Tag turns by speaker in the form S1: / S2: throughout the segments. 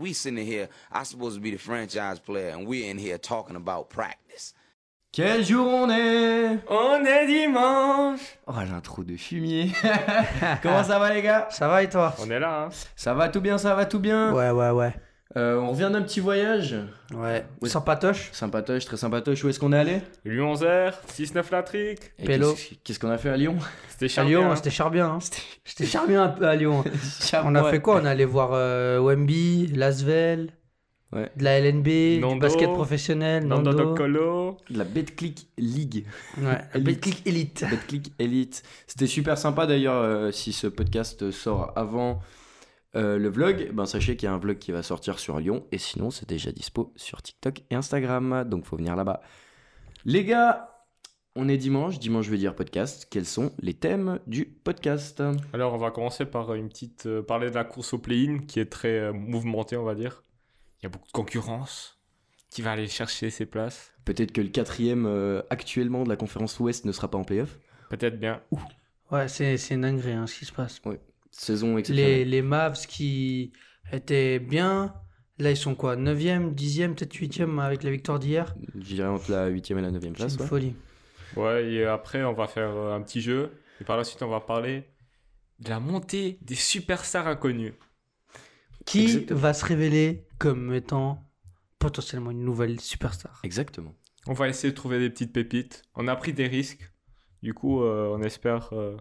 S1: We sitting here, I supposed to be the franchise player, and we're in here talking about practice.
S2: Quel jour on est
S3: On est dimanche
S2: Oh, j'ai un trou de fumier. Comment ça va les gars
S4: Ça va et toi
S3: On est là, hein
S2: Ça va tout bien, ça va tout bien.
S4: Ouais, ouais, ouais.
S2: Euh, on revient d'un petit voyage.
S4: Ouais.
S2: Ouais.
S4: Sans patoche
S2: Sympatoche, très sympatoche. Où est-ce qu'on est allé
S3: Lyon 11h, 6-9 la trique
S2: Et
S4: Pélo.
S2: qu'est-ce- Qu'est-ce qu'on a fait à Lyon
S3: C'était
S4: À
S3: charmé,
S4: Lyon,
S3: hein.
S4: c'était charbien. Hein. C'était charbien à- à Lyon. On a
S2: Ouais.
S4: fait quoi On est allé voir euh, Wemby, Lasvel,
S2: Ouais.
S4: de la LNB,
S3: Nando.
S4: du basket professionnel,
S3: Dans
S4: Nando.
S3: Doc Colo.
S2: De la Betclic League.
S4: Ouais.
S2: Elite.
S4: Betclic Elite.
S2: Betclic Elite. C'était super sympa d'ailleurs. euh, si ce podcast sort avant euh, le vlog, ben sachez qu'il y a un vlog qui va sortir sur Lyon. Et sinon, c'est déjà dispo sur TikTok et Instagram. Donc faut venir là-bas. Les gars, on est dimanche. Dimanche, je vais dire podcast. Quels sont les thèmes du podcast
S3: Alors, on va commencer par une petite. euh, parler de la course au play-in qui est très euh, mouvementée, on va dire. Il y a beaucoup de concurrence. Qui va aller chercher ses places
S2: Peut-être que le quatrième euh, actuellement de la conférence Ouest ne sera pas en playoff.
S3: Peut-être bien.
S4: Ouais, c'est c'est une dinguerie hein, ce qui se passe.
S2: Saison
S4: Les,
S2: exceptionnelle.
S4: les Mavs qui étaient bien, là ils sont quoi 9ème, 10ème, peut-être 8ème avec la victoire d'hier
S2: Je dirais entre la 8 et la 9
S4: C'est
S2: place.
S4: une
S2: ouais.
S4: folie.
S3: Ouais, et après, on va faire euh, un petit jeu. Et par la suite, on va parler de la montée des superstars inconnus.
S4: Qui
S2: Exactement.
S4: va se révéler comme étant potentiellement une nouvelle superstar
S2: Exactement.
S3: On va essayer de trouver des petites pépites. On a pris des risques. Du coup, euh, on espère euh,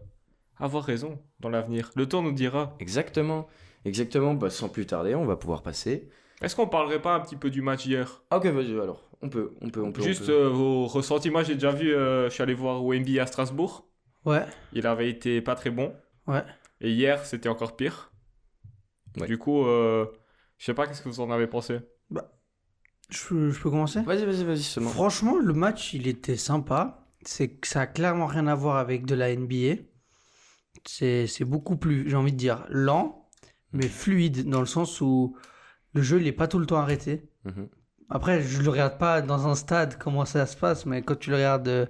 S3: avoir raison dans l'avenir. Le temps nous dira.
S2: Exactement. Exactement. Bah, sans plus tarder, on va pouvoir passer
S3: Est-ce qu'on parlerait pas un petit peu du match hier
S2: Ah, Ok, vas-y alors. On peut, on peut, on peut. on
S3: Juste
S2: peut.
S3: euh, vos ressentis. Moi, j'ai déjà vu, euh, je suis allé voir Wemby à Strasbourg.
S4: Ouais,
S3: Il avait été pas très bon.
S4: Ouais.
S3: Et hier, c'était encore pire.
S2: Ouais.
S3: Du coup, euh, je sais pas qu'est-ce que vous en avez pensé.
S4: je, je peux commencer
S2: Vas-y, vas-y, vas-y seulement.
S4: Franchement, le match, il était sympa. C'est que ça a clairement rien à voir avec de la NBA. C'est c'est beaucoup plus, j'ai envie de dire, lent, mais fluide, dans le sens où le jeu, il n'est pas tout le temps arrêté.
S2: Mhm.
S4: Après, je le regarde pas dans un stade comment ça se passe, mais quand tu le regardes euh,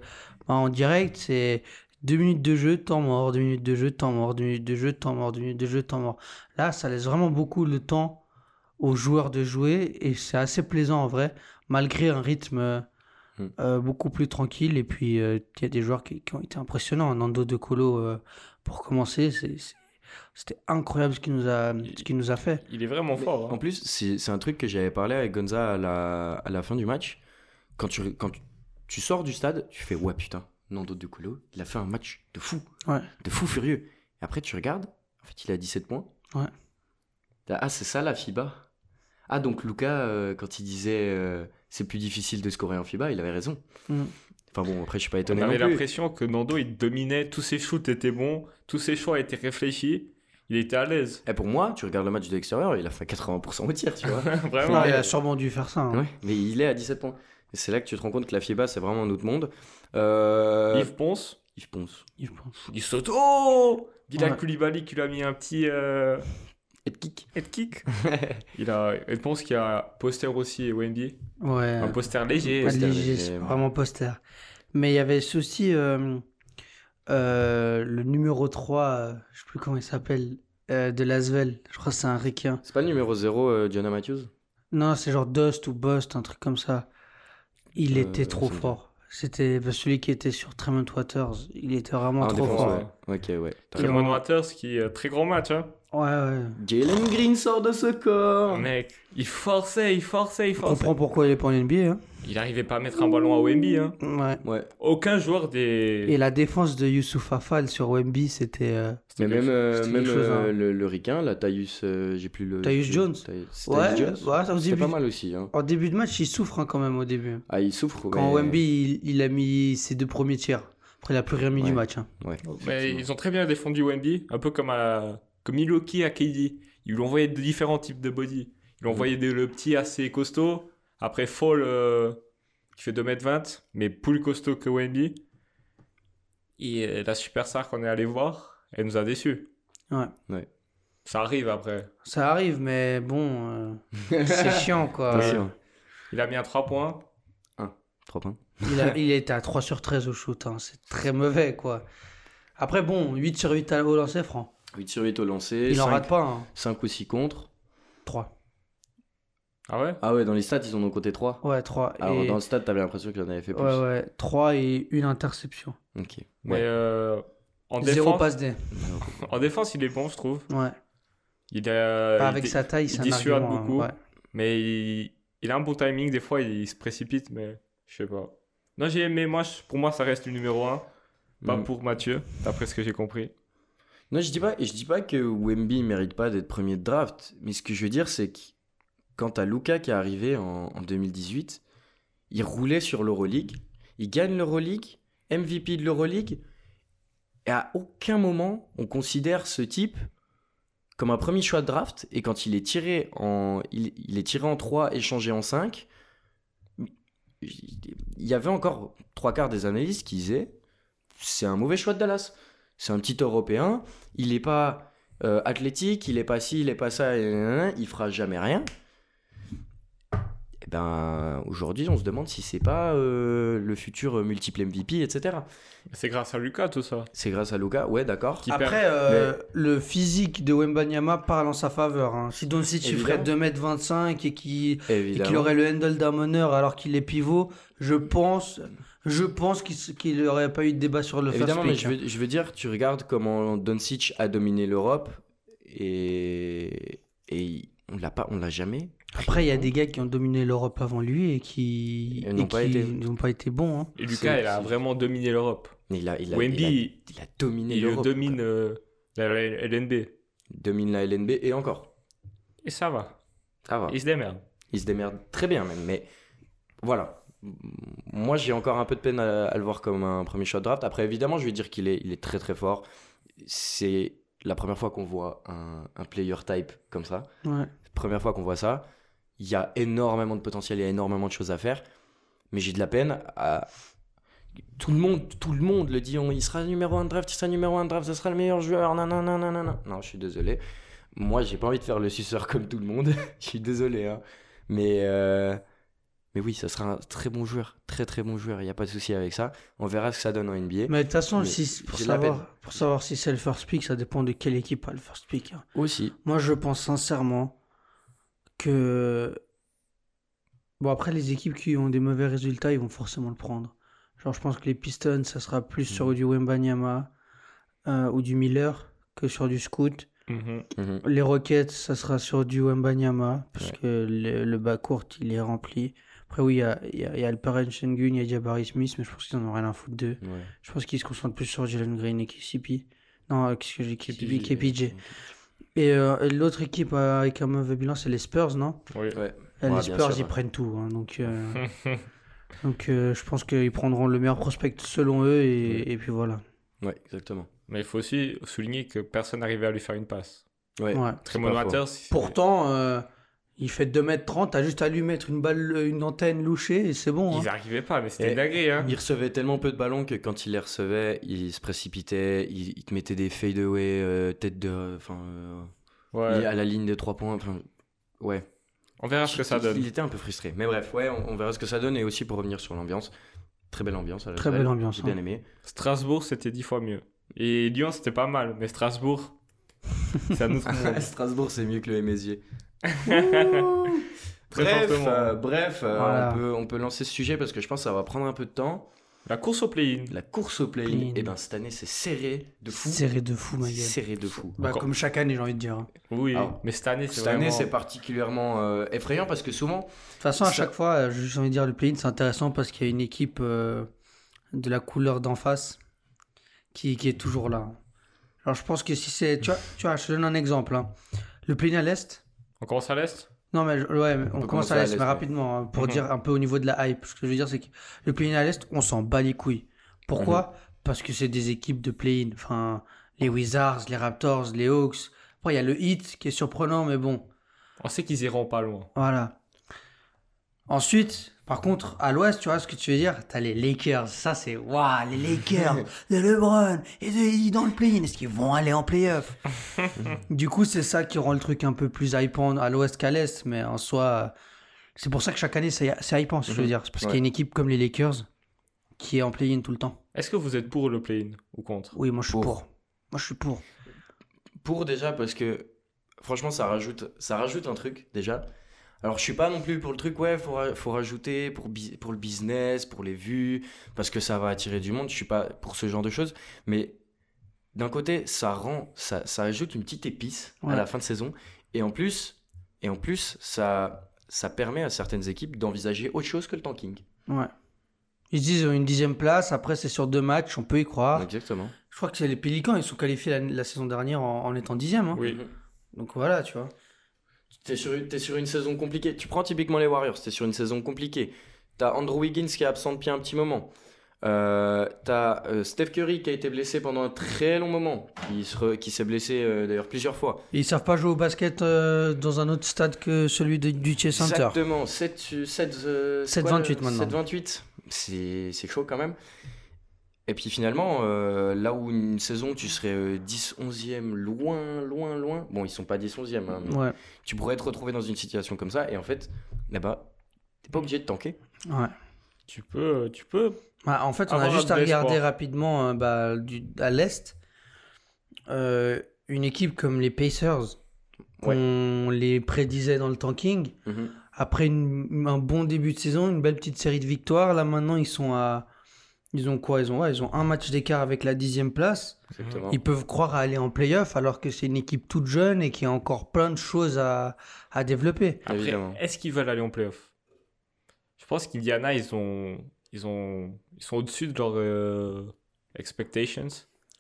S4: en direct, c'est deux minutes de jeu, temps mort, deux minutes de jeu, temps mort, deux minutes de jeu, temps mort, deux minutes de jeu, temps mort. Là, ça laisse vraiment beaucoup le temps aux joueurs de jouer et c'est assez plaisant en vrai, malgré un rythme euh,
S2: Mm.
S4: euh, beaucoup plus tranquille. Et puis, euh, il y a des joueurs qui, qui ont été impressionnants. Nando De Colo, euh, pour commencer, c'est- c'est- c'était incroyable ce qu'il nous, a- ce qu'il nous a fait.
S3: Il est vraiment fort. hein.
S2: En plus, c'est c'est un truc que j'avais parlé avec Gonza à la, à la fin du match. Quand tu, quand tu, tu sors du stade, tu fais ouais putain, Nando De Colo, il a fait un match de fou,
S4: Ouais.
S2: de fou furieux. Et après, tu regardes, en fait, il a 17 points.
S4: Ouais.
S2: T'as- Ah, c'est ça la FIBA. Ah donc Lucas, euh, quand il disait euh, c'est plus difficile de scorer en FIBA, il avait raison.
S4: Mm.
S2: Enfin bon, après, je suis pas
S3: On
S2: étonné.
S3: avait
S2: non plus.
S3: l'impression que Nando, il dominait. Tous ses shoots étaient bons. Tous ses choix étaient réfléchis. Il était à l'aise.
S2: Et pour moi, tu regardes le match de l'extérieur, il a fait 80% au tir, tu vois.
S3: vraiment.
S4: il a sûrement dû faire ça. hein.
S2: Ouais, mais il est à 17 points. Et C'est là que tu te rends compte que la FIBA, c'est vraiment un autre monde. Euh...
S3: Yves Ponce.
S2: Yves Ponce.
S4: Je pense.
S3: Il saute. Oh Bilal
S4: Ouais.
S3: Koulibaly qui lui a mis un petit euh,
S2: Et de kick.
S3: head kick. Il a, Ed Ponce qui a poster aussi Wemby.
S4: Euh, Ouais.
S3: Un poster léger.
S4: Pas
S2: poster,
S4: léger,
S2: mais-
S4: c'est vraiment poster. Mais il y avait ceci, euh, euh, le numéro 3, euh, je sais plus comment il s'appelle, euh, de Lasvel. Je crois que c'est un requin.
S2: C'est pas le numéro 0, euh, Gianna Matthews
S4: Non, c'est genre Dust ou Bust, un truc comme ça. Il
S2: Euh,
S4: était trop
S2: ça me dit.
S4: fort. C'était bah, celui qui était sur Tremont Waters. Il était vraiment
S2: Ah, en
S4: trop
S2: défense,
S4: fort.
S2: ouais. Ok, ouais. T'as
S3: Très
S2: raison.
S3: bon Waters qui euh, très grand match. Hein.
S4: Ouais, ouais.
S2: Jalen Green sort de ce corps.
S3: Mec, il forçait, il forçait, il
S4: Je
S3: forçait.
S4: comprends pourquoi il est pas en NBA. hein.
S3: Il arrivait pas à mettre un ballon à Wemby. Hein.
S4: Ouais.
S2: Ouais.
S3: Aucun joueur
S4: Et
S3: des.
S4: la défense de Youssouf Afal sur Wemby, c'était. euh,
S2: Mais
S3: C'était
S2: même,
S3: quelque
S2: euh,
S4: c'était
S2: même
S4: quelque chose,
S2: euh,
S4: hein.
S2: le, le Ricain, la Taïus, euh, j'ai plus le.
S4: Tyus
S2: j'ai-
S4: Jones.
S2: Ty- c'est
S4: Ouais,
S2: Tyus Jones.
S4: ouais, au
S2: C'est
S4: début,
S2: pas mal aussi. Hein.
S4: en début de match, il souffre hein, quand même au début.
S2: Ah, il souffre.
S4: Quand
S2: mais-
S4: Wemby, il, il a mis ses deux premiers tirs. Après, il a plus rien mis
S2: Ouais.
S4: du match. hein.
S2: Ouais.
S3: Mais
S2: effectivement.
S3: ils ont très bien défendu Wemby, un peu comme à comme Milwaukee à KD. Ils lui envoyaient de différents types de body. Ils
S4: Mm.
S3: lui envoyaient des- le petit assez costaud, après Fall euh, qui fait 2m20, mais plus costaud que Wemby. Et euh, la superstar qu'on est allé voir, elle nous a déçus.
S4: Ouais.
S2: Ouais.
S3: Ça arrive après.
S4: Ça arrive, mais bon, euh, c'est chiant quoi.
S2: Attention.
S3: Il a mis un 3 points.
S2: Trois points.
S4: Il, a, il était à 3 sur 13 au shoot. hein. C'est très mauvais quoi. Après, bon, 8 sur 8 au lancer franc.
S2: 8 sur 8 au lancer.
S4: Il en
S2: 5,
S4: rate pas. Hein.
S2: 5 ou 6 contre.
S4: 3.
S3: Ah ouais
S2: Ah ouais, dans les stats, ils en ont compté 3.
S4: Ouais, 3.
S3: Ah,
S2: Alors
S4: et...
S2: Ah, dans le stade, t'avais l'impression qu'il en avait fait plus.
S4: Ouais, ouais, 3 et une interception.
S2: Ok.
S3: Mais
S2: Ouais.
S3: euh, en,
S4: Zéro
S3: défense,
S4: passe D.
S3: en défense, il est bon, je trouve.
S4: Ouais.
S3: Il a,
S4: Pas avec
S3: il-
S4: sa taille,
S3: il
S4: c'est un
S3: dissuade
S4: argument. hein,
S3: beaucoup.
S4: ouais.
S3: Mais il, il a un bon timing, des fois il, se précipite, mais je sais pas. Non, j'ai aimé, moi, je- pour moi, ça reste le numéro 1. Pas
S2: Mm.
S3: pour Mathieu, d'après ce que j'ai compris.
S2: Non, je dis pas, et je dis pas que Wemby mérite pas d'être premier de draft, mais ce que je veux dire, c'est que quant à Luca qui est arrivé en, en 2018, il roulait sur l'Euroleague, il gagne l'Euroleague, MVP de l'Euroleague, et à aucun moment on considère ce type comme un premier choix de draft, et quand il est tiré en, il, il est tiré en 3, échangé en 5, il y avait encore trois quarts des analystes qui disaient c'est un mauvais choix de Dallas. C'est un petit Européen, il n'est pas euh, athlétique, il n'est pas ci, il n'est pas ça, et nanana, il fera jamais rien. Eh ben, aujourd'hui, on se demande si c'est pas euh, le futur euh, multiple MVP, etc.
S3: C'est grâce à Lucas, tout ça.
S2: C'est grâce à Luca, ouais, d'accord.
S3: Qui-
S4: Après,
S3: perd.
S4: euh, le physique de Wembanyama parle en sa faveur. hein. Si Doncic il ferait
S2: Évidemment.
S4: 2m25 et qu'il et
S2: Évidemment.
S4: qu'il aurait le handle d'un meneur alors qu'il est pivot, je pense, je pense qu'il s- qu'il n'aurait pas eu de débat sur le
S2: Évidemment, mais
S4: first
S2: je
S4: pick. hein.
S2: veux, je veux dire, tu regardes comment Doncic a dominé l'Europe et, et on l'a pas, on l'a jamais. pris
S4: Après, il y a
S2: en
S4: des gars qui ont dominé l'Europe avant lui et qui
S2: Ils n'ont
S4: et
S2: pas
S4: qui
S2: été.
S4: n'ont pas été bons. hein.
S3: Et
S2: C'est-
S3: Lucas, il a
S2: c'est-
S3: vraiment dominé l'Europe.
S2: Il a, il a,
S3: Wemby,
S2: il a-
S3: il,
S2: il a dominé
S3: il
S2: l'Europe.
S3: domine
S2: quoi.
S3: euh, la, la LNB.
S2: Il domine la LNB et encore.
S3: Et ça va.
S2: Ça va.
S3: Il se démerde.
S2: Il se démerde très bien même, mais voilà. Moi, j'ai encore un peu de peine à, à le voir comme un premier shot draft. Après, évidemment, je vais dire qu'il est, il est très très fort. C'est la première fois qu'on voit un, un player type comme ça.
S4: Ouais.
S2: Première fois qu'on voit ça. Il y a énormément de potentiel, il y a énormément de choses à faire. Mais j'ai de la peine à. Tout le monde, tout le monde le dit. on- il sera numéro 1 de draft, il sera numéro 1 de draft, ce sera le meilleur joueur. Non, non, non, non, non, non. Non, je suis désolé. Moi, j'ai pas envie de faire le suceur comme tout le monde. je suis désolé. hein. Mais, euh, mais oui, ça sera un très bon joueur, très très bon joueur. Il n'y a pas de souci avec ça. On verra ce que ça donne en NBA.
S4: Mais de toute façon,
S2: Mais
S4: si- pour,
S2: j'ai de la
S4: savoir,
S2: peine.
S4: pour savoir si c'est le first pick, ça dépend de quelle équipe a le first pick. hein.
S2: Aussi.
S4: Moi, je pense sincèrement que. Bon, après, les équipes qui ont des mauvais résultats, ils vont forcément le prendre. Genre, je pense que les Pistons, ça sera plus sur du Wembanyama euh, ou du Miller que sur du Scoot.
S3: Mhm.
S2: Mhm.
S4: Les Rockets, ça sera sur du Wembanyama parce
S2: Ouais.
S4: que le, le bas court, il est rempli. Après, oui, il y a, il y a, il y a Alperen Sengun, il y a Jabari Smith, mais je pense qu'ils en ont rien à foutre d'eux.
S2: Ouais.
S4: Je pense qu'ils se concentrent plus sur Jalen Green et KCP. Non, euh, qu'est-ce que j'ai KCP, KPJ. Et euh, et l'autre équipe euh, avec un mauvais bilan, c'est les Spurs, non
S3: Oui.
S2: Ouais.
S4: Euh,
S2: Ouais,
S4: Les
S2: bien
S4: Spurs,
S2: sûr,
S4: ils
S2: ouais.
S4: prennent tout. hein, donc euh, donc euh, je pense qu'ils prendront le meilleur prospect selon eux. Et, et puis voilà.
S2: Ouais, exactement.
S3: Mais il faut aussi souligner que personne n'arrivait à lui faire une passe.
S2: Ouais.
S4: Ouais.
S2: C'est pas faux.
S3: Très modérateur. si-
S4: Pourtant, euh, il fait 2m30. T'as juste à lui mettre une balle, une antenne louchée et c'est bon. hein.
S3: Ils n'arrivaient pas, mais c'était
S2: Et-
S3: une dinguerie. Hein.
S2: Il recevait tellement peu de ballons que quand il les recevait, il se précipitait, il, il te mettait des fadeaway, euh, tête de. Enfin, euh,
S3: Ouais.
S2: il est à la ligne des trois points. enfin, ouais.
S3: On verra ce que ça
S2: Il- Il
S3: donne.
S2: était un peu frustré. Mais bref, ouais, on, on verra ce que ça donne. Et aussi pour revenir sur l'ambiance, très belle ambiance. à la
S4: Très
S2: salle,
S4: belle ambiance,
S2: J'ai bien
S4: hein.
S2: aimé.
S3: Strasbourg, c'était dix fois mieux. Et Lyon, c'était pas mal. Mais Strasbourg, c'est un autre
S4: hein.
S3: monde.
S2: Strasbourg, c'est mieux que le Mézier.
S3: Très
S2: bref,
S3: fortement.
S2: euh, bref euh,
S4: Voilà.
S2: on, peut, on peut lancer ce sujet parce que je pense que ça va prendre un peu de temps.
S3: La course au play-in.
S2: La course au play-in,
S4: Play-in.
S2: et ben cette année, c'est serré de fou.
S4: Serré de fou, ma
S2: C'est
S4: gueule.
S2: serré de fou.
S4: Bah,
S3: Encore-
S4: comme chaque année, j'ai envie de dire. hein.
S3: Oui,
S2: Alors,
S3: mais cette année, c'est
S2: Cette
S3: vraiment...
S2: année, c'est particulièrement euh, effrayant parce que souvent,
S4: De toute façon, à
S2: Ça-
S4: chaque fois, euh, j'ai juste envie de dire, le play-in, c'est intéressant parce qu'il y a une équipe euh, de la couleur d'en face qui, qui est toujours là. Alors, je pense que si c'est. Tu vois, tu vois, je te donne un exemple. hein. Le play-in à l'Est.
S3: On commence à l'Est
S4: Non, mais je- ouais, mais on,
S2: peut
S4: commence à l'Est, mais
S2: ouais.
S4: rapidement, hein, pour
S3: Mhm.
S4: dire un peu au niveau de la hype. Ce que je veux dire, c'est que le play-in à l'Est, on s'en bat les couilles. Pourquoi Parce que c'est des équipes de play-in. Enfin, les Wizards, les Raptors, les Hawks. Après, il y a le Heat qui est surprenant, mais bon.
S3: On sait qu'ils iront pas loin.
S4: Voilà. Ensuite, par contre, à l'ouest, tu vois ce que tu veux dire T'as les Lakers. Ça, c'est waouh, les Lakers de LeBron et de Heat dans le play-in. Est-ce qu'ils vont aller en play-off Du coup, c'est ça qui rend le truc un peu plus hypant à l'ouest qu'à l'est. Mais en soi, euh, c'est pour ça que chaque année, c'est c'est hypant, ce que je veux
S2: Mhm.
S4: dire. C'est parce
S2: Ouais.
S4: qu'il y a une équipe comme les Lakers qui est en play-in tout le temps.
S3: Est-ce que vous êtes pour le play-in ou contre
S4: Oui, moi, je suis pour.
S2: Pour.
S4: Moi, je suis pour.
S2: pour déjà parce que franchement ça rajoute ça rajoute un truc déjà Alors, je suis pas non plus pour le truc, ouais, faut, ra- faut rajouter pour, bi- pour le business, pour les vues, parce que ça va attirer du monde. Je suis pas pour ce genre de choses. Mais d'un côté, ça rend, ça, ça ajoute une petite épice à
S4: Ouais.
S2: la fin de saison. Et en plus, et en plus ça, ça permet à certaines équipes d'envisager autre chose que le tanking.
S4: Ouais. Ils se disent euh, une dixième place, après c'est sur deux matchs, on peut y
S3: Ah.
S4: croire.
S2: Exactement.
S4: Je crois que c'est les Pélicans, ils sont qualifiés la, la saison dernière en, en étant dixième. hein.
S3: Oui.
S4: Donc voilà, tu vois.
S2: T'es sur, une- t'es sur une saison compliquée. Tu prends typiquement les Warriors, t'es sur une saison compliquée. T'as Andrew Wiggins qui est absent depuis un petit moment. Euh, T'as euh, Steph Curry qui a été blessé pendant un très long moment, qui se re- qui s'est blessé euh, d'ailleurs plusieurs fois.
S4: Et ils savent pas jouer au basket euh, dans un autre stade que celui de- du Chase Center.
S2: Exactement, euh, 7, 7,
S4: 7-28 maintenant.
S2: 7-28, euh, c'est c'est chaud quand même. Et puis finalement, euh, là où une saison tu serais euh, 10-11e, loin, loin, loin. Bon, ils sont pas 10-11e, hein, mais
S4: Ouais,
S2: tu pourrais te retrouver dans une situation comme ça. Et en fait, là-bas, t'es pas obligé de tanker.
S4: ouais.
S3: Tu peux, tu peux.
S4: Ah, en fait, on
S3: Avoir
S4: a
S3: un
S4: juste à
S3: vrai
S4: regarder
S3: espoir.
S4: rapidement euh, bah, du- à l'Est. euh, une équipe comme les Pacers,
S2: Ouais.
S4: on les prédisait dans le tanking.
S3: Mm-hmm.
S4: Après une- un bon début de saison, une belle petite série de victoires, là maintenant ils sont à. Ils ont quoi ils ont, ouais, ils ont un match d'écart avec la dixième place.
S2: Exactement.
S4: Ils peuvent croire à aller en playoff alors que c'est une équipe toute jeune et qui a encore plein de choses à, à développer.
S3: Après,
S2: Évidemment.
S3: est-ce qu'ils veulent aller en playoff Je pense qu'Indiana, ils ont, ils ont, ils sont au-dessus de leurs euh, expectations.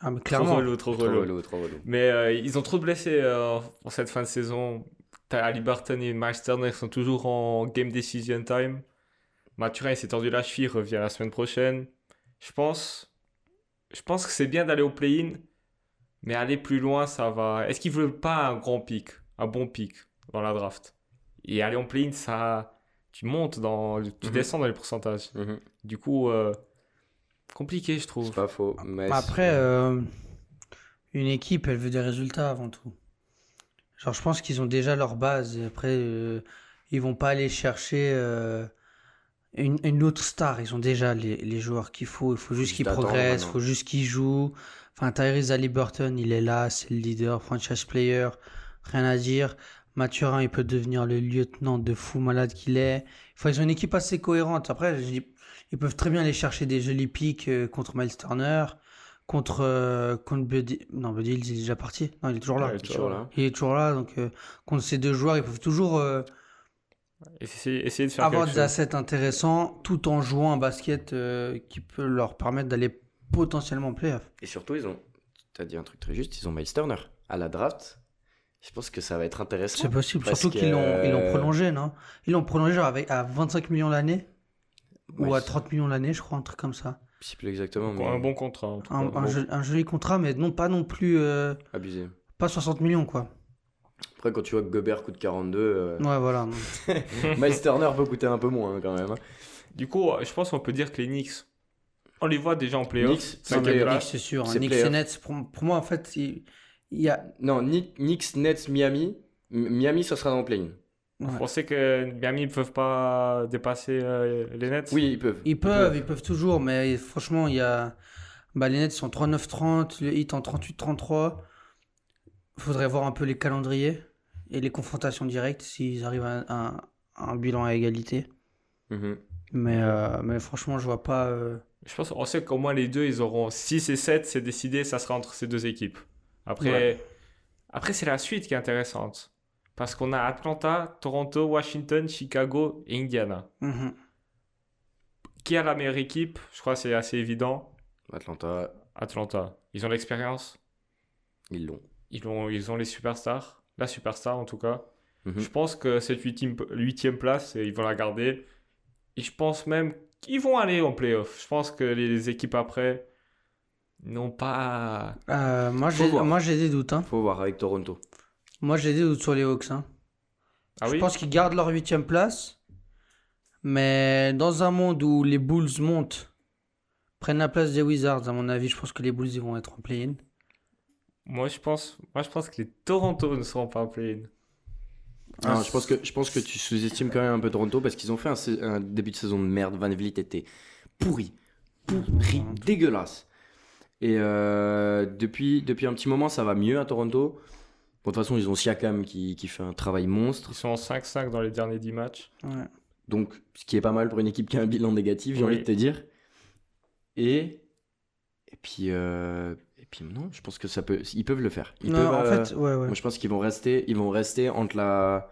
S4: Ah, mais
S3: Trop
S4: clairement.
S3: relou, trop
S2: Trop
S3: relou.
S2: relou, trop relou.
S3: Mais euh, ils ont trop de blessés euh, pour cette fin de saison. T'as Ali Barton et Miles Turner sont toujours en game decision time. Maturin il s'est tordu la cheville, il revient la semaine prochaine. Je pense, je pense que c'est bien d'aller au play-in, mais aller plus loin, ça va. Est-ce qu'ils veulent pas un grand pic, un bon pic dans la draft Et aller en play-in, ça, tu montes dans, tu
S2: Mhm.
S3: descends dans les pourcentages.
S4: Mhm.
S3: Du coup, euh, compliqué, je trouve.
S2: C'est pas faux. Mais
S4: Après, euh, une équipe, elle veut des résultats avant tout. Genre, je pense qu'ils ont déjà leur base. Et après, euh, ils vont pas aller chercher euh, une, une autre star. Ils ont déjà les, les joueurs qu'il faut. Il faut juste qu'ils
S2: Juste attendre
S4: progressent, il
S2: maintenant.
S4: faut juste qu'ils jouent. Enfin, Tyrese Halliburton, il est là, c'est le leader, franchise player, rien à dire. Mathurin, il peut devenir le lieutenant de fou malade qu'il est. Enfin, ils ont une équipe assez cohérente. Après, je dis- ils peuvent très bien aller chercher des jolis pics euh, contre Miles Turner, contre, euh, contre Buddy. Non, Buddy, il est déjà parti. Non, il est toujours là.
S3: Ouais,
S2: c'est toujours là.
S4: Il est toujours là, donc euh, contre ces deux joueurs, ils peuvent toujours euh,
S3: Essayer, essayer de faire
S4: avoir
S3: quelque
S4: des
S3: chose.
S4: assets intéressants tout en jouant un basket euh, qui peut leur permettre d'aller potentiellement en playoff.
S2: Et surtout, ils ont. T'as dit un truc très juste, ils ont Miles Turner à la draft. Je pense que ça va être intéressant.
S4: C'est possible,
S2: parce
S4: surtout
S2: que-
S4: qu'ils l'ont ils l'ont prolongé, non Ils l'ont prolongé genre, avec, à 25 millions l'année ou
S2: Ouais,
S4: à 30 millions l'année, je crois, un truc comme ça.
S2: Je sais plus exactement, mais
S3: Un bon contrat. en tout
S4: Un,
S3: cas.
S4: un
S3: Bon.
S4: joli- un joli contrat, mais non pas non plus. euh,
S2: abusé.
S4: pas 60 millions, quoi.
S2: Après, quand tu vois que Gobert coûte 42, euh,
S4: Ouais, voilà.
S2: Miles Turner peut coûter un peu moins hein, quand même. hein.
S3: Du coup, je pense qu'on peut dire que les Knicks, on les voit déjà en
S2: Knicks,
S3: playoff.
S2: c'est en
S3: cinquième
S2: playoff.
S4: Knicks,
S3: place.
S4: c'est sûr.
S2: C'est
S4: Knicks
S2: playoff.
S4: et Nets, pour, pour moi, en fait, il il y a.
S2: Non, Ni- Knicks, Nets, Miami. M- Miami, ça sera dans le play-in.
S3: Vous pensez que Miami ne peuvent pas dépasser euh, les Nets
S2: Oui, ils peuvent.
S4: Ils peuvent, ils peuvent toujours, mais franchement, il y a. Bah, les Nets sont 39-30, le Heat en 38-33. Faudrait voir un peu les calendriers et les confrontations directes s'ils arrivent à un, à un bilan à égalité.
S2: Mhm.
S4: Mais, euh, mais franchement, je vois pas. euh,
S3: Je pense on sait qu'au moins les deux, ils auront 6 et 7, c'est décidé, ça sera entre ces deux équipes. Après, après c'est la suite qui est intéressante. Parce qu'on a Atlanta, Toronto, Washington, Chicago et Indiana.
S4: mhm.
S3: Qui a la meilleure équipe Je crois que c'est assez évident.
S2: Atlanta,
S3: Atlanta. Ils ont l'expérience.
S2: ils l'ont.
S3: ils ont, ils ont les superstars, la superstar en tout cas.
S2: Mhm.
S3: Je pense que cette huitième, huitième place, et ils vont la garder. Et je pense même qu'ils vont aller en playoff. Je pense que les, les équipes après n'ont pas...
S4: Euh, moi,
S2: Faut
S4: j'ai-
S2: voir.
S4: moi, j'ai des doutes. hein.
S2: Faut voir avec Toronto.
S4: Moi, j'ai des doutes sur les Hawks. hein.
S3: Ah
S4: je
S3: oui
S4: pense qu'ils gardent leur huitième place. Mais dans un monde où les Bulls montent, prennent la place des Wizards, à mon avis, je pense que les Bulls ils vont être en play-in.
S3: moi je, pense, moi je pense que les Toronto ne seront pas en play-in.
S2: Ah, je, pense que, je pense que tu sous-estimes quand même un peu Toronto parce qu'ils ont fait un, sais- un début de saison de merde. Van Vliet était pourri, pourri, dégueulasse. Et euh, depuis, depuis un petit moment, ça va mieux à Toronto. Bon, de toute façon, ils ont Siakam qui, qui fait un travail monstre.
S3: Ils sont en 5-5 dans les derniers 10 matchs.
S4: Ouais.
S2: Donc, ce qui est pas mal pour une équipe qui a un bilan négatif, j'ai
S3: Oui.
S2: envie de te dire. Et. Et puis. euh, Et puis, non, je pense que ça peut. Ils peuvent le faire. Ils
S4: Non,
S2: peuvent,
S4: en
S2: euh,
S4: fait, ouais, ouais.
S2: Moi, je pense qu'ils vont rester, ils vont rester entre la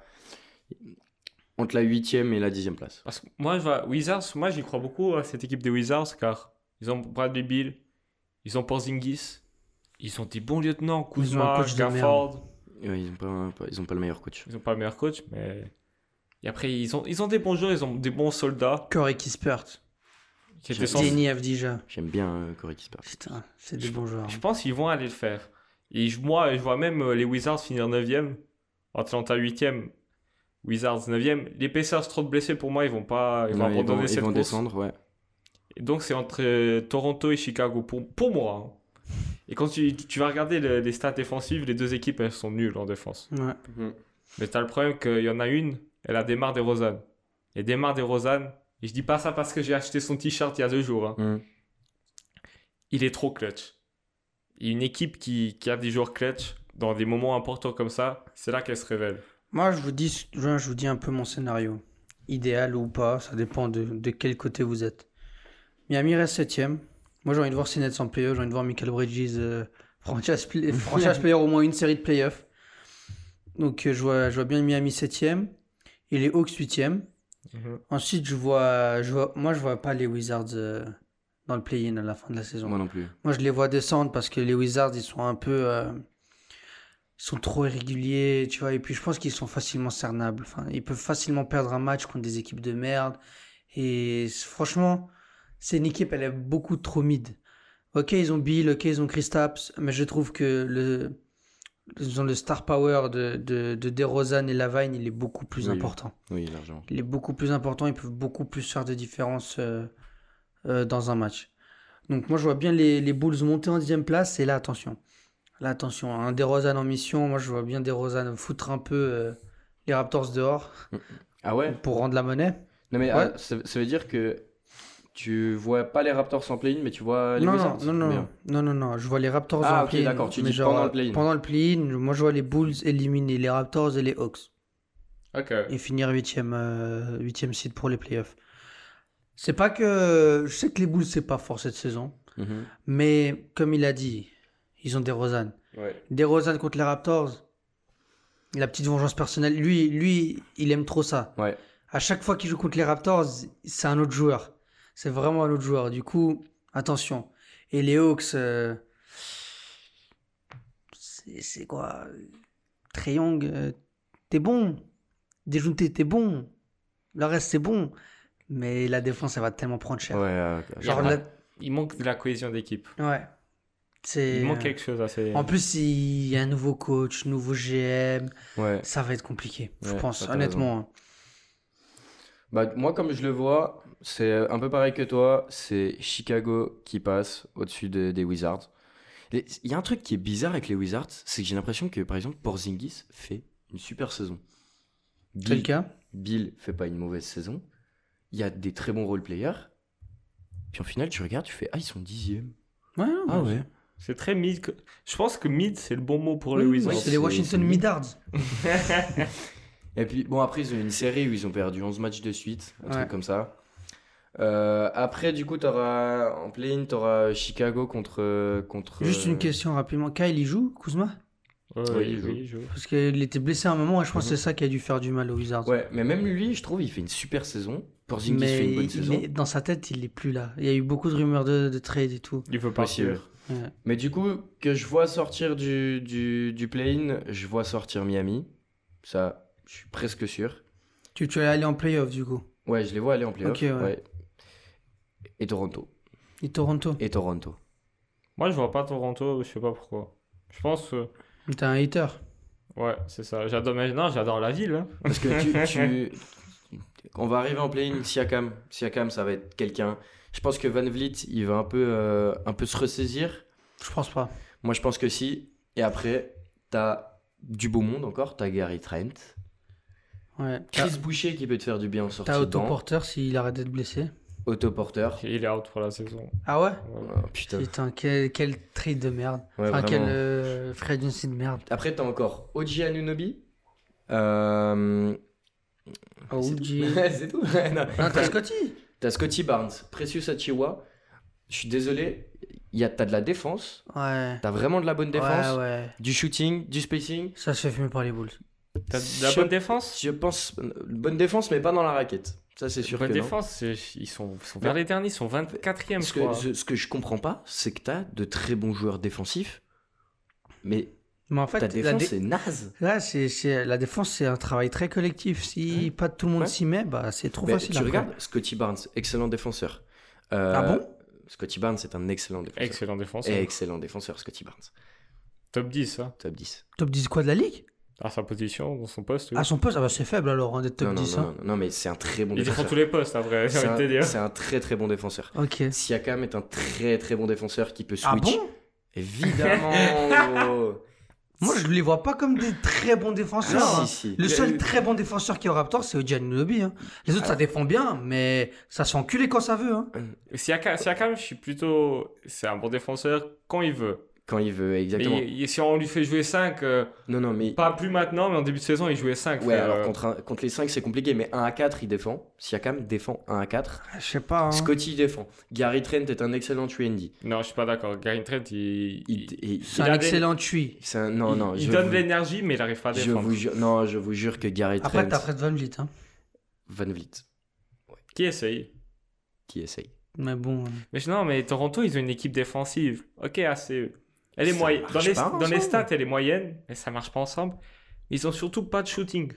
S2: entre la huitième et la dixième place.
S3: Parce que moi, je vois- Wizards, moi j'y crois beaucoup à cette équipe des Wizards car ils ont Bradley Bill, ils ont Porzingis, ils ont des bons lieutenants,
S4: Ils ont un
S3: Kuzma,
S4: coach de
S3: Gafford.
S2: Ouais, ils n'ont pas, pas- ils ont pas le meilleur coach.
S3: Ils ont pas le meilleur coach, mais. Et après, ils ont, ils ont des bons joueurs, ils ont des bons soldats
S4: Corey Kispert,
S3: qui étaient
S2: Sans-
S4: Denis Avdija.
S2: J'aime bien euh, Corey Kispert.
S4: Putain, c'est des bons
S2: hein.
S4: joueurs.
S3: Je pense qu'ils vont aller le faire. Et je- moi, je vois même euh, les Wizards finir 9ème, Atlanta 8ème, Wizards 9ème. Les Pacers, trop de blessés pour moi, ils vont
S4: Ah,
S3: pas ils vont
S2: Non, ils
S3: abandonner
S2: vont, ils
S3: cette
S2: vont
S3: course.
S2: descendre, ouais.
S3: Et donc, c'est entre euh, Toronto et Chicago, pour, pour moi. hein. Et quand tu, tu vas regarder le- les stats défensives, les deux équipes, elles sont nulles en défense.
S4: Ouais.
S3: Mais t'as le problème qu'il y en a une, elle a démarre des Rosanne. Et démarre des Rosanne, et je dis pas ça parce que j'ai acheté son t-shirt il y a deux jours. hein.
S4: Mmh.
S2: Mm.
S3: il est trop clutch. Et une équipe qui, qui a des joueurs clutch dans des moments importants comme ça, c'est là qu'elle se révèle.
S4: Moi, je vous dis, je je vous dis un peu mon scénario. Idéal ou pas, ça dépend de, de quel côté vous êtes. Miami reste septième. Moi, j'ai envie de voir Sinet sans PE, j'ai envie de voir Michael Bridges, euh, franchise, play- franchise player, au moins une série de playoffs. Donc, euh, je, vois, je vois bien Miami septième et les Hawks huitième. Mhm. Ensuite, je vois, je vois, moi, je vois pas les Wizards euh, dans le play-in à la fin de la saison.
S2: Moi non plus.
S4: Moi, je les vois descendre parce que les Wizards, ils sont un peu. euh, ils sont trop irréguliers, tu vois. Et puis, je pense qu'ils sont facilement cernables. Enfin, ils peuvent facilement perdre un match contre des équipes de merde. Et c- franchement, c'est une équipe, elle est beaucoup trop mid. Ok, ils ont Bill, ok, ils ont Kristaps, mais je trouve que le. Ils ont le star power de, de, de DeRozan et Lavine, il est beaucoup plus
S2: Oui.
S4: important
S2: Oui, largement.
S4: il est beaucoup plus important, ils peuvent beaucoup plus faire de différence euh, euh, dans un match. Donc moi je vois bien les, les Bulls monter en dixième place et là attention. Là attention, un DeRozan en mission, moi je vois bien DeRozan foutre un peu euh, les Raptors dehors
S2: Ah ouais.
S4: pour rendre la monnaie.
S2: Non mais
S4: Ouais.
S2: ah, ça, ça veut dire que tu vois pas les Raptors en play-in, mais tu vois Bah, les
S4: non,
S2: Wizards.
S4: non, non, non,
S2: Bien.
S4: non, non, non, je vois les Raptors
S2: Ah,
S4: en
S2: ok,
S4: play-in,
S2: d'accord, tu
S4: mais
S2: dis pendant le play-in.
S4: Pendant le play-in, moi je vois les Bulls éliminer les Raptors et les Hawks.
S3: Ok.
S4: et finir 8 e seed pour les playoffs. C'est pas que. Je sais que les Bulls, c'est pas fort cette saison. Mmh.
S2: Mhm.
S4: Mais comme il a dit, ils ont des Rosanne. Des Rosanne contre les Raptors, la petite vengeance personnelle, lui, lui il aime trop ça.
S2: Ouais.
S4: À chaque fois qu'il joue contre les Raptors, c'est un autre joueur. C'est vraiment un autre joueur. Du coup, attention. Et les Hawks, euh, c'est c'est quoi Trae Young, euh, t'es bon. Déjounté, t'es bon. Le reste, c'est bon. Mais la défense, elle va tellement prendre cher.
S2: Ouais. euh,
S4: Genre,
S3: Ouais.
S4: la-
S3: Il manque de la cohésion d'équipe.
S4: Ouais. C'est...
S3: Il manque quelque chose à ces.
S4: euh,
S2: euh,
S4: En plus, il y a un nouveau coach, nouveau GM.
S2: ouais.
S4: Ça va être compliqué, je
S2: Ouais,
S4: pense,
S2: ça, t'as
S4: honnêtement. hein.
S2: Bah, moi, comme je le vois, c'est euh, un peu pareil que toi. C'est Chicago qui passe au-dessus de- des Wizards. Les- Il y a un truc qui est bizarre avec les Wizards, c'est que j'ai l'impression que, par exemple, Porzingis fait une super saison.
S4: C'est le
S2: Bill,
S4: cas.
S2: Bill fait pas une mauvaise saison. Il y a des très bons role-players. Puis en final, tu regardes, tu fais Ah, ils sont dixième.
S4: Ouais, non,
S2: Ah
S4: mais-
S2: ouais.
S3: C'est très mid. que- Je pense que mid, c'est le bon mot pour les
S2: Oui,
S3: Wizards.
S4: Oui,
S2: Non,
S4: c'est
S2: c'est-
S4: les
S2: c'est
S4: Washington
S2: mieux.
S4: Midards.
S2: Et puis, bon, après, ils ont eu une série où ils ont perdu 11 matchs de suite, un
S4: Ouais.
S2: truc comme ça. Euh, après, du coup, t'auras, en play-in, t'auras Chicago contre. euh, contre
S4: Juste
S2: euh,
S4: une question rapidement. Kyle, il joue, Kuzma
S3: Ouais,
S2: Oui,
S3: oui, je-
S4: Parce qu'il était blessé à un moment et je pense que
S2: Mhm.
S4: c'est ça qui a dû faire du mal aux Wizards.
S2: euh, Ouais, mais même lui, je trouve, il fait une super saison. Porzingis
S4: mais
S2: fait une bonne
S4: il-
S2: saison.
S4: mais dans sa tête, il est plus là. Il y a eu beaucoup de rumeurs de, de trade et tout.
S3: Il veut pas
S2: Possible.
S3: suivre.
S4: Ouais.
S2: Mais du coup, que je vois sortir du, du, du play-in, je vois sortir Miami. Ça, je suis presque sûr.
S4: Tu, tu es allé en playoff du coup.
S2: Ouais, je les vois aller en play-off.
S4: Ok, ouais.
S2: ouais. Et Toronto.
S4: Et Toronto.
S2: Et Toronto.
S3: Moi, je vois pas Toronto, je sais pas pourquoi. Je pense. euh,
S4: T'es un hater.
S3: Ouais, c'est ça. J'adore. mais Non, j'adore la ville. hein.
S2: Parce que tu, tu- On va arriver en play-in, Siakam. Siakam, ça va être quelqu'un. Je pense que Van Vliet, il va un peu, euh, un peu se ressaisir.
S4: Je pense pas.
S2: Moi, je pense que si. Et après, t'as du beau monde encore. T'as Gary Trent.
S4: Ouais. T'as-
S2: Chris Boucher qui peut te faire du bien en sortie
S4: Ah. T'as
S2: de banc.
S4: autoporteur s'il arrête d'être blessé.
S2: Autoporteur.
S3: Il est out pour la saison.
S4: Ah ouais
S3: Voilà.
S2: Ah, putain.
S4: Putain, quel, quel trade de merde.
S2: Ouais,
S4: enfin, quel
S2: vraiment.
S4: euh, free agency de merde.
S2: Après, t'as encore Oji Anunobi. Euh...
S4: Oh,
S2: c'est
S4: OG.
S2: tout. C'est tout. Non.
S4: Non, Ah, t'as Scotty
S2: Ah, T'as Scotty Barnes, Precious Achiwa. Je suis désolé, il y a- t'as de la défense.
S4: Ouais.
S2: T'as vraiment de la bonne défense.
S4: Ouais, ouais.
S2: Du shooting, du spacing.
S4: Ça se fait fumer par les boules.
S3: T'as de la
S2: Je-
S3: bonne défense
S2: Je pense euh, bonne défense, mais pas dans la raquette. Ça, c'est sûr
S3: Bonne
S2: que non.
S3: défense, c'est- ils sont, ils sont vers les derniers, ils sont 24 e
S2: Ce
S3: je crois.
S2: que, ce, ce que je comprends pas, c'est que t'as de très bons joueurs défensifs, mais
S4: Mais en fait,
S2: ta
S4: la,
S2: défense
S4: dé-
S2: est naze.
S4: là, c'est- c'est- la défense, c'est un travail très collectif. Si
S2: Ouais.
S4: pas tout le monde
S2: Ouais.
S4: s'y met, bah, c'est trop
S2: Bah,
S4: facile.
S2: tu
S4: après.
S2: regardes Scotty Barnes, excellent défenseur. Euh,
S4: Ah bon
S2: Scotty Barnes est un excellent défenseur.
S3: Excellent défense. hein.
S2: Et excellent défenseur, Scotty Barnes.
S3: Top 10, hein.
S2: Top 10.
S4: Top 10 quoi de la ligue
S3: à sa position, dans son poste. oui.
S4: À son poste, ah bah, c'est faible alors, hein, d'être top
S2: non, non,
S4: 10.
S2: non,
S4: hein.
S2: non, non, mais c'est un très bon
S3: Ils défendent
S2: défenseur.
S3: tous les postes, après, j'ai
S2: C'est
S3: envie de te
S2: un,
S3: dire.
S2: c'est un très très bon défenseur.
S4: Ok.
S2: Siakam est un très très bon défenseur qui peut switch.
S4: Ah bon
S2: Évidemment gros.
S4: Moi, je les vois pas comme des très bons défenseurs.
S2: Ah,
S4: hein.
S2: si, si. Il
S4: Le
S2: a- Ah.
S4: seul très bon défenseur qui aura tort, c'est Oji Anunoby. hein. Les autres, ça défend bien, mais ça se fait enculer quand ça veut. hein.
S3: Siaka- Siakam, je suis plutôt. C'est un bon défenseur quand il veut.
S2: Quand il veut, exactement.
S3: Mais il- il- si on lui fait jouer 5,
S2: Non, non, mais.
S3: pas plus maintenant, mais en début de saison, il jouait euh, 5.
S2: Ouais, alors
S4: euh,
S2: contre, un- contre les 5, c'est compliqué, mais 1 à 4, il défend. Siakam défend 1 à 4.
S4: Je sais pas. hein.
S2: Scotty il défend. Gary Trent est un excellent trendy.
S3: Non, je suis pas d'accord. Gary Trent, il.
S2: Il,
S3: il-
S2: et-
S4: C'est
S3: Il
S4: un
S3: a des-
S4: excellent tui.
S2: c'est un- non,
S3: il-
S2: non,
S3: il
S2: je,
S3: donne
S2: vous,
S3: de l'énergie, mais il arrive pas à
S2: je
S3: défendre.
S2: vous jure, non, je vous jure que Gary
S4: Après, t'as
S2: Trent
S4: Fred Van Vliet. hein.
S2: Van Vliet
S3: Qui essaye
S2: qui essaye.
S4: Mais bon. euh,
S3: Mais je- non, mais Toronto, ils ont une équipe défensive. Ok, assez. Elle est
S2: Ça
S3: moyenne.
S2: marche
S3: Dans, les,
S2: pas
S3: dans les
S2: ensemble.
S3: stats, elle est moyenne, mais ça marche pas ensemble. Ils ont surtout pas de shooting.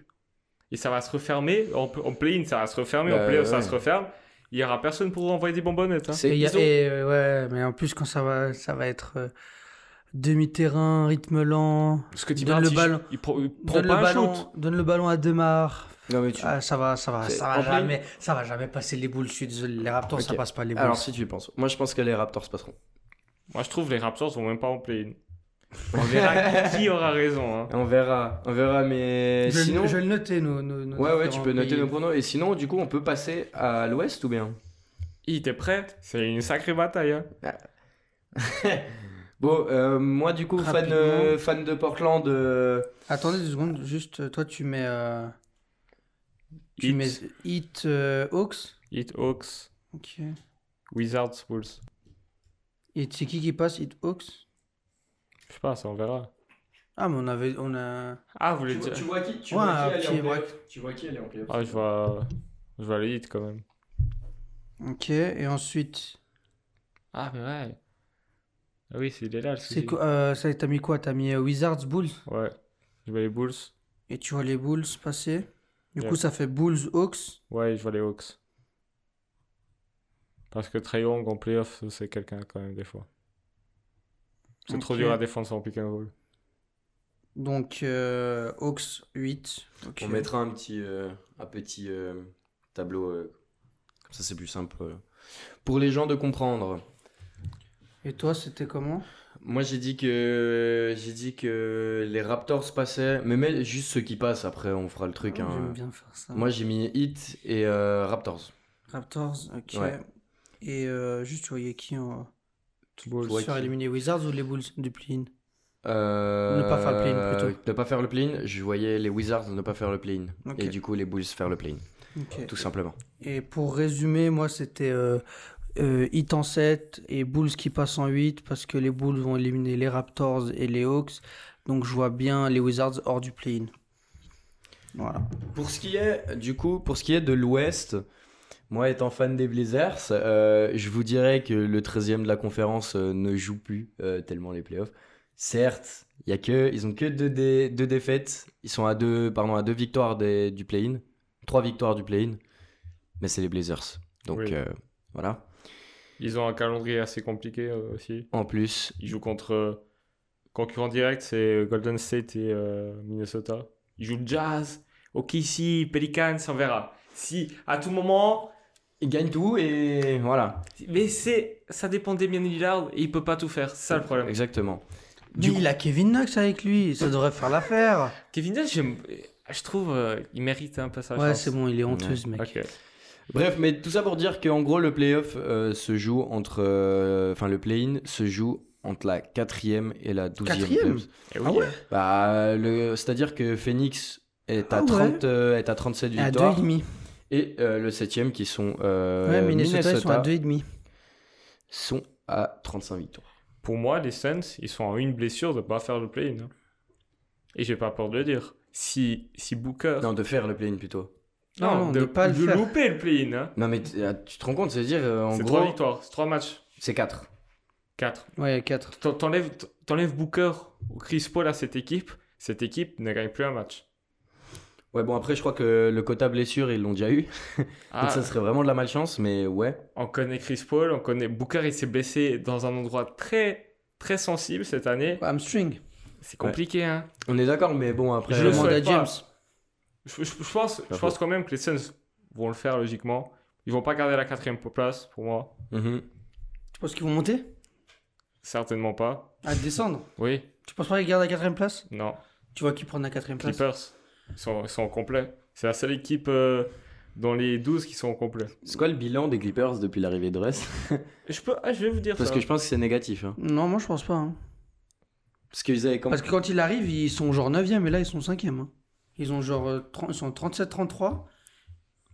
S3: Et ça va se refermer. En, en play-in, ça va se refermer.
S2: Bah,
S3: en play-off, ça
S2: ouais.
S3: se referme. Il y aura personne pour envoyer des bonbonnettes. hein.
S2: C'est-
S4: et il y a-
S2: ils ont-
S4: et, euh, ouais, mais en plus, quand ça va, ça va être euh, demi-terrain, rythme lent.
S3: Parce que
S4: Donne
S3: Tibbert,
S4: le
S3: il-
S4: ballon.
S3: il, prend- il prend
S4: Donne le,
S3: pas un
S4: ballon,
S3: shoot.
S4: donne le ballon à Demar.
S2: Non, mais tu-
S4: Ah, ça va, ça va,
S2: C'est-
S4: ça va
S2: en plein-
S4: jamais, ça va jamais passer les boules. Je suis désolé, les Raptors, ça
S2: Ok.
S4: passe pas les boules.
S2: Alors, si tu y penses, moi je pense que les Raptors passeront.
S3: Moi, je trouve les Raptors sont même pas en play-in. On verra qui aura raison. hein.
S2: On verra, on verra, mais
S4: je,
S2: eh, sinon.
S4: je vais le noter, nos, nos- nos
S2: Ouais, ouais, tu
S4: différents
S2: peux noter
S4: pays.
S2: nos pronoms. Et sinon, du coup, on peut passer à l'ouest ou bien
S3: Il était prêt. C'est une sacrée bataille. hein.
S2: Bon, euh, moi, du coup, fan,
S4: Rapidement.
S2: euh, fan de Portland. euh,
S4: Attendez deux secondes, juste euh, toi, tu mets, euh, tu
S3: Heat.
S4: mets Hit euh, Hawks.
S3: Heat, Hawks,
S4: Ok.
S3: Wizards, Bulls.
S4: Et c'est qui qui passe Hit Hawks
S3: Je sais pas, ça on verra.
S4: Ah, mais on avait, on a.
S3: Ah, vous voulez
S2: vois-
S3: dire.
S2: vois qui tu
S4: Ouais,
S2: vois qui
S4: un
S2: aller en
S4: petit
S2: playoff.
S4: break.
S2: Tu vois qui aller en playoff.
S3: Ah, je vois, je vois les hits quand même.
S4: Ok. Et ensuite,
S3: Ah, mais ouais. Ah oui, c'est il est là le
S4: c'est
S3: souci.
S4: quoi euh, Ça, t'as mis quoi T'as mis euh, Wizards Bulls
S3: Ouais. Je vois les Bulls.
S4: et tu vois les Bulls passer. Du
S3: Ouais.
S4: coup, ça fait Bulls Hawks.
S3: Ouais, je vois les Hawks. Parce que Trae Young en playoff, c'est quelqu'un quand même des fois. C'est trop
S4: Ok.
S3: dur à défendre en pick and roll.
S4: Donc euh, Hawks 8. Ok.
S2: On mettra un petit, euh, un petit euh, tableau. euh, comme ça, c'est plus simple. euh, pour les gens de comprendre.
S4: Et toi, c'était comment
S2: Moi, j'ai dit que euh, j'ai dit que les Raptors passaient, mais, mais juste ceux qui passent. Après, on fera le truc. hein.
S4: Ah, J'aime bien faire ça.
S2: Moi, j'ai mis Heat et euh, Raptors.
S4: Raptors, ok.
S2: Ouais.
S4: Et euh, juste, tu voyais qui en...
S3: Bulls.
S2: vois
S4: se faire
S2: qui
S4: éliminer Wizards ou les Bulls du play-in
S2: Euh,
S4: Ne pas faire le play-in, plutôt.
S2: Ne pas faire le play-in. Je voyais les Wizards ne pas faire le play-in
S4: Ok.
S2: et du coup les Bulls faire le play-in,
S4: Ok.
S2: tout simplement.
S4: Et pour résumer, moi, c'était euh, euh, Heat en 7 et Bulls qui passent en 8 parce que les Bulls vont éliminer les Raptors et les Hawks. Donc, je vois bien les Wizards hors du play-in. Voilà.
S2: Pour ce qui est du coup, pour ce qui est de l'Ouest, moi étant fan des Blazers, euh, je vous dirais que le 13e de la conférence euh, ne joue plus euh, tellement les playoffs. Certes, il y a que ils ont que deux, dé- deux défaites, ils sont à deux pardon, à deux victoires des- du play-in, trois victoires du play-in, mais c'est les Blazers. Donc
S3: Oui.
S2: euh, voilà.
S3: Ils ont un calendrier assez compliqué euh, aussi.
S2: En plus,
S3: Ils jouent contre. euh, concurrent direct, c'est Golden State et euh, Minnesota. Ils jouent le Jazz, OKC, Pelicans, on verra. Si à tout moment,
S2: ils gagnent tout et voilà.
S3: Mais c'est, ça dépend d'Emile Lillard et il peut pas tout faire. C'est ça le problème.
S2: Exactement.
S4: Mais il a Kevin Knox avec lui, ça devrait faire l'affaire.
S3: Kevin Nash, j'aime- je trouve, euh, il mérite un peu sa
S4: Ouais,
S3: chance.
S4: c'est bon, il est honteux, ce mec.
S3: Ok.
S2: Bref, mais tout ça pour dire qu'en gros, le playoff euh, se joue entre. euh, Enfin, le play-in se joue entre la quatrième et la douzième.
S4: Quatrième
S2: playoffs.
S3: Eh
S4: Ah ouais
S2: Bah, le- c'est-à-dire que Phoenix est à,
S4: Ah ouais.
S2: 30, euh, est à 37
S4: à deux et
S2: victoires
S4: demi.
S2: et euh, le septième qui sont euh,
S4: ouais, Minnesota,
S2: Minnesota,
S4: ils sont à deux et demi.
S2: sont à 35 victoires.
S3: Pour moi, les Suns, ils sont à une blessure de pas faire le play-in. hein. Et j'ai pas peur de le dire. Si, si Booker.
S2: Non, de faire le play-in plutôt.
S4: Non, non, de pas le
S3: de
S4: faire.
S3: louper le play-in. hein.
S2: Non, mais t- ah, tu te rends compte, c'est-à-dire euh, en
S3: C'est
S2: gros,
S3: trois victoires, c'est trois matchs,
S2: c'est 4.
S3: quatre.
S4: Ouais, quatre.
S3: T'en- T'enlèves t'enlèves Booker ou Chris Paul à cette équipe, cette équipe ne gagne plus un match.
S2: Ouais, bon, après, je crois que le quota blessure, ils l'ont déjà eu.
S3: Ah,
S2: Donc, ça serait vraiment de la malchance, mais ouais.
S3: on connaît Chris Paul, on connaît Booker, il s'est blessé dans un endroit très très sensible cette année.
S4: Hamstring.
S3: C'est compliqué, hein.
S2: On est d'accord, mais bon, après.
S3: Je
S4: Je
S3: le
S2: euh,
S4: demande à
S3: souhaite pas.
S4: James.
S3: Je, je- je pense, je
S2: Pas
S3: pense quand même que les Suns vont le faire logiquement. Ils vont pas garder la quatrième place pour moi,
S2: mhm.
S4: Tu penses qu'ils vont monter
S3: certainement pas.
S4: À descendre
S3: Oui,
S4: Tu penses pas qu'ils gardent la quatrième place
S3: non.
S4: Tu vois qu'ils prennent la quatrième place
S3: Clippers, ils sont, ils sont au complet. C'est la seule équipe euh, dans les 12 qui sont au complet.
S2: C'est quoi le bilan des Clippers depuis l'arrivée de Russ
S3: Je peux, ah, je vais vous dire
S2: Parce
S3: ça.
S2: que je pense que c'est négatif. hein.
S4: Non, moi je pense pas. hein.
S2: Parce qu'ils avaient comme.
S4: Parce que quand ils arrivent, ils sont genre 9ème et là ils sont 5ème. Ils ont genre euh, 30 ils sont 37-33.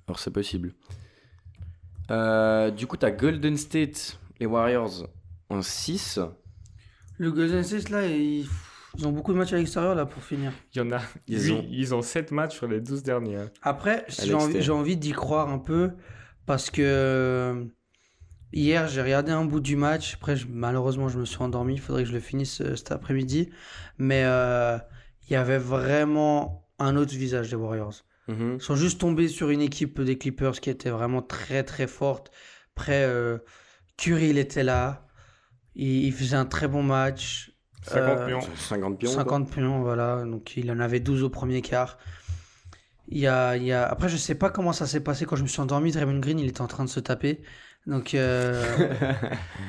S2: Alors c'est possible. Euh, du coup, t'as Golden State, les Warriors en 6.
S4: Le Golden State là, ils... ils ont beaucoup de matchs à l'extérieur là pour finir.
S3: Il y en a.
S2: Ils
S3: Ils,
S2: ont-
S3: ont... ils ont 7 matchs sur les 12 derniers. hein.
S4: Après, si j'ai
S2: l'extérieur.
S4: envie, j'ai envie d'y croire un peu parce que euh, hier j'ai regardé un bout du match. Après, je- malheureusement, je me suis endormi. Il faudrait que je le finisse euh, cet après-midi. Mais euh, il y avait vraiment un autre visage des Warriors. Ils sont juste tombés sur une équipe des Clippers qui était vraiment très très forte. Après, euh, Curry, il était là. Il, il faisait un très bon match.
S3: 50
S4: Euh,
S3: millions.
S2: 50 pions.
S4: 50 pions, voilà. Donc il en avait 12 au premier quart. Il y a, il y a... Après, je sais pas comment ça s'est passé quand je me suis endormi. Draymond Green, il était en train de se taper. Donc euh,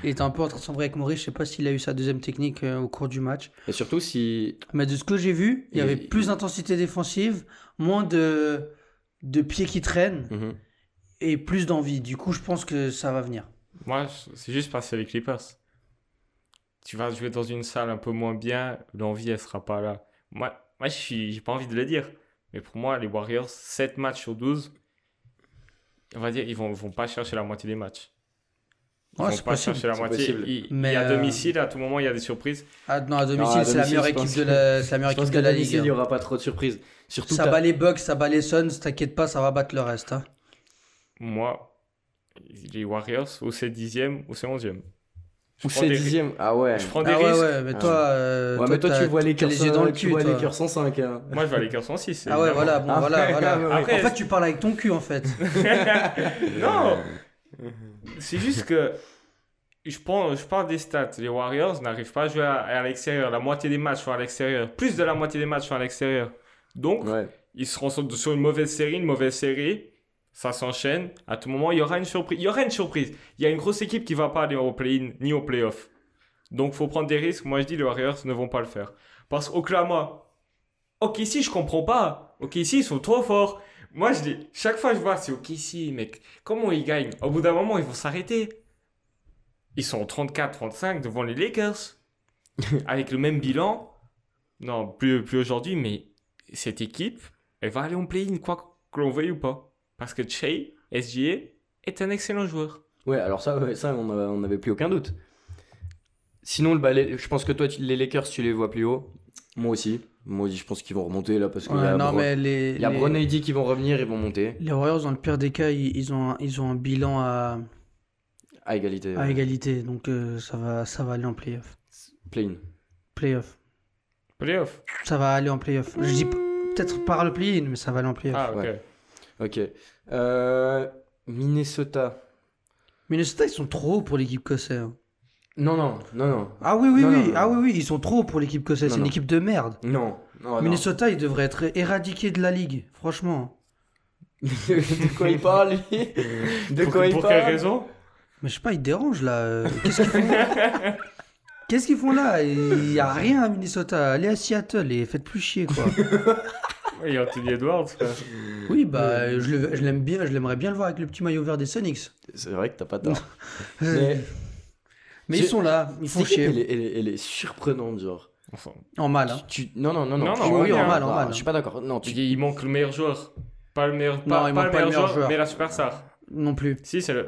S4: il était un peu en train de sombrer avec Maurice. Je sais pas s'il a eu sa deuxième technique euh, au cours du match.
S2: Et surtout si.
S4: Mais de ce que j'ai vu, il y
S2: Et-
S4: avait plus d'intensité défensive, moins de, de pieds qui traînent
S2: Mhm.
S4: et plus d'envie. Du coup, je pense que ça va venir.
S3: Moi, je- c'est juste parce que c'est les Clippers. Tu vas jouer dans une salle un peu moins bien, l'envie, elle sera pas là. Moi, moi je suis- j'ai pas envie de le dire. Mais pour moi, les Warriors, 7 matchs sur 12, on va dire, ils vont, vont pas chercher la moitié des matchs. Ils
S4: Ouais,
S3: vont
S4: c'est
S3: pas
S4: possible.
S3: chercher la
S2: c'est
S3: moitié.
S2: possible.
S3: Ils-
S4: Mais,
S3: et à
S4: euh,
S3: domicile, à tout moment, il y a des surprises.
S4: Ah non, à
S2: Non,
S4: domicile,
S2: à
S4: c'est la
S2: domicile,
S4: meilleure
S2: je
S4: équipe
S2: pense
S4: de la, c'est la meilleure
S2: Je pense
S4: équipe
S2: qu'à
S4: de la
S2: domicile, il
S4: ligue.
S2: n'y
S4: hein.
S2: aura pas trop de surprises. Surtout.
S4: Ça
S2: t'as-
S4: bat les Bucks, ça bat les Suns, t'inquiète pas, ça va battre le reste. hein.
S3: Moi, les Warriors, ou c'est 10e, ou c'est 11e. Je
S2: Ou
S3: prends
S2: c'est
S3: des-
S2: 10 e Ah ouais.
S3: Je prends des
S4: Ah ouais,
S3: risques.
S4: ouais, mais
S2: Ah.
S4: toi, euh,
S2: Ouais, mais toi,
S4: t'as-
S2: tu vois les
S4: t'as
S2: cœurs
S4: les yeux dans le cul. toi.
S2: 105. hein.
S3: Moi, je vais aller Lakers en 6.
S4: Ah ouais, voilà, bon,
S2: Ah
S4: voilà,
S2: ouais,
S4: voilà.
S2: ouais, ouais.
S3: Après,
S4: En fait, tu parles avec ton cul, en fait.
S3: non C'est juste que je, prends, je parle des stats. Les Warriors n'arrivent pas à jouer à, à l'extérieur. La moitié des matchs sont à l'extérieur. Plus de la moitié des matchs sont à l'extérieur. Donc,
S2: Ouais.
S3: ils seront sur, sur une mauvaise série, une mauvaise série. Ça s'enchaîne. À tout moment, il y aura une surprise. Il y aura une surprise. Il y a une grosse équipe qui va pas aller au play-in ni au play-off. Donc, faut prendre des risques. Moi, je dis les Warriors ne vont pas le faire. Parce qu'Oklahoma, OK, si je comprends pas. OK, si ils sont trop forts. Moi, je dis, chaque fois, je vois, c'est OK, si, mec. Comment ils gagnent Au bout d'un moment, ils vont s'arrêter. Ils sont 34-35 devant les Lakers. avec le même bilan. Non, plus, plus aujourd'hui, mais cette équipe, elle va aller en play-in, quoi que l'on veuille ou pas. Parce que Che, SGA, est un excellent joueur.
S2: Ouais, alors ça, ouais, ça on a- on n'avait plus aucun doute. Sinon, le balai- je pense que toi, tu- les Lakers, tu les vois plus haut. Moi aussi. Moi aussi, je pense qu'ils vont remonter là parce qu'il y
S4: Ouais,
S2: a,
S4: non,
S2: Bro-
S4: mais les,
S2: il y a
S4: les-
S2: Bruneidy qui vont revenir, ils vont monter
S4: les Warriors, dans le pire des cas, ils, ils ont, un- ils ont un bilan à,
S2: à égalité.
S4: à égalité. Donc, euh, ça, va, ça va aller en playoff.
S2: Play-in.
S4: Playoff.
S3: Playoff.
S4: Ça va aller en playoff. Je dis p- peut-être par le play-in, mais ça va aller en playoff.
S3: Ah, ok.
S2: ouais. Ok. Euh, Minnesota.
S4: Minnesota, ils sont trop hauts pour l'équipe cossée. hein.
S2: Non, non, non, non.
S4: Ah oui, oui,
S2: Non,
S4: oui.
S2: non, non,
S4: ah
S2: non.
S4: oui, oui, ils sont trop hauts pour l'équipe cossée.
S2: Non,
S4: C'est une
S2: non.
S4: équipe de merde.
S2: Non. non, non.
S4: Minnesota, ils devraient être éradiqués de la ligue, franchement.
S2: de quoi il parle, lui De
S3: Pour,
S2: quoi il
S3: pour
S2: parle
S3: quelle raison
S4: Mais je sais pas, ils dérangent là. euh, Qu'est-ce qu'ils font Qu'est-ce qu'ils font là Il y a rien à Minnesota. Allez à Seattle et faites plus chier quoi.
S3: Il y a Anthony Edwards. frère.
S4: Oui, Bah,
S2: Euh,
S4: je le- je l'aime bien, je l'aimerais bien le voir avec le petit maillot vert des Sonics.
S2: C'est vrai que t'as pas tort. Mais
S4: Mais
S2: Je-
S4: ils sont là, ils font
S2: cette équipe,
S4: chier.
S2: Elle est, elle est- elle est surprenante, genre.
S3: Enfin,
S4: En mal. hein.
S2: Tu- tu- Non, non, non, non.
S3: Non,
S2: tu-
S3: non, oui,
S2: non,
S3: en mal,
S4: en
S2: non,
S4: mal.
S2: Je suis pas d'accord. Non, tu-
S3: tu dis, il manque le meilleur joueur. Pas le meilleur, pas,
S4: il
S3: pas
S4: manque
S3: le meilleur joueur, mais la superstar.
S4: hein, Non plus.
S3: Si, c'est le-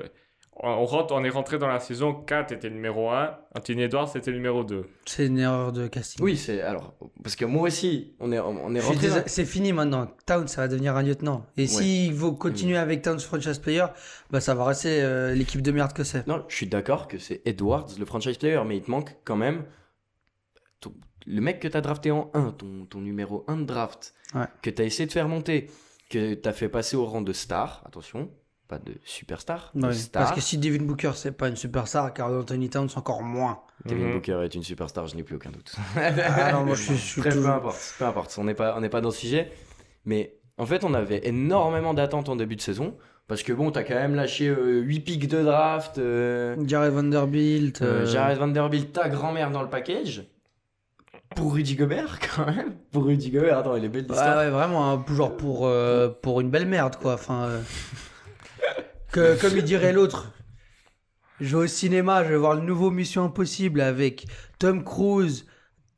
S3: on, on rentre, on est rentré dans la saison 4 était numéro 1, Anthony Edwards était numéro 2.
S4: C'est une erreur de casting.
S2: Oui, c'est. Alors, parce que moi aussi, on est, on est
S4: Je suis
S2: rentré.
S4: dés-
S2: dans-
S4: C'est fini maintenant. Towns, ça va devenir un lieutenant. Et s'il faut continuer avec Towns franchise player, bah ça va rester euh, l'équipe de merde que c'est.
S2: Non, je suis d'accord que c'est Edwards, le franchise player, mais il te manque quand même ton- le mec que t'as drafté en 1, ton, ton numéro 1 de draft,
S4: Ouais.
S2: que t'as essayé de faire monter, que t'as fait passer au rang de star. Attention, pas de superstar, de
S4: Oui,
S2: star.
S4: Parce que si Devin Booker, c'est pas une superstar, car Anthony Towns encore moins.
S2: Devin
S3: Mhm.
S2: Booker est une superstar, je n'ai plus aucun doute.
S4: Ah non, moi je suis- je suis
S2: Bref, peu
S4: toujours-
S2: importe, peu importe, on n'est pas, on n'est pas dans ce sujet. Mais en fait, on avait énormément d'attentes en début de saison. Parce que bon, t'as quand même lâché 8 pics de draft. euh,
S4: Jared Vanderbilt.
S2: euh,
S4: euh,
S2: Jared Vanderbilt, ta grand-mère dans le package. Pour Rudy Gobert, quand même. Pour Rudy Gobert, attends, il est belle
S4: Ouais,
S2: l'histoire.
S4: Bah ouais, vraiment, hein, genre pour, euh, pour une belle merde, quoi. Enfin, euh, que, comme il dirait l'autre, je vais au cinéma, je vais voir le nouveau Mission Impossible avec Tom Cruise,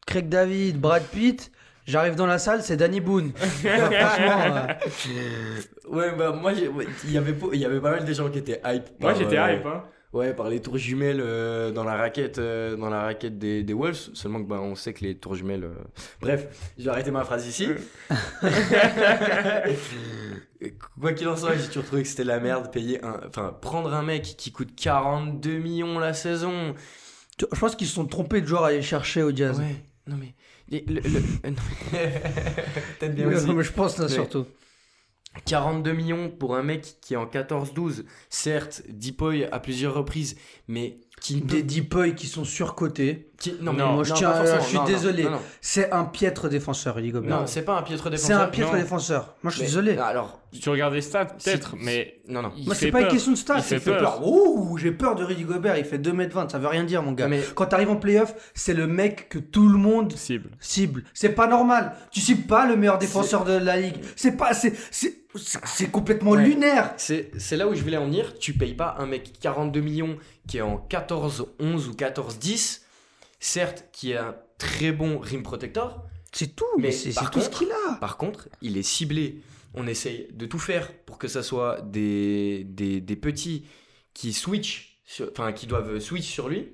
S4: Craig David, Brad Pitt. J'arrive dans la salle, c'est Danny Boone. Enfin, franchement, euh,
S2: Ouais, bah moi, j'ai- ouais, il y avait pas- il y avait pas mal de gens qui étaient hype.
S3: Moi
S2: par,
S3: j'étais
S2: euh,
S3: hype. Hein.
S2: Ouais, par les tours jumelles euh, dans la raquette, euh, dans la raquette des, des Wolves. Seulement que bah, on sait que les tours jumelles. euh, Bref, je vais arrêter ma phrase ici. Quoi qu'il en soit, j'ai toujours trouvé que c'était la merde. Payer un, enfin prendre un mec qui coûte 42 millions la saison.
S4: tu- je pense qu'ils se sont trompés de joueur à aller chercher au jazz.
S2: Ouais, non mais. les- le- le- euh, non, mais- Peut-être bien aussi.
S4: Non, mais je pense là
S2: Ouais.
S4: surtout.
S2: 42 millions pour un mec qui est en 14-12. Certes, Dipoy à plusieurs reprises, mais qui ne
S4: Des
S2: peut-
S4: Deepoy qui sont surcotés.
S2: qui-
S3: Non,
S2: mais-
S4: moi, je tiens
S2: pas
S4: à-
S2: forcément,
S4: je suis
S2: non, non,
S4: désolé.
S2: non, non.
S4: C'est un piètre défenseur, Rudy Gobert.
S2: Non, c'est pas un piètre
S4: C'est
S2: défenseur.
S4: un piètre
S3: non.
S4: défenseur. Moi je suis
S2: Mais-
S4: désolé.
S2: Alors,
S3: Si tu regardes les stats,
S2: si-
S3: peut-être,
S2: si-
S3: mais.
S2: non, non.
S3: il
S4: Moi, c'est
S3: fait
S4: pas une
S3: peur.
S4: question de stats,
S3: Il
S4: c'est
S3: fait
S4: fait
S3: peur.
S4: peur. Ouh, j'ai peur de Rudy Gobert, il fait 2m20, ça veut rien dire, mon gars.
S2: Mais-
S4: Quand t'arrives en playoff, c'est le mec que tout le monde
S3: Cible.
S4: cible. C'est pas normal. Tu cibles pas le meilleur défenseur de la ligue. C'est pas. C'est. C'est c'est- c'est complètement
S2: Ouais.
S4: lunaire.
S2: C'est c'est là où je voulais en venir. Tu payes pas un mec 42 millions qui est en 14-11 ou 14-10, certes, qui est un très bon rim protector.
S4: C'est tout,
S2: Mais
S4: mais c'est
S2: par
S4: c'est tout ce
S2: contre-
S4: qu'il a.
S2: Par contre, il est ciblé. On essaye de tout faire pour que ça soit des, des, des petits qui switch, sur- enfin, qui doivent switch sur lui.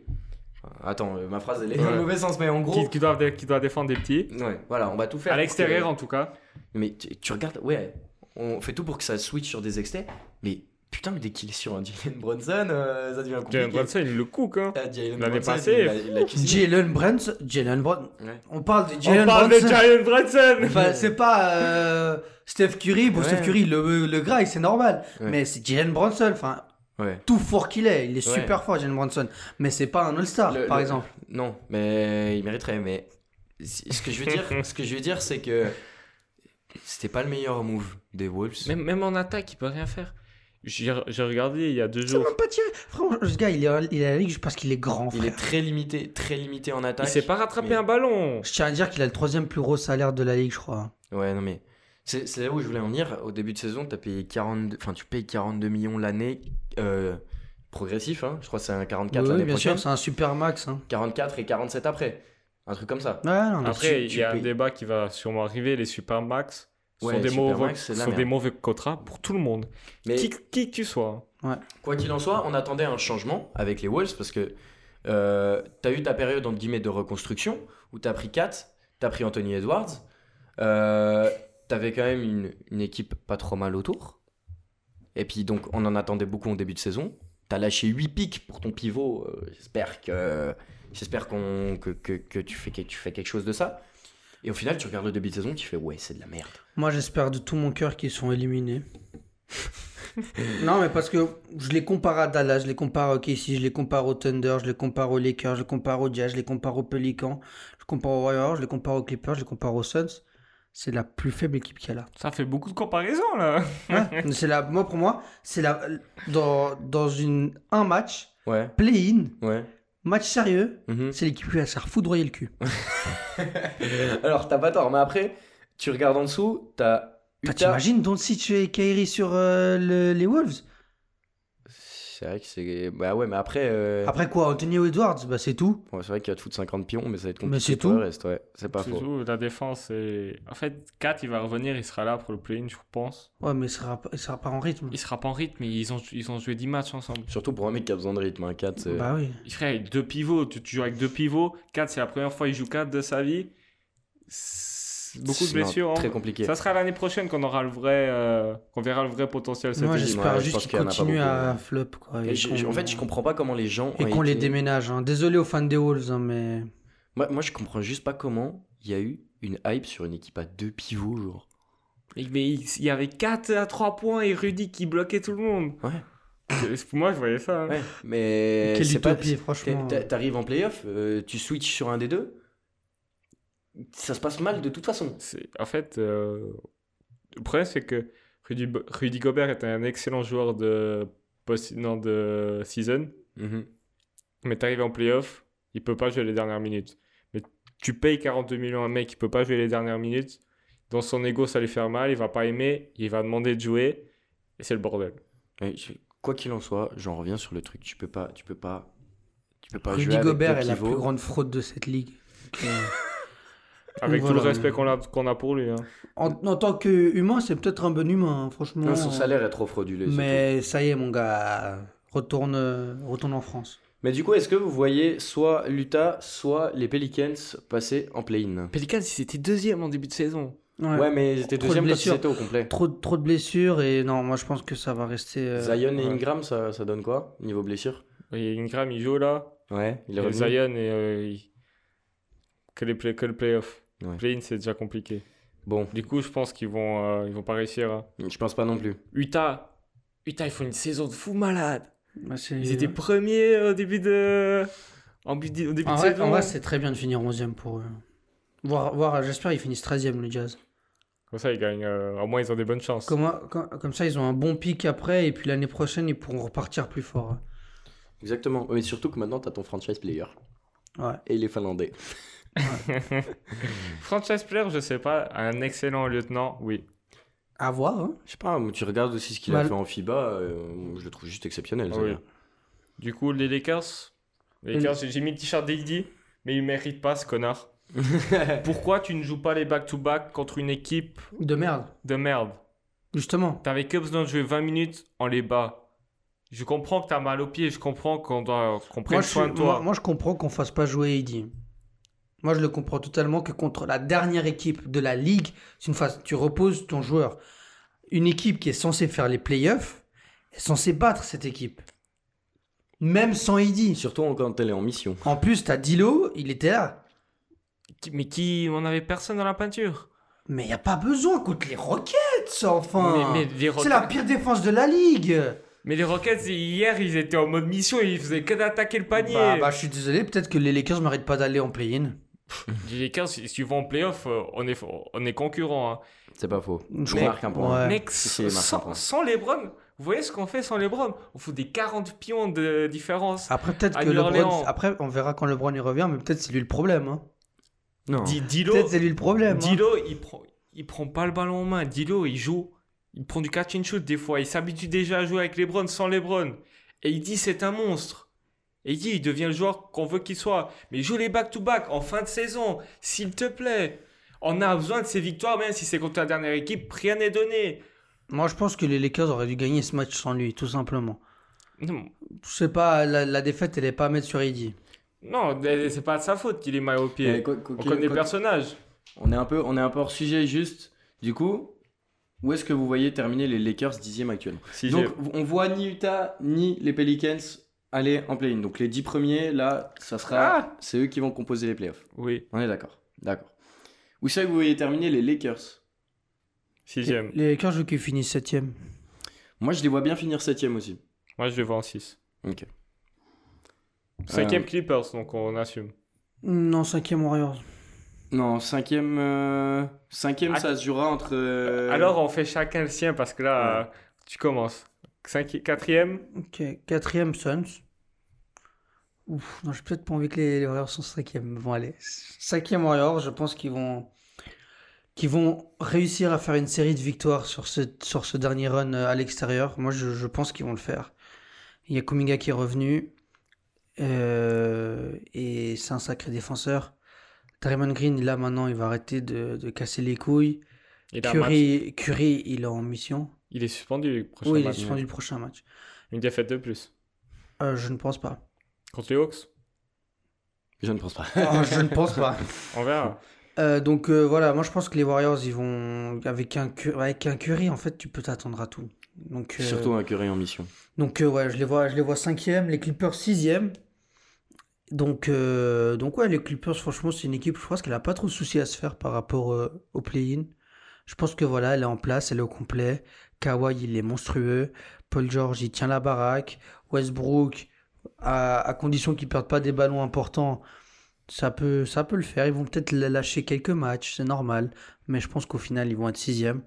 S2: Attends, euh, ma phrase elle est dans
S3: Ouais.
S2: le mauvais sens, mais en gros.
S3: Qui, qui doit, qui doit défendre des petits.
S2: Ouais, voilà, on va tout faire.
S3: À
S2: pour que-
S3: l'extérieur en tout cas.
S2: Mais tu, tu regardes, ouais, on fait tout pour que ça switch sur des extraits, mais putain, mais dès qu'il est sur un Jalen Brunson, euh, ça devient compliqué.
S3: Jalen Brunson, il le cook. Hein.
S2: Ah, Jalen
S3: l'avait
S2: Brunson,
S3: passé.
S2: il l'a- il l'a cuisiné.
S4: Jalen Brunson. Jalen Brunson.
S2: Ouais.
S4: On parle de
S3: On
S4: Jalen
S3: parle de
S4: Brunson.
S3: Jalen Brunson
S4: Enfin, c'est pas euh, Steph Curry. Bon,
S2: Ouais.
S4: Steph Curry, le, le graille, c'est normal.
S2: Ouais.
S4: Mais c'est Jalen Brunson. Enfin,
S2: Ouais.
S4: tout fort qu'il est. Il est
S2: Ouais.
S4: super fort, Jalen Brunson. Mais c'est pas un All-Star,
S2: Le-
S4: par
S2: le-
S4: exemple.
S2: Non, mais il mériterait, mais c- ce que je veux dire, ce que je veux dire, c'est que c'était pas le meilleur move des Wolves.
S3: même, même en attaque, il peut rien faire. J'ai j'ai regardé il y a deux
S4: C'est
S3: jours.
S4: même pas tiré. Franchement, ce gars, il est, à- il est à la ligue juste parce qu'il est grand,
S2: Il
S4: frère.
S2: est très limité, très limité en
S3: Il
S2: attaque.
S3: s'est pas rattrapé
S2: Mais-
S3: un ballon.
S4: Je tiens à dire qu'il a le troisième plus gros salaire de la ligue, je crois.
S2: Ouais, non mais c'est c'est là où je voulais en venir. Au début de saison, as payé 42, enfin tu payes 42 millions l'année, euh, progressif. Hein, je crois que c'est un 44
S4: Oui, oui,
S2: l'année
S4: bien
S2: prochaine.
S4: sûr, c'est un super max. hein.
S2: 44 et 47 après. Un truc comme ça.
S4: Ouais, non, mais-
S2: tu-
S3: Après, il
S2: tu
S3: y a un
S2: payes.
S3: débat qui va sûrement arriver. Les Supermax sont,
S2: Ouais,
S3: des,
S2: Supermax,
S3: mauvais,
S2: c'est de la
S3: sont des
S2: merde.
S3: mauvais contrats pour tout le monde.
S2: Mais
S3: Qui, qui que tu sois.
S2: quoi qu'il en soit, on attendait un changement avec les Wolves parce que euh, t'as eu ta période entre guillemets de reconstruction où t'as pris 4, t'as pris Anthony Edwards, euh, t'avais quand même une, une équipe pas trop mal autour. Et puis donc on en attendait beaucoup en début de saison. T'as lâché 8 pics pour ton pivot. euh, J'espère que j'espère qu'on que, que, que tu fais que tu fais quelque chose de ça. Et au final, tu regardes le début de saison, tu fais ouais, c'est de la merde.
S4: Moi, j'espère de tout mon cœur qu'ils sont éliminés. non, mais parce que je les compare à Dallas, je les compare à OKC, je les compare au Thunder, je les compare aux Lakers, je les compare aux Jazz, je les compare aux Pelicans, je les compare aux Warriors, je les compare aux Clippers, je les compare aux Suns. C'est la plus faible équipe qu'il y a là.
S3: Ça fait beaucoup de comparaisons là.
S4: Ouais, mais c'est la, moi, pour moi, c'est la, dans, dans une, un match,
S2: Ouais,
S4: play-in,
S2: ouais. Mm-hmm.
S4: match sérieux, c'est l'équipe qui va se faire foudroyer le cul. Bah,
S2: Alors, t'as pas tort, mais après, tu regardes en dessous, t'as Utah.
S4: Putain, Bah, T'imagines Doncic et Kyrie sur euh, le- les Wolves
S2: C'est vrai que c'est. Bah ouais, mais après. euh,
S4: Après quoi, Anthony Edwards, bah c'est tout.
S2: ouais, c'est vrai qu'il y a tout de 50 pions, mais ça va être compliqué.
S4: Mais c'est
S2: pour
S4: tout.
S2: le reste, ouais. C'est pas
S3: C'est
S2: faux.
S3: tout, la défense est... En fait, Kat, il va revenir, il sera là pour le play-in, je pense.
S4: Ouais, mais il sera, pas- il sera pas en rythme.
S3: Il sera pas en rythme, mais ils ont, ils ont joué 10 matchs ensemble.
S2: Surtout pour un mec qui a besoin de rythme. 4, c'est.
S4: Bah oui.
S3: Frère, avec deux pivots, tu, tu joues avec deux pivots. 4, c'est la première fois qu'il joue 4 de sa vie. C'est- Beaucoup de
S2: Non,
S3: blessures. hein.
S2: Très compliqué.
S3: Ça sera l'année prochaine qu'on aura le vrai, euh, qu'on verra le vrai potentiel. de cette
S4: Moi
S3: équipe.
S2: j'espère ouais,
S4: j'espère
S2: je
S4: juste
S2: pense
S4: qu'ils
S2: qu'il y en a pas
S4: continuent
S2: beaucoup,
S4: à
S2: ouais.
S4: flop quoi.
S2: Et
S4: et
S2: je-
S4: qu'on-
S2: je- en fait, je comprends pas comment les gens.
S4: Et
S2: ont
S4: qu'on les
S2: été-
S4: déménage. hein. Désolé aux fans des Wolves, hein, mais
S2: Moi, moi, je comprends juste pas comment il y a eu une hype sur une équipe à deux pivots, genre.
S3: Mais- Mais il il y avait 4 à 3 points et Rudy qui bloquait tout le monde.
S2: Ouais.
S3: C'est- Pour moi, je voyais ça. hein.
S2: Ouais, mais.
S4: quelle
S2: c'est pas-
S4: utopie,
S2: T'es-
S4: franchement.
S2: t'a- T'arrives en playoff, euh, tu switches sur un des deux, ça se passe mal de toute façon.
S3: C'est- En fait, euh, le problème, c'est que Rudy, Bo- Rudy Gobert est un excellent joueur de, post- non, de season,
S4: Mm-hmm.
S3: mais t'arrives en playoff, il peut pas jouer les dernières minutes. Mais tu payes 42 millions à un mec, il peut pas jouer les dernières minutes. Dans son ego, ça lui fait mal, il va pas aimer, il va demander de jouer, et c'est le bordel.
S2: Et je- Quoi qu'il en soit, j'en reviens sur le truc. Tu peux pas, tu peux pas, tu peux pas jouer
S4: Rudy
S2: avec
S4: Gobert
S2: deux
S4: est la
S2: pivots.
S4: plus grande fraude de cette ligue. Donc, euh,
S3: Avec
S4: Voilà.
S3: tout le respect qu'on a, qu'on a pour lui. hein.
S4: en, en tant qu'humain, c'est peut-être un bon humain, hein, franchement.
S2: Non, son salaire est trop frauduleux. c'est tout.
S4: Mais ça y est, mon gars, retourne, euh, retourne en France.
S2: Mais du coup, est-ce que vous voyez soit l'Utah, soit les Pelicans passer en play-in
S3: Pelicans, ils étaient deuxième en début de saison.
S4: Ouais.
S2: ouais. mais ils étaient
S4: Trop de
S2: deuxième quand ils
S4: blessures.
S2: étaient au complet.
S4: Trop, de- trop de blessures et non, moi je pense que ça va rester. euh,
S2: Zion et
S3: ouais.
S2: Ingram, ça, ça donne quoi niveau blessure
S3: Et Ingram, il joue là.
S2: Ouais, il est
S3: Et
S2: revenu.
S3: Zion et euh, il- que, les play- que le playoff.
S2: Ouais.
S3: Play-in, c'est déjà compliqué.
S2: Bon,
S3: Du coup, je pense qu'ils vont, euh, ils vont pas réussir. hein.
S2: je pense pas non plus.
S3: Utah, Utah, ils font une saison de fou malade.
S4: bah, c'est-
S3: Ils étaient premiers euh, au début de, en bu- au début
S4: En
S3: de
S4: vrai,
S3: saison.
S4: en vrai, c'est très bien de finir 11ème pour eux. Voir, voir j'espère qu'ils finissent 13ème le Jazz.
S3: Comme ça, ils gagnent. euh, au moins, ils ont des bonnes chances.
S4: Comme, comme, comme ça, ils ont un bon pic après et puis l'année prochaine, ils pourront repartir plus fort. hein.
S2: Exactement. Mais surtout que maintenant, t'as ton franchise player.
S4: Ouais.
S2: Et les Finlandais.
S3: Franchise player, je sais pas, un excellent lieutenant, oui.
S4: À voir. Hein.
S2: Je sais pas, mais tu regardes aussi ce qu'il a
S4: Mal.
S2: fait en FIBA, euh, je le trouve juste exceptionnel.
S3: Ah
S2: ce
S3: oui.
S2: gars.
S3: Du coup, les Lakers, les Lakers, j'ai- j'ai mis le t-shirt d'Iggy, mais ils méritent pas ce connard. Pourquoi tu ne joues pas les back-to-back contre une équipe
S4: De merde,
S3: de merde
S4: justement.
S3: T'avais que besoin de jouer 20 minutes, on les bat. Je comprends que t'as mal aux pieds, je comprends qu'on doit qu'on prenne
S4: Moi je, suis-
S3: soin de toi.
S4: moi, moi, je comprends qu'on fasse pas jouer Eddy. Moi, je le comprends totalement que contre la dernière équipe de la ligue, c'est une phase, tu reposes ton joueur. Une équipe qui est censée faire les playoffs est censée battre cette équipe. Même sans Eddy.
S2: Surtout quand elle est en mission.
S4: En plus, t'as Dilo, il était là.
S3: Qui- Mais qui on avait personne dans la peinture.
S4: Mais y a pas besoin contre les Rockets, enfin.
S3: Mais, mais les Rockets,
S4: C'est la pire défense de la ligue.
S3: mais les Rockets hier ils étaient en mode mission, ils faisaient que d'attaquer le panier.
S4: Bah, bah, je suis désolé, peut-être que les Lakers m'arrêtent pas d'aller en play-in.
S3: Les 15 si tu vas en playoff, euh, on est on est concurrent. hein.
S2: C'est pas faux.
S4: Je
S2: Mais-
S4: crois-
S2: marque un point.
S4: Ouais.
S3: Mec,
S2: Si, si, il marque un
S3: sans,
S2: point.
S3: sans LeBron, vous voyez ce qu'on fait sans LeBron On fout des 40 pions de différence.
S4: Après, peut-être
S3: À
S4: que
S3: New Orleans.
S4: LeBron. Après, on verra quand LeBron y revient, mais peut-être c'est lui le problème. hein.
S2: Non.
S3: Di- Dilo,
S4: Peut-être c'est lui le problème. hein.
S3: Dilo, il prend, il prend pas le ballon en main. Dilo, il joue, il prend du catch and shoot des fois. Il s'habitue déjà à jouer avec LeBron sans LeBron. Et il dit c'est un monstre. Et il dit il devient le joueur qu'on veut qu'il soit. Mais joue les back to back en fin de saison, s'il te plaît. On a besoin de ces victoires, même si c'est contre la dernière équipe, rien n'est donné.
S4: Moi, je pense que les Lakers auraient dû gagner ce match sans lui, tout simplement.
S3: Non,
S4: Je sais pas, la, la défaite, elle est pas à mettre sur Eddy.
S3: non, c'est pas de sa faute qu'il est mal au
S2: Eh,
S3: pied.
S2: quoi- quoi-
S3: On
S2: qu'il-
S3: connaît le
S2: quoi-
S3: personnage.
S2: on est un peu, on est un peu hors sujet juste. Du coup, où est-ce que vous voyez terminer les Lakers dixième actuellement
S3: Si
S2: Donc
S3: j'ai-
S2: on voit ni Utah ni les Pelicans aller en play-in. Donc les dix premiers là, ça sera,
S3: Ah
S2: c'est eux qui vont composer les playoffs.
S3: Oui,
S2: On est d'accord, d'accord. Où c'est que vous voyez terminer les Lakers
S3: sixième.
S4: Les Lakers, je veux qu'ils finissent 7
S2: Moi, je les vois bien finir septième aussi.
S3: Moi, je le vois en six.
S2: Ok.
S3: Cinquième Clippers, donc on assume.
S4: Non, 5 Warriors.
S2: Non, cinquième, euh, cinquième,
S3: Ah.
S2: ça se jouera entre. euh,
S3: Alors on fait chacun le sien parce que là, euh, tu commences. Cinqui- quatrième,
S4: Ok, 4 Suns. Ouf, non, j'ai peut-être pas envie que les, les Warriors sont 5 Bon, allez. 5 Warriors, je pense qu'ils vont. qui vont réussir à faire une série de victoires sur ce, sur ce dernier run euh, à l'extérieur. Moi, je, je pense qu'ils vont le faire. Il y a Kuminga qui est revenu. euh, et c'est un sacré défenseur. Draymond Green, là maintenant, il va arrêter de, de casser les couilles.
S3: Il, a un match-
S4: Curry, Curry, il est en mission.
S3: il est suspendu le prochain
S4: Oui, il est
S3: match.
S4: suspendu le prochain match.
S3: Une défaite de plus.
S4: Euh, je ne pense pas.
S3: Contre les Hawks
S2: Je ne pense pas.
S4: Oh, je ne pense pas.
S3: On verra.
S4: Euh, donc euh, voilà, moi je pense que les Warriors, ils vont avec un Cur- avec un Curry, en fait, tu peux t'attendre à tout. Donc euh,
S2: Surtout un curé en mission.
S4: donc euh, ouais, je les vois, je les vois cinquième, les Clippers sixième. Donc euh, donc ouais, les Clippers, franchement, c'est une équipe, je pense qu'elle a pas trop de soucis à se faire par rapport euh, au play-in. Je pense que voilà, elle est en place, elle est au complet. Kawhi, il est monstrueux. Paul George, il tient la baraque. Westbrook, à, à condition qu'il ne perde pas des ballons importants, ça peut, ça peut le faire. Ils vont peut-être l- lâcher quelques matchs, c'est normal. Mais je pense qu'au final, ils vont être sixième.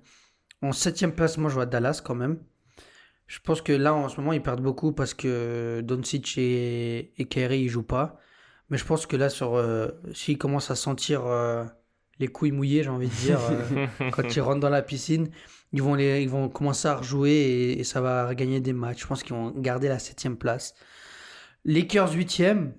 S4: En septième place, moi, je vois Dallas quand même. Je pense que là, en ce moment, ils perdent beaucoup parce que Doncic et, et Kyrie, ils jouent pas. Mais je pense que là, sur, euh, s'ils commencent à sentir euh, les couilles mouillées, j'ai envie de dire, euh, quand ils rentrent dans la piscine, ils vont, les, ils vont commencer à rejouer et, et ça va regagner des matchs. Je pense qu'ils vont garder la septième place. Lakers huitième.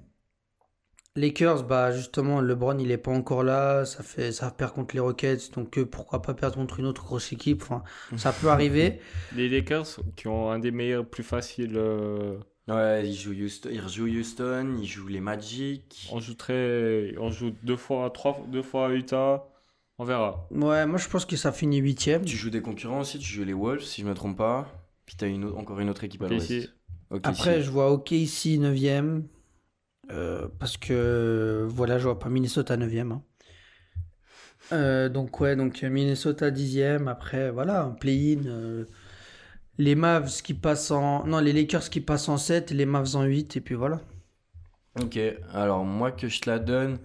S4: Lakers, bah justement, LeBron il est pas encore là, ça fait ça perd contre les Rockets, donc euh, pourquoi pas perdre contre une autre grosse équipe, enfin, ça peut arriver.
S3: les Lakers qui ont un des meilleurs plus faciles. euh,
S2: Ouais, il joue Houston, il rejoue Houston, il joue les Magic.
S3: On joue très, on joue deux fois, trois, deux fois à Utah. On verra.
S4: Ouais, moi je pense que ça finit huitième.
S2: Tu joues des concurrents aussi, tu joues les Wolves si je me trompe pas. Puis t'as une autre- encore une autre équipe à
S3: Ok,
S2: l'ouest.
S3: si.
S2: Ok,
S4: Après,
S2: si.
S4: je vois OK ici 9ème. parce que voilà, je vois pas Minnesota 9ème. hein. Euh, donc, ouais, donc Minnesota 10ème. Après, voilà, un play-in. euh, les Mavs qui passent en. Non, les Lakers qui passent en 7, les Mavs en 8, et puis voilà.
S2: Ok, alors moi que je te la donne,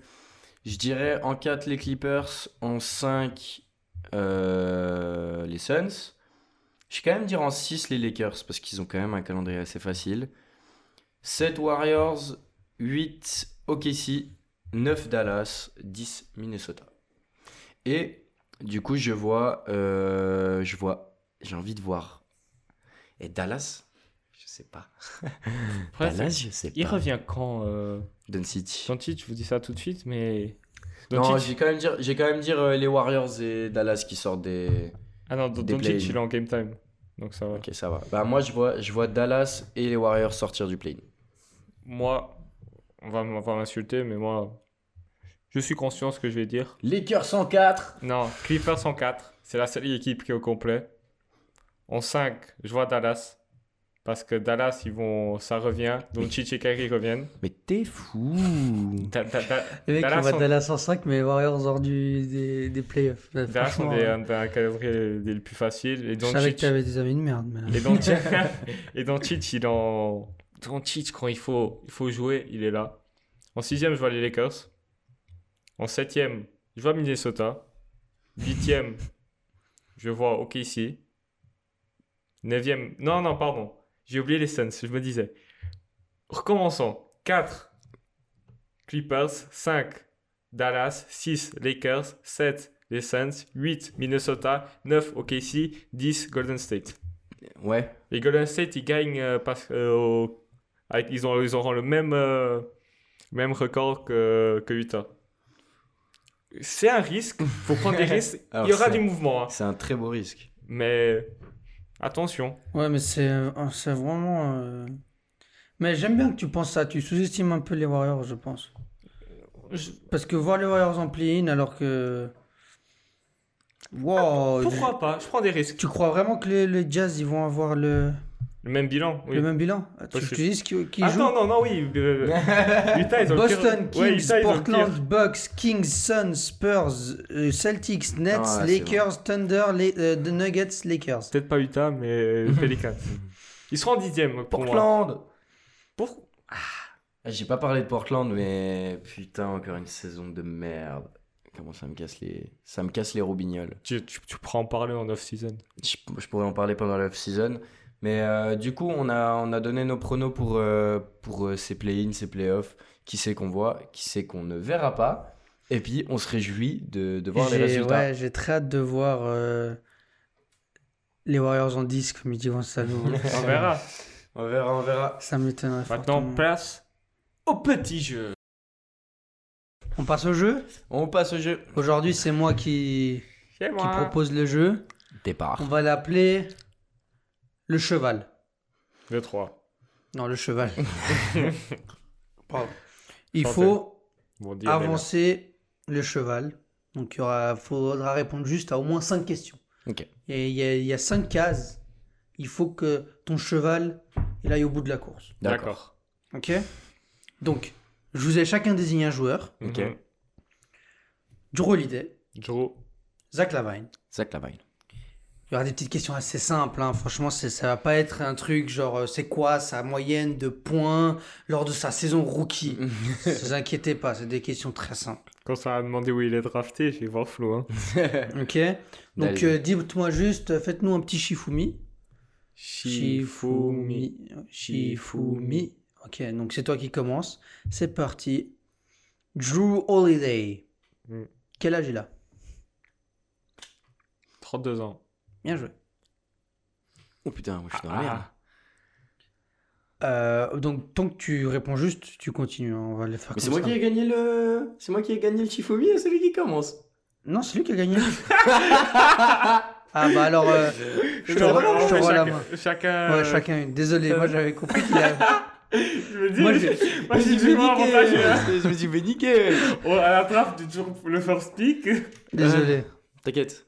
S2: je dirais en 4 les Clippers, en 5 euh, les Suns. Je vais quand même dire en 6 les Lakers parce qu'ils ont quand même un calendrier assez facile. 7 Warriors, 8 OKC, 9 Dallas, 10 Minnesota. Et du coup, je vois, euh, je vois, j'ai envie de voir. Et Dallas, je sais pas.
S3: Après,
S2: Dallas,
S3: c'est-
S2: je sais
S3: il
S2: pas.
S3: revient quand euh...
S2: Doncic.
S3: Doncic, je vous dis ça tout de suite, mais.
S2: Non,
S3: Doncic-
S2: j'ai quand même dire, j'ai quand même dire euh, les Warriors et Dallas qui sortent des.
S3: Ah non,
S2: des
S3: Doncic,
S2: play-in.
S3: il est en game time. Donc ça va.
S2: Ok, ça va. Bah moi je vois, je vois Dallas et les Warriors sortir du play.
S3: Moi, on va, m- on va m'insulter, mais moi, je suis conscient de ce que je vais dire.
S2: Lakers 104.
S3: Non, Clippers en 4, c'est la seule équipe qui est au complet. En 5, je vois Dallas. Parce que Dallas, ils vont... ça revient. Doncic et Kyrie reviennent.
S2: Mais t'es fou.
S3: Da- da- da-
S4: Le mec,
S3: Dallas
S4: on va
S3: en-
S4: Dallas en 5, mais Warriors hors du, des, des playoffs. Là,
S3: Dallas
S4: franchement,
S3: ont des- un, un calendrier des- le plus facile. Et
S4: je savais que
S3: Doncic,
S4: t'avais des amis de merde, mais là.
S3: et Doncic, et Doncic, il en. Doncic, quand il faut, il faut jouer, il est là. En sixième, je vois les Lakers. En septième, je vois Minnesota. Huitième, je vois OKC. Neuvième, non, non, pardon. J'ai oublié les Suns, je me disais. Recommençons. 4, Clippers. 5, Dallas. 6, Lakers. 7, les Suns. 8, Minnesota. 9, OKC. 10, Golden State.
S2: Ouais.
S3: Les Golden State, ils gagnent euh, parce euh, au- avec- ils, ont, ils auront le même, euh, même record que, que Utah. C'est un risque, faut prendre des risques.
S2: Alors,
S3: Il y aura
S2: c'est-
S3: du mouvement, hein.
S2: C'est un très beau risque.
S3: mais attention.
S4: Ouais, mais c'est euh, c'est vraiment. euh, Mais j'aime bien que tu penses ça. Tu sous-estimes un peu les Warriors, je pense.
S3: Je-
S4: Parce que voir les Warriors en play-in alors que. Wow!
S3: Pourquoi pas Je prends des risques.
S4: Tu crois vraiment que les, les Jazz ils vont avoir le,
S3: Le même bilan. Oui.
S4: le même bilan? Tu
S3: je
S4: te
S3: suis-
S4: dis qui, qui
S3: Ah
S4: joue?
S3: non, non, non, oui. euh, Utah, ils ont le
S4: Boston,
S3: pire- ouais,
S4: Kings,
S3: Utah, ils ont le pire.
S4: Portland, Bucks, Kings, Suns, Spurs, euh, Celtics, Nets,
S2: Ah, c'est
S4: Lakers, Thunder, les, euh, The Nuggets, Lakers.
S3: Peut-être pas Utah, mais euh, Pelicans. Ils seront en dixième pour moi.
S2: Portland.
S3: Pour-
S2: Ah, J'ai pas parlé de Portland, mais putain encore une saison de merde. Comment ça me casse les, ça me casse les robignoles.
S3: Tu, tu, tu pourras en parler en off-season.
S2: Je, je pourrais en parler pendant la season. Mais euh, du coup, on a, on a donné nos pronos pour, euh, pour euh, ces play-ins, ces play-offs. Qui c'est qu'on voit, qui c'est qu'on ne verra pas. Et puis, on se réjouit de, de voir les
S4: J'ai-
S2: résultats.
S4: Ouais, j'ai très hâte de voir euh, les Warriors en 10, comme ils disent en salon.
S3: On verra.
S2: On verra, on verra.
S4: Ça m'étonnerait
S3: Maintenant,
S4: fortement.
S3: place au petit jeu.
S4: On passe au jeu.
S2: On passe au jeu.
S4: Aujourd'hui, c'est moi qui,
S3: C'est
S4: qui propose le jeu.
S2: Départ.
S4: On va l'appeler le cheval.
S3: Le 3.
S4: Non, le cheval. Pardon. Il
S3: Chantel.
S4: faut
S3: Bon, dis,
S4: avancer le cheval. Donc, il y aura, faudra répondre juste à au moins 5 questions.
S2: Ok.
S4: Et il y, a- il y a 5 cases. Il faut que ton cheval il aille au bout de la course.
S2: D'accord.
S3: D'accord.
S4: Ok Donc, je vous ai chacun désigné un joueur.
S2: Ok.
S3: Mhm.
S4: Drew Holiday,
S3: Joe.
S4: Zach Lavine.
S2: Zach Lavine.
S4: Il y aura des petites questions assez simples. hein. Franchement, c'est- ça va pas être un truc genre euh, c'est quoi sa moyenne de points lors de sa saison rookie. Ne vous inquiétez pas, c'est des questions très simples.
S3: Quand ça a demandé où il est drafté, j'ai voir flou. Hein.
S4: Ok Donc,
S2: D'aller.
S4: euh, dites-moi juste, euh, faites-nous un petit Shifumi. Shifumi. Ok, donc c'est toi qui commence. C'est parti. Drew Holiday.
S3: Mm.
S4: Quel âge il a
S3: 32 ans.
S4: Bien joué.
S2: Oh putain, moi je suis dans la
S3: Ah,
S2: merde.
S4: Euh, donc, tant que tu réponds juste, tu continues. hein, On va le faire
S2: Mais c'est
S4: comme
S2: moi
S4: ça.
S2: qui ai gagné le. C'est moi qui ai gagné le Chifomi et celui qui commence.
S4: Non, c'est lui qui a gagné. ah, bah alors, euh, je te
S3: Non,
S4: re-
S3: non,
S4: je te
S3: mais
S4: rends la
S3: chaque-
S4: main.
S3: Chacun.
S2: Euh,
S3: euh,
S4: Ouais, chacun une. Désolé, moi j'avais compris qu'il a.
S3: Je me dis,
S2: Moi,
S3: moi,
S2: je-
S3: je suis toujours avantageux, hein.
S2: Je me suis fait niquer.
S3: Oh, à la draft, tu toujours le first pick.
S2: Euh.
S4: Désolé.
S2: T'inquiète.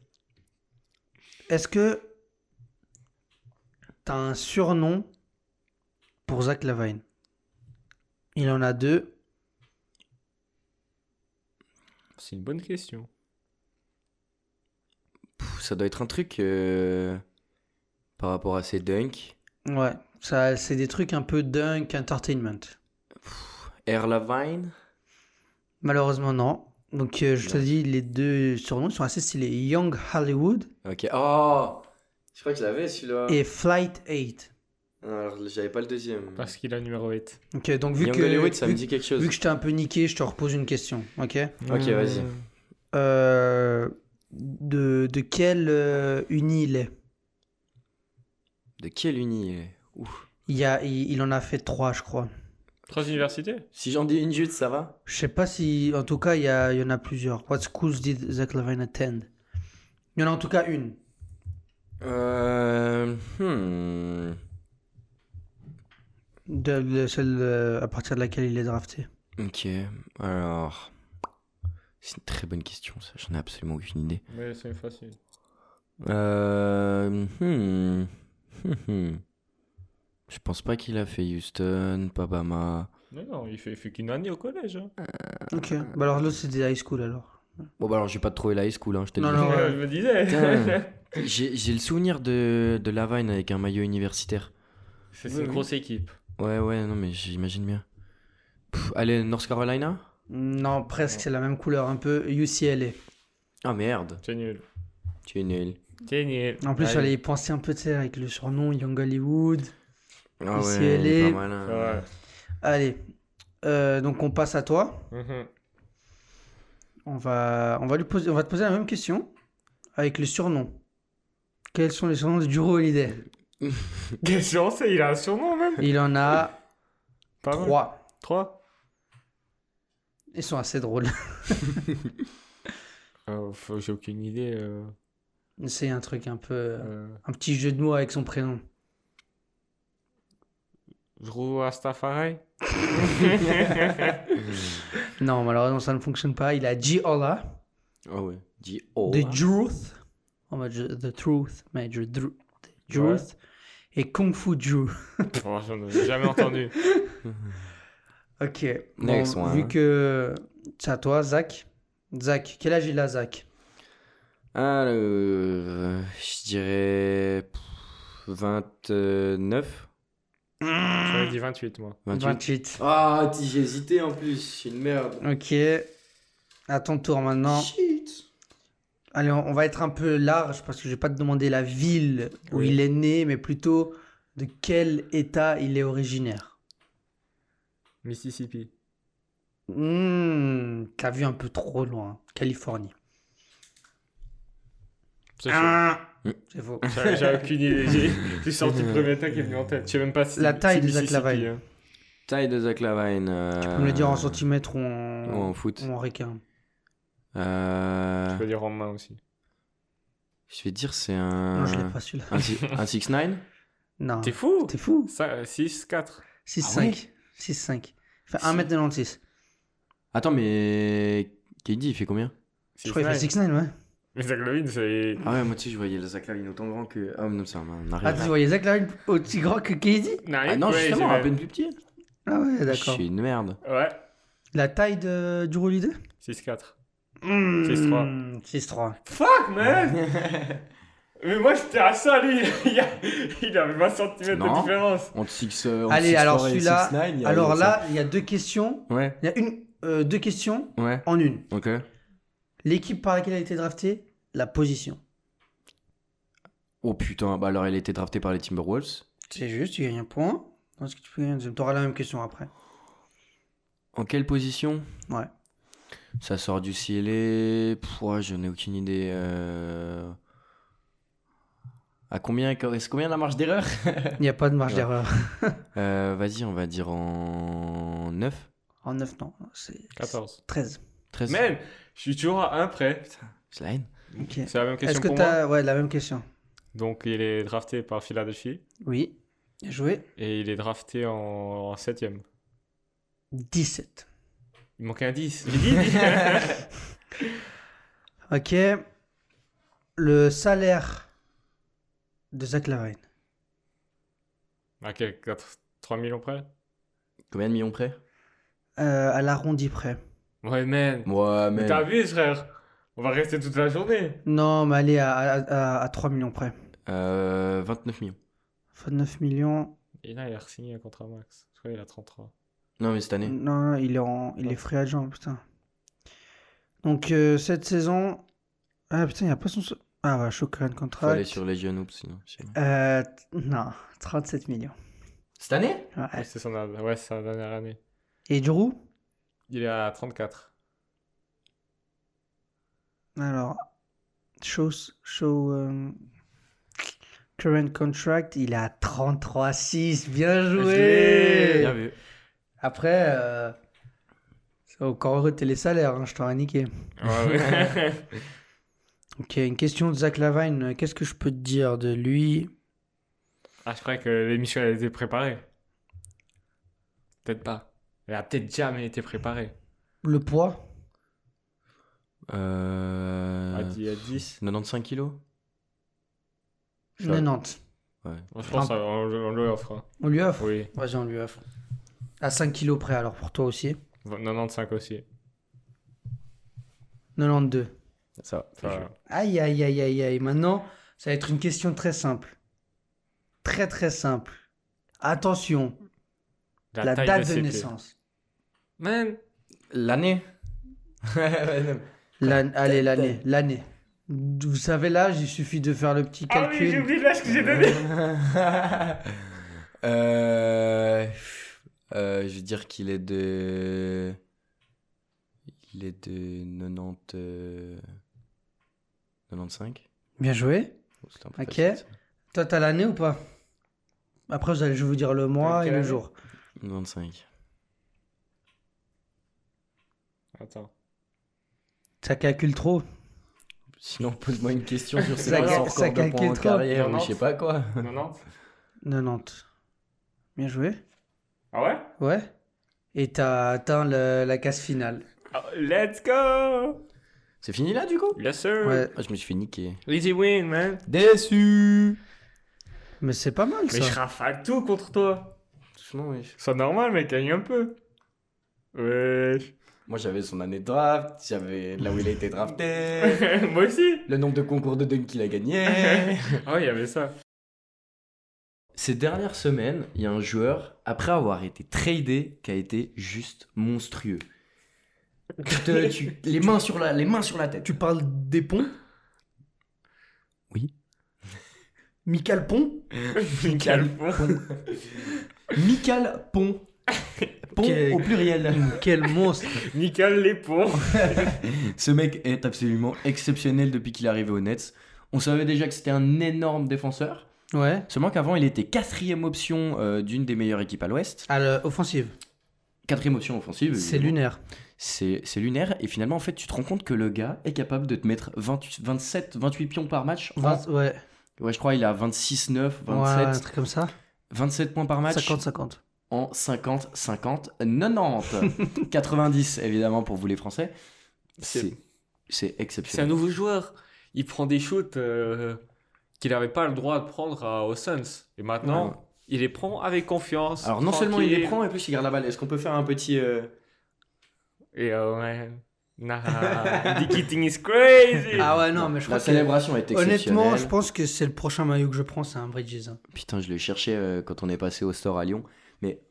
S4: Est-ce que t'as un surnom pour Zach Lavine Il en a deux.
S3: C'est une bonne question.
S2: Pff, Ça doit être un truc euh, par rapport à ces dunks.
S4: Ouais, ça, c'est des trucs un peu dunk entertainment.
S2: Air Lavine.
S4: Malheureusement, non. Donc, euh, je te
S2: Non.
S4: dis, les deux surnoms sont assez stylés Young Hollywood
S2: Ok. Oh Je crois que je l'avais celui-là.
S4: et Flight 8.
S2: Non, alors j'avais pas le deuxième.
S3: Parce qu'il a numéro 8.
S4: Ok, donc vu
S2: Young
S4: que,
S2: Hollywood, ça
S4: vu,
S2: me dit quelque chose.
S4: vu que je t'ai un peu niqué, je te repose une question, ok
S2: Ok,
S3: Hmm.
S2: vas-y.
S4: Euh, de, de quelle euh, uni il est
S2: De quel uni il est eh Ouf.
S4: il, y a, il, il en a fait trois, je crois.
S3: Trois universités
S2: Si j'en dis une juste, ça va
S4: Je sais pas si... En tout cas, il y, a- il y en a plusieurs. What schools did Zach Levine attend Il y en a en tout cas une.
S2: Euh. Hmm.
S4: De, de celle euh, à partir de laquelle il est drafté.
S2: Euh, Ok. Alors. C'est une très bonne question, ça. J'en ai absolument aucune idée.
S3: Mais c'est facile.
S2: Euh, hmm, hmm, hmm. Je pense pas qu'il a fait Houston, Pabama.
S3: Mais non, il fait, il fait qu'une année au collège. hein.
S4: Ok. Bah alors l'autre, c'est des high school, alors.
S2: Bon, bah alors, j'ai pas trouvé la high school, hein, je te
S4: Non,
S2: le
S4: non,
S3: Je
S4: Ah, ouais.
S3: me disais.
S2: Putain. dis. J'ai j'ai le souvenir de, de Lavine avec un maillot universitaire.
S3: C'est
S2: Oui,
S3: une
S2: oui.
S3: grosse équipe.
S2: Ouais, ouais, non, mais j'imagine bien. Pff, allez, North Carolina
S4: Non, presque, c'est la même couleur, un peu UCLA.
S2: Ah merde,
S3: C'est nul.
S2: tu es nul.
S3: C'est nul.
S4: En plus,
S3: Allez.
S4: j'allais y penser un peu, tu sais, avec le surnom Young Hollywood.
S2: Ah ouais,
S4: Ici,
S2: il
S4: elle
S2: est
S4: est-
S2: pas hein. malin.
S3: Ouais.
S4: Allez, Euh, donc on passe à toi.
S3: Mhm.
S4: On va, on va lui poser, on va te poser la même question avec les surnoms. Quels sont les surnoms de Duro Holiday
S3: Quelle chance, il a un surnom même.
S4: Il en a
S3: Pas mal.
S4: trois.
S3: Trois
S4: Ils sont assez drôles.
S3: Euh, faut- J'ai aucune idée. euh,
S4: C'est un truc un peu,
S3: euh,
S4: un petit jeu de mots avec son prénom.
S3: Je roule à Stafarai.
S4: Non, malheureusement ça ne fonctionne pas. Il a Giola
S2: Ah ouais, dis oh.
S4: de Truth, en mode je- The Truth, mais je- Dru- Truth
S3: Ouais.
S4: et Kung Fu Drew.
S3: Oh, J'en ai jamais entendu.
S4: Ok.
S2: Next
S4: Bon,
S2: one.
S4: Vu que c'est à toi, Zach. Zach, quel âge il a, Zach
S2: Alors, euh, je dirais. pff, 29
S3: J'aurais dit 28, moi.
S2: 28
S4: 28.
S2: Ah, t'y- j'ai hésité en plus, je suis une merde.
S4: Ok. À ton tour maintenant.
S2: Shit.
S4: Allez, on on va être un peu large parce que je vais pas te demander la ville où
S3: Oui.
S4: il est né, mais plutôt de quel état il est originaire.
S3: Mississippi.
S4: Hmm, t'as vu un peu trop loin. Californie.
S3: C'est chaud.
S4: Ah,
S2: Mm.
S4: c'est faux.
S3: J'ai j'ai aucune idée. J'ai- J'ai sorti le premier tas qui est venu en tête. Je sais même pas si.
S4: La taille
S3: c'est
S4: de Zach
S3: Mississippi,
S4: Lavine.
S3: hein.
S2: Taille de Zach Lavine.
S4: Tu
S2: euh,
S4: peux me le dire en centimètres ou
S2: Ou en
S4: en,
S2: foot.
S4: ou en requin.
S2: Euh,
S3: Je peux dire en main aussi.
S2: Je vais dire, c'est un.
S4: Non, je l'ai pas celui-là.
S2: un si- un 6-9
S4: Non.
S3: T'es fou euh,
S4: T'es fou
S3: 6, 4.
S2: Ah
S4: 6-5.
S2: ouais
S4: 6-5. Enfin,
S3: Si.
S4: 1m96.
S2: Attends, mais. KD, il fait combien
S4: Je crois qu'il fait 6-9, ouais.
S3: Mais Zach Lavine, c'est.
S2: Ah ouais, moi, tu sais, je voyais le Zach Lavine autant grand que. Ah, non, c'est un un
S4: Ah,
S2: arrière.
S4: tu voyais Zach Lavine aussi grand que KD
S2: Ah non, justement, à peine plus petit.
S4: Ah ouais,
S2: Je
S4: d'accord.
S2: suis une merde.
S3: Ouais,
S4: La taille de, du Holiday
S3: 6-4. 6-3.
S4: 6-3. 6-3.
S3: Fuck, man Mais moi, j'étais à ça, lui Il, a... il avait 20 cm de
S2: Non.
S3: différence.
S2: Entre 6 euh, entre
S4: Allez,
S2: 6'4
S4: alors
S2: et
S4: celui-là,
S2: 6'9", il y a-
S4: Alors
S2: il y a
S4: là, il y a deux questions.
S2: ça. Ouais,
S4: Il y a une, euh, deux questions
S2: ouais,
S4: en une.
S2: ok.
S4: L'équipe par laquelle elle a été draftée, la position.
S2: Oh putain, bah alors elle était draftée par les Timberwolves.
S4: C'est juste, tu gagnes un point. Est-ce que tu peux gagner un deuxième T'auras la même question après.
S2: En quelle position
S4: Ouais.
S2: Ça sort du CLA. Pff, ouais, j'en ai aucune idée. euh. À combien, est-ce combien la marge d'erreur
S4: Il n'y a pas de marge
S2: Ouais.
S4: d'erreur.
S2: Euh, Vas-y, on va dire en 9,
S4: En 9, non. C'est
S3: 14.
S4: 13.
S2: 13.
S3: Man, je suis toujours à 1 près.
S2: Slide.
S4: Ok.
S3: C'est la même
S4: Est-ce
S3: question
S4: que
S3: pour moi.
S4: t'as. Ouais, la même question.
S3: Donc, il est drafté par Philadelphie
S4: Oui. Bien joué.
S3: et il est drafté en, en 7ème.
S4: 17.
S3: Il manquait un 10. J'ai dit
S4: Ok. Le salaire de Zach Lavine.
S3: À quel- quatre- 3 millions près
S2: Combien de millions près
S4: Euh, à l'arrondi près.
S3: Ouais, man.
S2: Ouais,
S3: Mais
S2: mais.
S3: t'as vu, frère On va rester toute la journée.
S4: Non, mais allez, à, à, à- à 3 millions près.
S2: Euh, 29 millions.
S4: 29 millions.
S3: Et là, il a signé un contrat max. Je crois qu'il a 33.
S2: Non, mais cette année.
S4: Non, il est, en... il est
S3: Ouais.
S4: free agent, putain. Donc, euh, cette saison. Ah putain, il n'y a pas son. so- Ah ouais, show
S2: Faut
S4: current
S2: aller
S4: contract.
S2: sur les Oops sinon. sinon.
S4: Euh, t- non, 37 millions.
S2: Cette année
S4: Ouais.
S3: Ouais, c'est son... ouais, c'est sa dernière année.
S4: Et Drew
S3: Il est à 34.
S4: Alors, show, show euh, current contract, il est à 33,6. Bien
S3: l'ai,
S4: joué
S3: bien
S2: vu.
S4: Après, euh, c'est encore heureux de les salaires, hein, je t'aurais niqué.
S3: Ouais, ouais.
S4: Ok, une question de Zach Lavine. Qu'est-ce que je peux te dire de lui
S3: ah, je croyais que l'émission elle a été préparée. Peut-être pas. Elle a peut-être jamais été préparée.
S4: Le poids
S2: Euh.
S3: À 10, à 10.
S2: 95 kilos
S3: Ça-
S4: 90.
S3: Je pense qu'on on lui offre. hein.
S4: On lui offre
S3: Oui.
S4: Vas-y, on lui offre. À 5 kilos près, alors pour toi aussi.
S3: 95 aussi.
S4: 92.
S2: Ça va.
S3: Ça va.
S4: Aïe, aïe, aïe, aïe, aïe. Maintenant, ça va être une question très simple. Très, très simple. Attention, la,
S3: taille
S4: date de,
S3: ses pieds.
S4: naissance.
S3: Man.
S2: L'année
S4: L'an- Allez, l'année. L'année. Vous savez l'âge, il suffit de faire le petit
S3: Ah oui, j'ai
S4: calcul.
S3: oublié l'âge que j'ai donné.
S2: euh... euh, Je vais dire qu'il est de. Il est de 90. euh, 95
S4: Bien joué.
S2: Oh, c'était un peu
S4: Ok.
S2: facile, ça.
S4: Toi, t'as l'année ou pas Après, vous allez, je vais vous dire le mois
S3: Quelle
S4: et le
S3: année
S4: jour.
S2: 95.
S3: Attends.
S4: Ça calcule trop.
S2: Sinon, pose-moi une question sur ces
S4: Ça
S2: records
S4: ca- ça
S2: de points
S4: calcule
S2: en
S4: trop.
S2: carrière ou je sais
S3: 90.
S2: pas quoi.
S3: 90
S4: 90. Bien joué.
S3: Ah ouais
S4: Ouais. Et t'as atteint le- la case finale.
S3: Ah, Let's go
S2: C'est fini là du coup
S3: Yes sir
S4: Ouais,
S2: Ah, Je me suis fait niquer.
S3: Easy win, man.
S2: Déçu
S4: mais c'est pas mal
S3: Mais
S4: ça.
S3: je rafale tout contre toi.
S2: Doucement, wesh.
S3: C'est normal, mec, gagne un peu. Wesh.
S2: Moi j'avais son année de draft, j'avais là où il a été drafté,
S3: Moi aussi.
S2: le nombre de concours de dunk qu'il a gagné.
S3: Ah ouais, il y avait ça.
S2: Ces dernières semaines, il y a un joueur, après avoir été tradé, qui a été juste monstrueux. Tu te- tu- les, mains sur la, les mains sur la tête.
S4: Tu parles des ponts
S2: Oui.
S4: Michael Pont
S3: Michael Pont.
S2: Michael Pont. Pont
S4: Quel-
S2: au pluriel.
S4: Quel monstre
S3: Nickel les ponts.
S2: Ce mec est absolument exceptionnel depuis qu'il est arrivé aux Nets. On savait déjà que c'était un énorme défenseur.
S4: Ouais.
S2: Seulement qu'avant, il était quatrième option euh, d'une des meilleures équipes à l'Ouest.
S4: À l'offensive,
S2: Quatrième option offensive.
S4: c'est
S2: évidemment.
S4: lunaire.
S2: C'est c'est lunaire. Et finalement, en fait, tu te rends compte que le gars est capable de te mettre 28 27, 28 pions par match. en-
S4: Vingt- ouais,
S2: Ouais, je crois il a 26, 9,
S4: ouais, un
S2: 27,
S4: truc comme ça.
S2: 27 points par match
S4: 50-50.
S2: en 50, 50, 90. 90, évidemment, pour vous les Français. C'est c'est
S3: C'est un
S2: exceptionnel.
S3: nouveau joueur. Il prend des shoots euh, qu'il n'avait pas le droit de prendre à, aux Suns. Et maintenant,
S2: Ouais.
S3: il les prend avec confiance.
S2: Alors, non seulement il les
S3: tranquille.
S2: prend, et plus il garde la balle. Est-ce qu'on peut faire un petit. euh,
S3: Et euh, ouais. Nah. Dick Eating is crazy.
S4: Ah ouais, non, mais je
S2: La
S4: crois que.
S2: célébration est exceptionnelle.
S4: Honnêtement, je pense que c'est le prochain maillot que je prends, c'est un Bridges. hein.
S2: Putain, je le cherchais euh, quand on est passé au store à Lyon, mais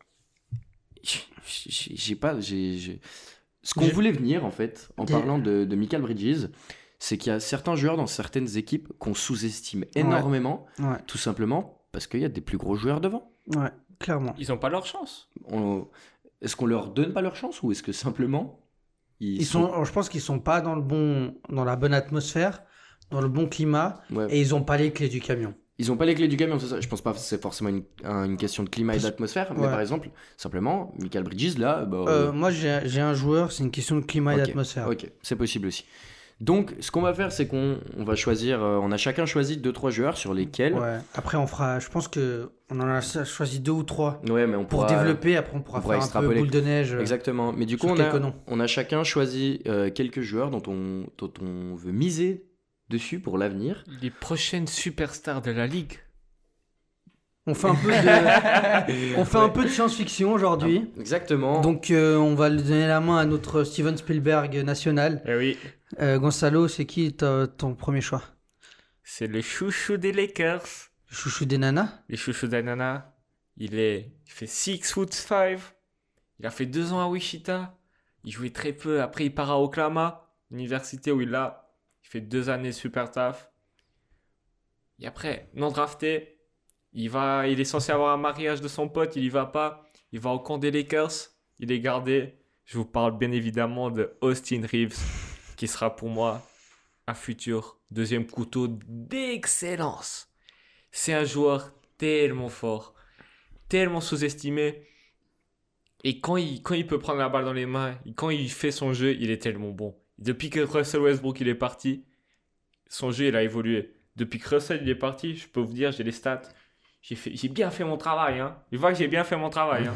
S2: j'ai- j'ai j'ai pas. j'ai- j'ai- Ce qu'on
S4: J'ai-
S2: voulait venir, en fait, en
S4: Des-
S2: parlant de, de Michael Bridges, c'est qu'il y a certains joueurs dans certaines équipes qu'on sous-estime énormément,
S4: Ouais,
S2: tout simplement parce qu'il y a des plus gros joueurs devant.
S4: ouais, clairement.
S3: Ils n'ont pas leur chance.
S2: On- Est-ce qu'on leur donne pas leur chance ou est-ce que simplement ils,
S4: Ils sont, je pense qu'ils sont pas dans le bon, dans la bonne atmosphère, dans le bon climat,
S2: Ouais.
S4: et ils ont pas les clés du camion.
S2: Ils ont pas les clés du camion, c'est ça. Je pense pas que c'est forcément une, un- une question de climat et
S4: Parce-
S2: d'atmosphère, mais
S4: Ouais.
S2: par exemple, simplement, Michael Bridges, là, bah,
S4: Euh,
S2: euh,
S4: moi, j'ai j'ai un joueur, c'est une question de climat
S2: Ok,
S4: et d'atmosphère.
S2: Ok, c'est possible aussi. Donc, ce qu'on va faire, c'est qu'on on va choisir. euh, on a chacun choisi deux trois joueurs sur lesquels. Ouais,
S4: Ouais. Après, on fera. Je pense que on en a choisi deux ou trois
S2: mais on
S4: pour
S2: pourra-
S4: développer. Après, on pourra
S2: on pourra
S4: faire un peu
S2: extrapoler.
S4: boule de neige. euh,
S2: Exactement. Mais du coup,
S4: sur
S2: on a,
S4: quelques noms.
S2: on a chacun choisi euh, quelques joueurs dont on, dont on veut miser dessus pour l'avenir.
S3: Les prochaines superstars de la ligue.
S4: On fait un peu de, on fait un peu de science-fiction aujourd'hui.
S2: Exactement.
S4: Donc, euh, on va le donner la main à notre Steven Spielberg national.
S3: Eh oui.
S4: Euh, Gonzalo, c'est qui ta- ton premier choix
S3: C'est le chouchou des Lakers.
S4: Le Chouchou des nanas
S3: Les chouchous d'Anana. Il est, il fait 6 foot 5. Il a fait 2 ans à Wichita. Il jouait très peu. Après, il part à Oklahoma, université où il a. Il fait 2 années super taf. Et après, non drafté, il va, il est censé avoir un mariage de son pote. Il y va pas. Il va au camp des Lakers. Il est gardé. Je vous parle bien évidemment de Austin Reeves, qui sera pour moi un futur deuxième couteau d'excellence. C'est un joueur tellement fort, tellement sous-estimé. Et quand il, quand il peut prendre la balle dans les mains, quand il fait son jeu, il est tellement bon. Depuis que Russell Westbrook il est parti, son jeu il a évolué. Depuis que Russell il est parti, je peux vous dire, j'ai les stats. J'ai fait- j'ai bien fait mon travail. Hein. Je vois que j'ai bien fait mon travail. hein.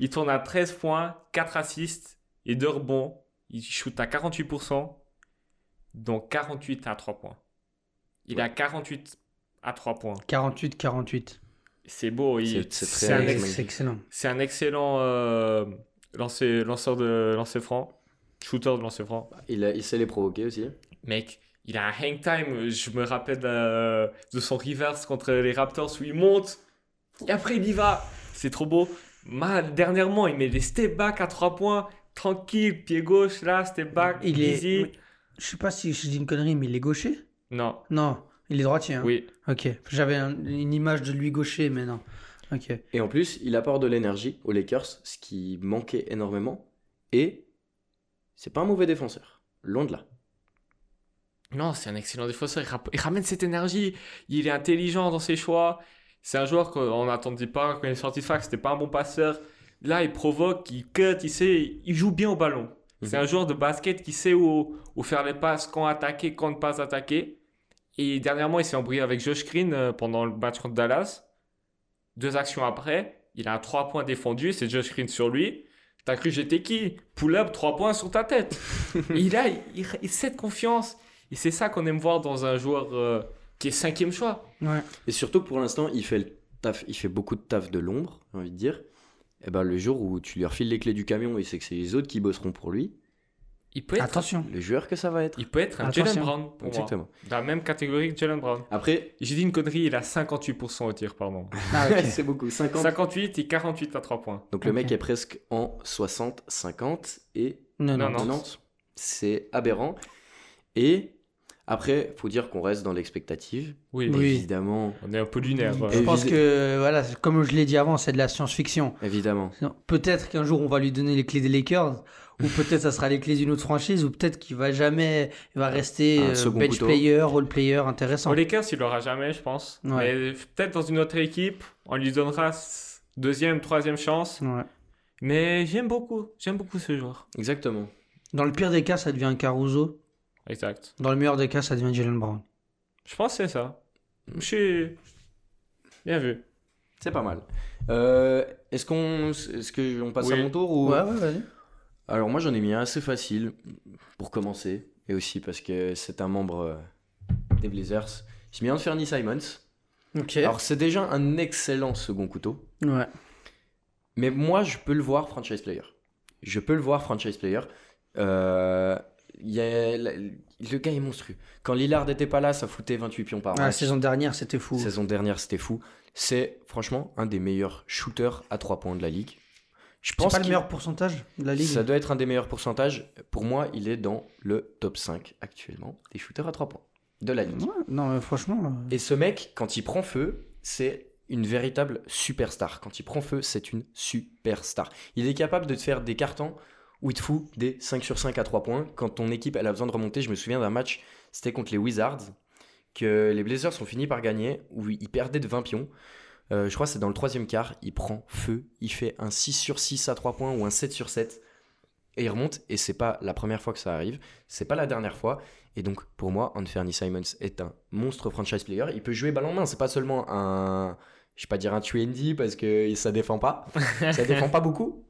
S3: il tourne à 13 points, 4 assists et 2 rebonds. Il shoot à 48%, dont 48 à 3 points. Il a 48 à 3 points.
S4: 48, 48.
S3: C'est beau. il-
S2: C'est- c'est
S3: C'est
S2: très-
S3: un,
S4: C'est
S3: ex-
S2: magnifique.
S4: c'est excellent.
S3: c'est un excellent euh, lancer- lanceur de lancer franc, shooter de lancer franc.
S2: Il, a- il sait les provoquer aussi.
S3: Mec, il a un hang time. Je me rappelle euh, de son reverse contre les Raptors où il monte et après il y va. C'est trop beau. Man, dernièrement, il met des step back à 3 points. Tranquille, pied gauche là, step back.
S4: Il est.
S3: easy.
S4: mais- Je sais pas si je dis une connerie, mais il est gaucher
S3: Non,
S4: Non, il est droitier. hein.
S3: oui.
S4: Ok. J'avais un- une image de lui gaucher, mais non. Ok.
S2: Et en plus, il apporte de l'énergie aux Lakers, ce qui manquait énormément. Et c'est pas un mauvais défenseur. Loin de là.
S3: Non, c'est un excellent défenseur. Il, rap- il ramène cette énergie. Il est intelligent dans ses choix. C'est un joueur qu'on n'attendait pas quand il est sorti de fac. C'était pas un bon passeur. Là, il provoque, il cut, il sait, il joue bien au ballon. C'est
S2: Mhm.
S3: un joueur de basket qui sait où, où faire les passes, quand attaquer, quand ne pas attaquer. Et dernièrement, il s'est embrouillé avec Josh Green euh, pendant le match contre Dallas. Deux actions après, il a un 3 points défendu, c'est Josh Green sur lui. T'as cru j'étais qui Pull-up, 3 points sur ta tête. Et il a il, il sait de confiance. Et c'est ça qu'on aime voir dans un joueur euh, qui est cinquième choix.
S4: Ouais.
S2: Et surtout, pour l'instant, il fait le taf, il fait beaucoup de taf de l'ombre, j'ai envie de dire. Et ben, le jour où tu lui refiles les clés du camion et c'est que c'est les autres qui bosseront pour lui,
S3: Il peut être,
S4: Attention.
S2: le joueur que ça va être.
S3: il peut être un
S4: Attention.
S3: Jalen Brown pour moi.
S2: Exactement.
S3: Dans la même catégorie que Jalen Brown.
S2: Après,
S3: J'ai dit une connerie, il a 58% au tir, pardon.
S4: Ah, ok.
S2: c'est beaucoup, 50.
S3: 58 et 48 à 3 points.
S2: Donc le mec
S4: Ok.
S2: est presque en 60, 50 et
S4: Ah Non, non.
S3: Non, non.
S2: 90. C'est aberrant. Et Après, faut dire qu'on reste dans l'expectative.
S3: Oui,
S4: Oui.
S2: Évidemment,
S3: on est un peu lunaire. voilà.
S4: Je
S2: Et
S4: pense
S2: vis-
S4: que, voilà, c'est- comme je l'ai dit avant, c'est de la science-fiction.
S2: évidemment.
S4: Sinon, Peut-être qu'un jour on va lui donner les clés des Lakers, ou peut-être ça sera les clés d'une autre franchise, ou peut-être qu'il va jamais, il va rester
S2: Un
S4: euh,
S2: second
S4: bench
S2: couteau.
S4: player, role player, intéressant.
S3: Dans les cas, il l'aura jamais, je pense.
S4: Ouais.
S3: Mais peut-être dans une autre équipe, on lui donnera s- deuxième, troisième chance.
S4: Ouais.
S3: Mais j'aime beaucoup, j'aime beaucoup ce joueur.
S2: Exactement.
S4: Dans le pire des cas, ça devient un Caruso.
S3: Exact.
S4: Dans le meilleur des cas, ça devient Jalen Brown.
S3: Je pense que c'est ça. Je suis... Bien vu.
S2: C'est pas mal. Euh, est-ce qu'on est-ce que on passe
S3: Oui.
S2: à mon tour ou
S4: Ouais, ouais, vas-y.
S2: Alors moi j'en ai mis un assez facile pour commencer et aussi parce que c'est un membre euh, des Blazers. J'ai mis un de Fernie Simons.
S4: Ok.
S2: Alors c'est déjà un excellent second couteau,
S4: ouais.
S2: mais moi je peux le voir franchise player. Je peux le voir franchise player. Euh, il y a- la- le gars est monstrueux. Quand Lillard n'était pas là, ça foutait 28 pions par
S4: Ah, la
S2: match.
S4: saison dernière, c'était fou.
S2: Saison dernière, c'était fou. C'est franchement un des meilleurs shooters à 3 points de la ligue. Je
S4: C'est
S2: pense
S4: pas le
S2: qu'il-
S4: meilleur pourcentage de la ligue.
S2: ça doit être un des meilleurs pourcentages. Pour moi, il est dans le top 5 actuellement des shooters à 3 points de la ligue.
S4: Ouais, non, mais franchement. euh,
S2: Et ce mec, quand il prend feu, c'est une véritable superstar. Quand il prend feu, c'est une superstar. Il est capable de te faire des cartons où il te fout des 5 sur 5 à 3 points. Quand ton équipe elle a besoin de remonter, je me souviens d'un match, c'était contre les Wizards, que les Blazers ont fini par gagner, où ils perdaient de 20 pions. Euh, je crois que c'est dans le troisième quart, il prend feu, il fait un 6 sur 6 à 3 points ou un 7 sur 7. Et il remonte, et c'est pas la première fois que ça arrive, c'est pas la dernière fois. Et donc, pour moi, Anthony Simons est un monstre franchise player. Il peut jouer balle en main. C'est pas seulement un. Je vais pas dire un Andy parce que ça défend pas. ça défend pas beaucoup.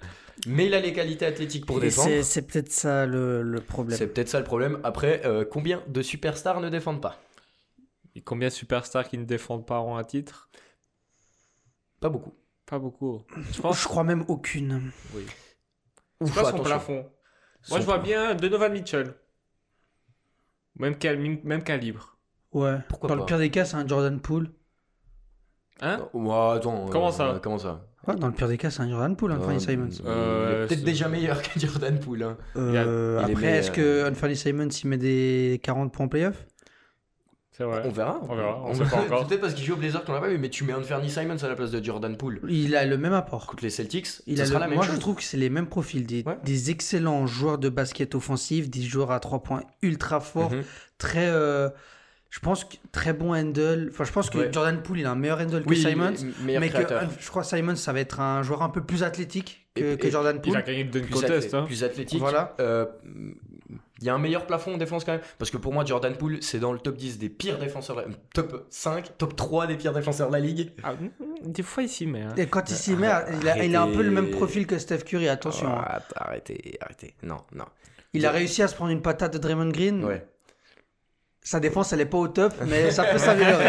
S2: Mais il a les qualités athlétiques pour
S4: et
S2: défendre.
S4: c'est- C'est peut-être ça le, le problème.
S2: C'est peut-être ça le problème. Après, euh, combien de superstars ne défendent pas
S3: Et combien de superstars qui ne défendent pas en un titre
S2: Pas beaucoup.
S3: Pas beaucoup. Je
S4: Oh,
S3: pense
S4: je crois même aucune.
S3: C'est
S2: Ouf,
S3: quoi son
S2: attention.
S3: plafond
S2: Son
S3: Moi, je vois
S2: plafond.
S3: bien Donovan Mitchell. Même, cal- même calibre.
S4: Ouais.
S2: Pourquoi
S4: Dans
S2: pas
S4: le pire des cas, c'est un Jordan Poole.
S3: Hein
S2: Ouais,
S4: euh,
S2: attends,
S3: Comment ça
S2: Comment ça
S4: Ouais, dans le pire des cas, c'est un Jordan Poole, Anthony
S2: Euh,
S4: Simons.
S2: il
S3: Euh,
S2: est peut-être
S3: c'est-
S2: déjà meilleur que Jordan Poole. hein.
S3: il a-
S4: Euh,
S2: il est
S4: après,
S2: met,
S4: est-ce
S2: euh,
S4: que Anthony Simons il met des 40 points en playoff
S3: C'est vrai.
S2: On verra.
S3: On verra, on sait pas encore.
S2: Peut-être parce qu'il joue au Blazer qu'on l'a pas vu, mais tu mets Anthony Simons à la place de Jordan Poole.
S4: Il a le même apport.
S2: Contre les Celtics,
S4: Il
S2: ça
S4: a
S2: sera
S4: le-
S2: la même
S4: Moi,
S2: chose.
S4: je trouve que c'est les mêmes profils. Des,
S2: Ouais.
S4: des excellents joueurs de basket offensif, des joueurs à 3 points ultra forts,
S2: Mhm.
S4: très. euh, je pense que très bon handle. Enfin, je pense que
S2: Ouais.
S4: Jordan Poole, il a un meilleur handle
S2: Oui,
S4: que Simons.
S2: il est meilleur
S4: mais que, euh,
S2: créateur.
S4: je crois que Simons, ça va être un joueur un peu plus athlétique que,
S2: Et-
S4: que
S2: et-
S4: Jordan
S3: Il a
S4: Poole.
S3: gagné le dunk
S2: plus,
S3: contest.
S2: athlé-
S3: hein.
S2: plus athlétique.
S4: Voilà.
S2: Euh, Il y a un meilleur plafond en défense quand même. Parce que pour moi, Jordan Poole, c'est dans le top 10 des pires défenseurs. de la- Top 5, top 3 des pires défenseurs de la ligue.
S3: Ah, des fois, il s'y met. hein.
S4: Et quand il s'y met, il a, il a un peu le même
S2: Arrêtez.
S4: profil que Steph Curry, attention. hein.
S2: Ah, arrêtez, arrêtez. Non, non.
S4: Il a réussi à se prendre une patate de Draymond Green.
S2: Ouais.
S4: Sa défense, elle est pas au top, mais ça peut s'améliorer.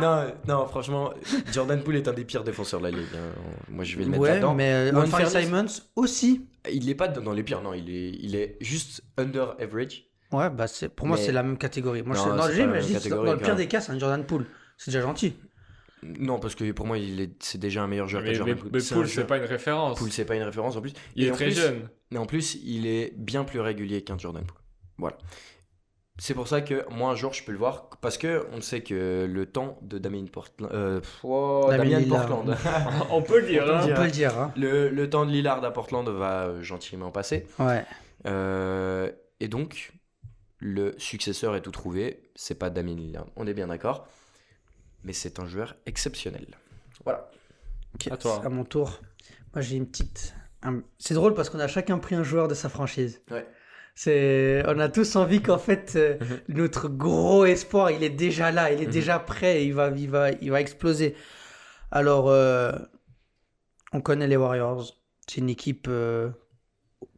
S2: non, non, franchement, Jordan Poole est un des pires défenseurs de la ligue. hein. Moi, je vais le mettre
S4: ouais,
S2: là-dedans.
S4: mais
S2: Ou
S4: euh, Anthony
S2: Anthony-
S4: Simons aussi.
S2: Il n'est pas dans les pires, non. Il est, il est juste under average.
S4: Ouais, bah c'est pour moi
S2: Mais-
S4: c'est la même catégorie. Moi,
S2: Non,
S4: je sais- non,
S2: c'est
S4: je
S2: pas
S4: dis,
S2: la
S4: mais
S2: même
S4: je dis,
S2: catégorie,
S4: dans le pire
S2: quand
S4: des cas, c'est un Jordan Poole. C'est déjà gentil.
S2: Non, parce que pour moi, il est, c'est déjà un meilleur joueur
S3: Mais,
S2: que
S3: mais,
S2: Jordan
S3: mais
S2: Poole. un
S3: Poole, c'est
S2: joueur-
S3: pas une référence.
S2: Poole, c'est pas une référence en plus.
S3: il
S2: Et
S3: est
S2: en
S3: très
S2: plus-
S3: jeune.
S2: Mais en plus, il est bien plus régulier qu'un Jordan Poole. Voilà. C'est pour ça que moi, un jour, je peux le voir. Parce que on sait que le temps de Damien Portland. euh, pff, oh,
S4: Damien
S2: Damien
S4: Lillard.
S2: Portland.
S3: On peut le dire.
S2: On peut
S3: hein.
S4: On
S2: dire.
S4: peut le dire. hein.
S2: le, le temps de Lillard à Portland va euh, gentiment passer.
S4: Ouais.
S2: Euh, et donc, le successeur est tout trouvé. C'est pas Damien Lillard. On est bien d'accord. Mais c'est un joueur exceptionnel. Voilà.
S4: Ok,
S3: À toi.
S4: c'est à mon tour. Moi, j'ai une petite. un- C'est drôle parce qu'on a chacun pris un joueur de sa franchise.
S2: Ouais.
S4: C'est, on a tous envie qu'en fait euh, notre gros espoir, il est déjà là, il est
S2: Mhm.
S4: déjà prêt, et il va, il va, il va exploser. Alors, euh, on connaît les Warriors. C'est une équipe euh,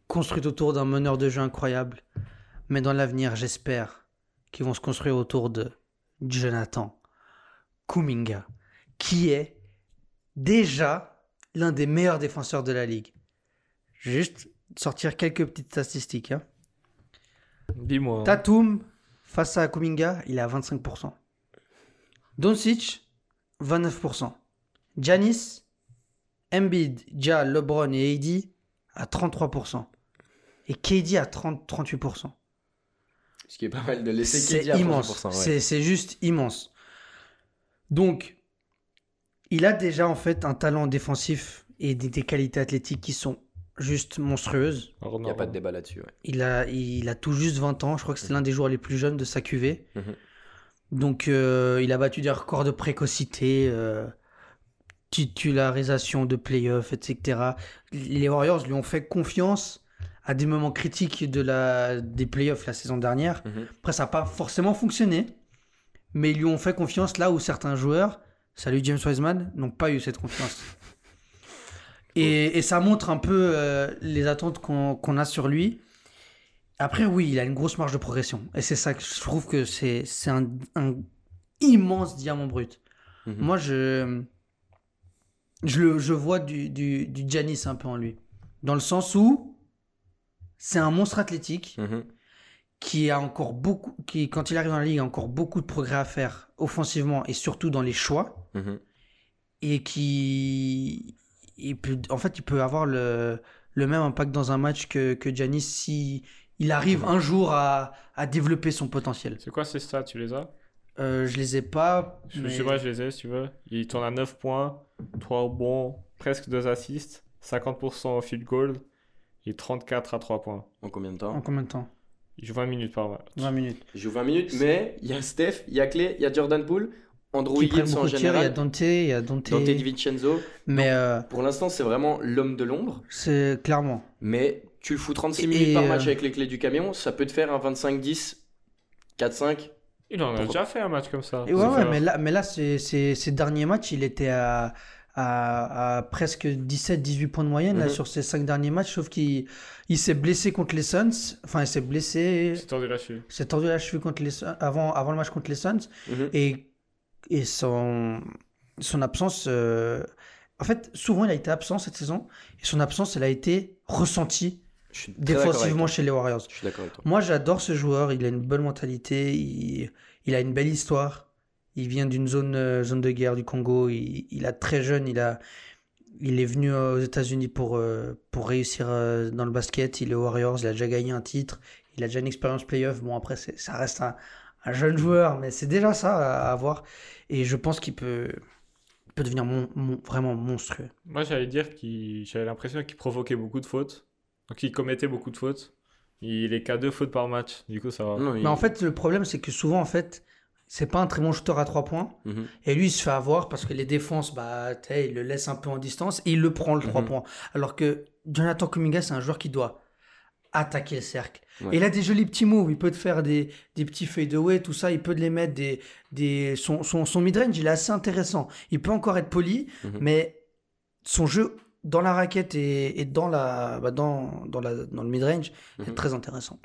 S4: construite autour d'un meneur de jeu incroyable. Mais dans l'avenir, j'espère qu'ils vont se construire autour de Jonathan Kuminga, qui est déjà l'un des meilleurs défenseurs de la ligue. Je vais Juste sortir quelques petites statistiques. hein.
S3: Dis-moi.
S4: Tatum, face à Kuminga, il est à 25%. Doncic, 29%. Janis, Embiid, Ja, LeBron et AD à 33%. Et KD à 30, 38%.
S2: Ce qui est pas mal de laisser
S4: C'est
S2: Keddy à
S4: immense.
S2: 30%, ouais.
S4: C'est- C'est juste immense. Donc, il a déjà en fait un talent défensif et des, des qualités athlétiques qui sont juste monstrueuses.
S3: Il
S2: Il n'y a pas de débat là-dessus. ouais.
S4: Il a, il a tout juste 20 ans. Je crois que c'est l'un des joueurs les plus jeunes de sa QV.
S2: Mhm.
S4: Donc, euh, il a battu des records de précocité, euh, titularisation de playoffs, etc. Les Warriors lui ont fait confiance à des moments critiques de la, des playoffs la saison dernière.
S2: Mhm.
S4: Après, ça n'a pas forcément fonctionné, mais ils lui ont fait confiance là où certains joueurs, salut James Wiseman, n'ont pas eu cette confiance. Et, et ça montre un peu euh, les attentes qu'on qu'on a sur lui. Après, oui, il a une grosse marge de progression. Et c'est ça que je trouve que c'est c'est un, un immense diamant brut.
S2: Mhm.
S4: Moi, je, je, le- je vois du, du, du Giannis un peu en lui. Dans le sens où c'est un monstre athlétique
S2: Mhm.
S4: qui a encore beaucoup, qui quand il arrive dans la ligue a encore beaucoup de progrès à faire offensivement et surtout dans les choix
S2: Mhm.
S4: et qui, il peut, en fait, il peut avoir le, le même impact dans un match que que Giannis si il arrive un jour à, à développer son potentiel.
S3: C'est quoi ces stats Tu les as
S4: Euh, je les ai pas.
S3: je,
S4: mais-
S3: je sais pas, je les ai si tu veux. Il tourne à 9 points, 3 rebonds, presque 2 assists, 50% au field goal et 34 à 3 points.
S2: En combien de
S4: En
S2: temps
S4: combien de temps
S3: Il joue 20 minutes par match.
S4: 20 minutes.
S2: Il joue 20 minutes, mais il y a Steph, il y a Clay, il y a Jordan Poole, Andrew
S4: Qui prennent
S2: Higgins en
S4: beaucoup de tirs, il y a
S2: général,
S4: Dante, il y a Dante.
S2: Dante DiVincenzo.
S4: mais euh,
S2: Pour l'instant, c'est vraiment l'homme de l'ombre.
S4: c'est clairement.
S2: Mais tu le fous 36
S4: Et-
S2: minutes par
S4: euh,
S2: match avec les clés du camion, ça peut te faire un 25-10, 4-5.
S3: Il en a
S2: Pourquoi
S3: déjà fait un match comme ça.
S4: Et ouais,
S3: C'est
S4: ouais,
S3: pas-
S4: mais là, mais là ces, ces- ces derniers matchs, il était à, à, à presque 17-18 points de moyenne là,
S2: Mhm.
S4: sur ces 5 derniers matchs, sauf qu'il il s'est blessé contre les Suns. Enfin, il s'est blessé,
S3: C'est tendu la cheville.
S4: il s'est tordu la cheville contre les, Suns- avant, avant le match contre les Suns.
S2: Mhm.
S4: Et, et son, son absence. euh, en fait, souvent, il a été absent cette saison, et son absence, elle a été ressentie
S2: Je suis très d'accord avec
S4: défensivement
S2: toi.
S4: chez les Warriors.
S2: Je suis d'accord avec toi.
S4: Moi, j'adore ce joueur. Il a une bonne mentalité. Il, il a une belle histoire. Il vient d'une zone, euh, zone de guerre du Congo. Il, il a très jeune. Il, a, il est venu euh, aux États-Unis pour, euh, pour réussir euh, dans le basket. Il est aux Warriors. Il a déjà gagné un titre. Il a déjà une expérience playoff. Bon, après, c'est- ça reste un, un jeune joueur, mais c'est déjà ça à, à voir. Et je pense qu'il peut, il peut devenir mon- mon- vraiment monstrueux.
S3: Moi, j'allais dire qu'il, j'avais l'impression qu'il provoquait beaucoup de fautes. Donc, il commettait beaucoup de fautes. Il est qu'à deux fautes par match. Du coup, ça va.
S2: Non, il-
S4: Mais en fait, le problème, c'est que souvent, en fait, c'est pas un très bon shooter à trois points.
S2: Mhm.
S4: Et lui, il se fait avoir parce que les défenses, bah, tu sais, il le laisse un peu en distance et il le prend le 3
S2: Mhm.
S4: points. Alors que Jonathan Kuminga, c'est un joueur qui doit attaquer le cercle.
S2: Ouais.
S4: Et il a des jolis petits moves. Il peut te faire des, des petits fadeaway, tout ça. Il peut te les mettre des, des, son, son, son midrange, il est assez intéressant. Il peut encore être poli,
S2: Mhm.
S4: mais son jeu dans la raquette et, et dans, la, bah, dans, dans, la, dans le midrange
S2: Mhm.
S4: est très intéressant.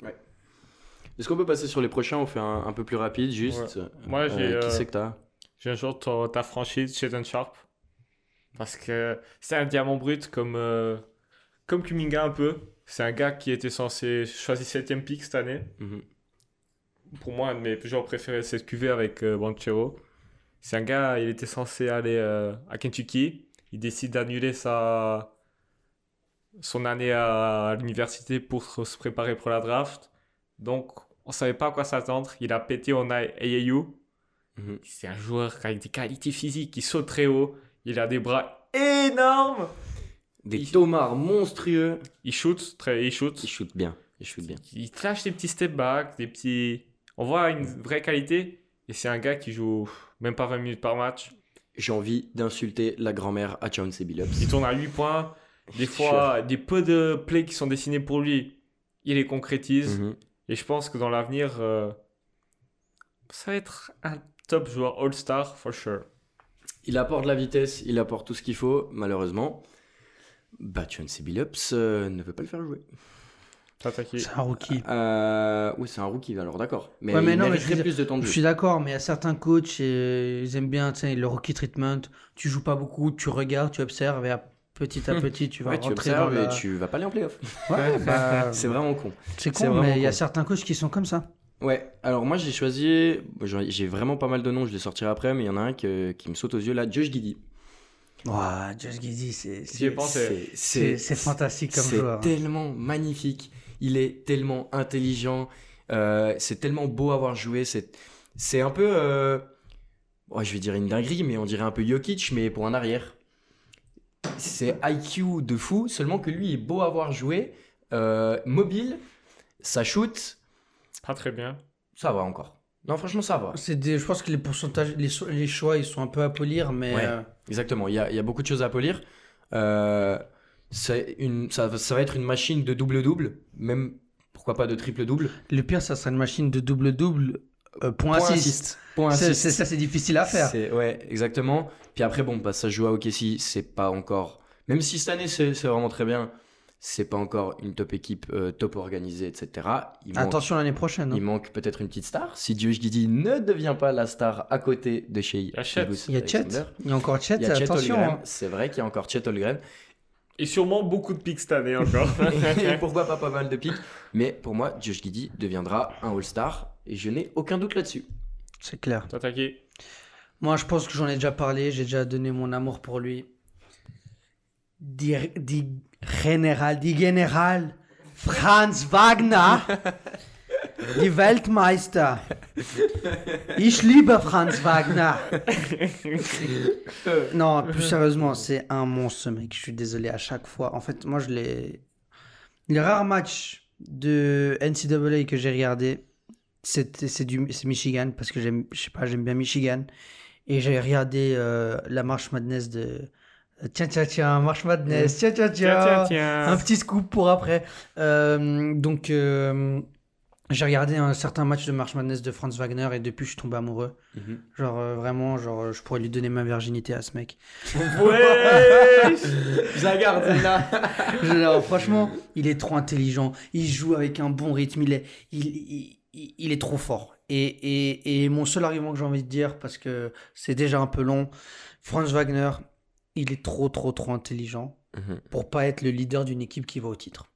S2: Est-ce qu'on peut passer sur les prochains On fait un, un peu plus rapide, juste.
S3: Moi, j'ai,
S2: Qui
S3: euh,
S2: c'est que t'as
S3: J'ai un jour t'as t'as franchi Sheldon Sharp. Parce que c'est un diamant brut comme, euh, comme Kuminga un peu. C'est un gars qui était censé choisir 7ème pick cette année.
S2: Mhm.
S3: Pour moi, un de mes joueurs préférés, c'est QV avec euh, Banchero. C'est un gars, il était censé aller euh, à Kentucky. Il décide d'annuler sa... son année à l'université pour se préparer pour la draft. Donc, on savait pas à quoi s'attendre. Il a pété en I- AAU.
S2: Mhm.
S3: C'est un joueur avec des qualités physiques, il saute très haut, il a des bras énormes.
S2: Des
S3: il-
S2: tomards monstrueux.
S3: Il shoot, très, il shoot.
S2: Il shoot bien. Il shoot bien.
S3: Il te lâche des petits step back, des petits. On voit une
S2: Mm.
S3: vraie qualité. Et c'est un gars qui joue même pas 20 minutes par match.
S2: J'ai envie d'insulter la grand-mère à John C. Billups.
S3: Il tourne à 8 points. Des
S2: C'est
S3: fois, des peu de plays qui sont dessinés pour lui, il les concrétise.
S2: Mhm.
S3: Et je pense que dans l'avenir, euh, ça va être un top joueur All-Star for sure.
S2: Il apporte la vitesse, il apporte tout ce qu'il faut, malheureusement. Bah, John C. Billups euh, ne veut pas le faire jouer.
S3: T'attaquer.
S4: C'est un rookie.
S2: Euh, oui, c'est un rookie, alors d'accord. Mais,
S4: Ouais, mais
S2: il
S4: non, mais
S2: mériterait
S4: je veux dire-
S2: plus de temps de
S4: Je
S2: jeu.
S4: suis d'accord, mais il y a certains coachs, euh, ils aiment bien tu sais, le rookie treatment. Tu joues pas beaucoup, tu regardes, tu observes et à- petit à petit, tu vas
S2: Ouais, tu
S4: rentrer
S2: observes
S4: dans la...
S2: et tu vas pas aller en playoff.
S4: Ouais, bah,
S2: C'est vraiment con.
S4: c'est
S2: c'est
S4: con,
S2: vraiment
S4: mais il y a
S2: con.
S4: certains coachs qui sont comme ça.
S2: Ouais, alors moi j'ai choisi, j'en- j'ai vraiment pas mal de noms, je les sortirai après, mais il y en a un que- qui me saute aux yeux là, Josh Giddy.
S4: Ouah, Josh Giddy, c'est
S3: J'y ai
S4: euh
S3: pensé.
S2: C'est-
S4: c'est- c'est fantastique comme
S2: C'est
S4: joueur. hein.
S2: tellement magnifique, il est tellement intelligent, Euh, c'est tellement beau à avoir joué. C'est, c'est un peu. euh, ouais, je vais dire une dinguerie, mais on dirait un peu Jokic, mais pour un arrière. C'est IQ de fou, seulement que lui est beau à avoir joué, euh, mobile, ça shoot,
S3: Pas très bien.
S2: ça va encore. Non, franchement, ça va.
S4: C'est des- je pense que les pourcentages, les, so- les choix, ils sont un peu à polir, mais
S2: Ouais.
S4: euh,
S2: Exactement, il y a, il y a beaucoup de choses à polir. Euh, c'est une, ça, ça va être une machine de double-double, même pourquoi pas de triple-double.
S4: le pire, ça serait une machine de double-double euh, point, assist.
S2: Point
S4: C'est-
S2: assist.
S4: c'est- ça, c'est difficile à faire.
S2: C'est- Ouais, exactement. Puis après, bon, bah, ça se joue à OKC, c'est pas encore. Même si cette année, c'est c'est vraiment très bien, c'est pas encore une top équipe, euh, top organisée, etc. Il manque,
S4: Attention l'année prochaine. hein.
S2: il manque peut-être une petite star. Si Dieu Guidi ne devient pas la star à côté de chez
S3: y a Chet.
S4: Il y a Chet, il y a encore Chet,
S2: Il y a Chet
S4: attention.
S2: Holmgren.
S4: hein.
S2: C'est vrai qu'il y a encore Chet Holmgren.
S3: Et sûrement beaucoup de pics cette année encore.
S2: et pourquoi pas pas mal de pics. Mais pour moi, Josh Giddy deviendra un All-Star et je n'ai aucun doute là-dessus.
S4: C'est clair.
S3: T'attaquer.
S4: Moi, je pense que j'en ai déjà parlé, j'ai déjà donné mon amour pour lui. Di, di- général, di général, Franz Wagner, die Weltmeister. Ich liebe Franz Wagner. non, plus sérieusement, c'est un monstre, ce mec. Je suis désolé à chaque fois. En fait, moi, je l'ai. Les rares matchs de NCAA que j'ai regardé, c'était- c'est du c'est Michigan parce que j'aime je sais pas j'aime bien Michigan et j'ai regardé euh, la marche madness de tiens tiens tiens marche madness tiens tiens tiens,
S3: Tiens, tiens,
S4: un
S3: tiens.
S4: petit scoop pour après Euh, donc euh, j'ai regardé un certain match de marche madness de Franz Wagner et depuis je suis tombé amoureux genre euh, vraiment genre euh, je pourrais lui donner ma virginité à ce mec
S3: Ouais
S2: J'agarde là.
S4: Je- alors, franchement, il est trop intelligent. Il joue avec un bon rythme. Il est, il, il- il- il est trop fort. Et, et- et mon seul argument que j'ai envie de dire, parce que c'est déjà un peu long, Franz Wagner, il est trop, trop, trop intelligent pour pas être le leader d'une équipe qui va au titre.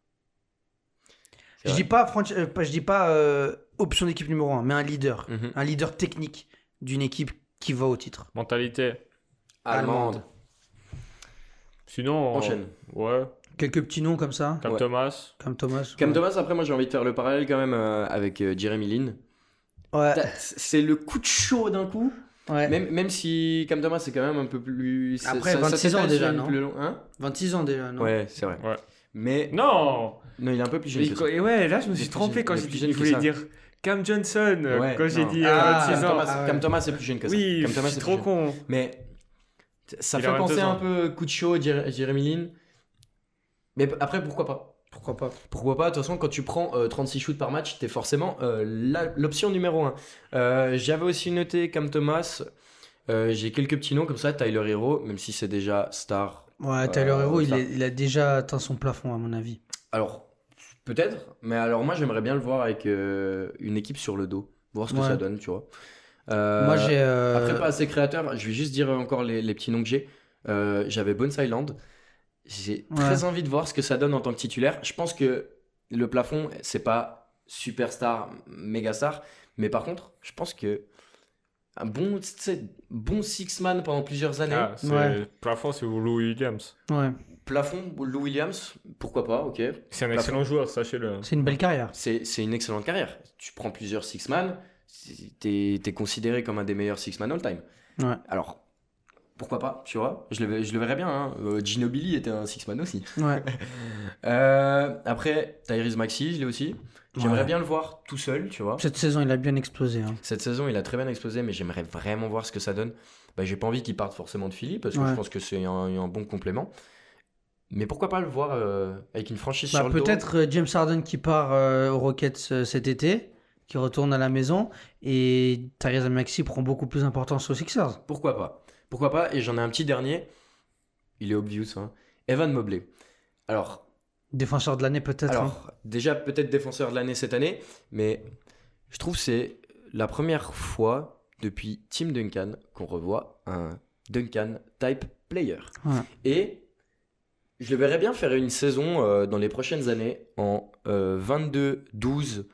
S2: C'est
S4: Je
S2: vrai.
S4: dis pas, franch- euh, pas- je dis pas euh, option d'équipe numéro 1, mais un leader.
S2: Mhm.
S4: Un leader technique d'une équipe qui va au titre.
S3: Mentalité.
S2: Allemande.
S3: Sinon. on-
S2: Enchaîne.
S3: Ouais.
S4: Quelques petits noms comme ça,
S3: Cam
S2: Ouais.
S3: Thomas.
S4: comme Thomas.
S2: Comme
S4: ouais.
S2: Thomas, après, moi j'ai envie de faire le parallèle quand même euh, avec euh, Jeremy Lin.
S4: Ouais,
S2: T'as- C'est le coup de chaud d'un coup.
S4: ouais.
S2: Même, même si Cam Thomas c'est quand même un peu plus. ça-
S4: Après,
S2: ça- ça
S4: 26 ans
S2: s'étale
S4: déjà,
S2: sur une
S4: non
S2: plus long- hein
S4: 26 ans déjà, non
S2: Ouais, c'est vrai.
S3: Ouais.
S2: Mais
S3: Non
S2: non, il est un peu plus jeune.
S3: Mais
S2: que
S3: co-
S2: ça.
S3: et ouais, là je me
S2: Il est
S3: suis
S2: plus
S3: trompé
S2: jeune-
S3: quand
S2: il est
S3: j'ai
S2: plus
S3: dit.
S2: jeune
S3: Je
S2: que
S3: voulais
S2: ça.
S3: dire Cam Johnson euh,
S2: Ouais,
S3: quand j'ai
S2: non.
S3: dit
S4: Ah,
S2: Cam
S3: 26 ans.
S2: Thomas,
S4: Ah ouais.
S2: Cam Thomas, c'est plus jeune que ça.
S3: Oui,
S2: Cam Thomas,
S3: je
S2: c'est
S3: suis
S2: plus
S3: trop
S2: jeune.
S3: con.
S2: Mais t- ça
S3: Il
S2: fait
S3: aurait
S2: penser
S3: deux
S2: un
S3: ans.
S2: peu coup de chaud, Jer- Jeremy Lin. Mais p- après, pourquoi pas
S4: Pourquoi pas
S2: Pourquoi pas De toute façon, quand tu prends euh, 36 shoots par match, t'es forcément euh, la- l'option numéro 1. J'avais aussi noté Cam Thomas. Euh, J'ai quelques petits noms comme ça. Tyler Hero, même si c'est déjà star.
S4: Ouais, Tyler
S2: Euh,
S4: Hero, il,
S2: ça.
S4: est- il a déjà atteint son plafond, à mon avis.
S2: Alors, peut-être. Mais alors, moi, j'aimerais bien le voir avec euh, une équipe sur le dos. Voir ce que
S4: Ouais.
S2: ça donne, tu vois. Euh,
S4: Moi, j'ai. euh,
S2: Après, pas assez créateur. Je vais juste dire encore les, les petits noms que j'ai. Euh, J'avais Bones Island. J'ai
S4: Ouais.
S2: très envie de voir ce que ça donne en tant que titulaire. Je pense que le plafond, c'est pas superstar, méga star. Mais par contre, je pense que un bon, tu sais, bon six-man pendant plusieurs années.
S3: Ah, c'est
S4: Ouais.
S3: plafond, c'est Lou Williams.
S4: Ouais,
S2: Plafond, Lou Williams, pourquoi pas, ok.
S3: C'est un
S2: Plafond.
S3: excellent joueur, sachez-le.
S4: c'est une belle carrière.
S2: C'est c'est une excellente carrière. Tu prends plusieurs six-man, c'est- t'es es considéré comme un des meilleurs six-man all-time.
S4: Ouais.
S2: Alors, pourquoi pas, tu vois je le, je le verrais bien. Hein. Euh, Ginobili était un six-man aussi.
S4: Ouais.
S2: Euh, après, Tyrese Maxi, je l'ai aussi. J'aimerais
S4: Ouais.
S2: bien le voir tout seul, tu vois.
S4: Cette saison, il a bien explosé. hein.
S2: Cette saison, il a très bien explosé, mais j'aimerais vraiment voir ce que ça donne. Bah, J'ai pas envie qu'il parte forcément de Philly, parce que
S4: Ouais.
S2: je pense que c'est un, un bon complément. Mais pourquoi pas le voir euh, avec une franchise
S4: Bah,
S2: sur le dos
S4: Peut-être euh, James Harden qui part euh, aux Rockets euh, cet été, qui retourne à la maison, et Theresa Maxi prend beaucoup plus d'importance aux Sixers.
S2: Pourquoi pas Pourquoi pas Et j'en ai un petit dernier. Il est obvious. Hein. Evan Mobley. Alors,
S4: Défenseur de l'année, peut-être. hein.
S2: alors déjà peut-être défenseur de l'année cette année, mais je trouve que c'est la première fois depuis Tim Duncan qu'on revoit un Duncan type player.
S4: Ouais.
S2: Et je le verrais bien faire une saison euh, dans les prochaines années en euh, 22-12.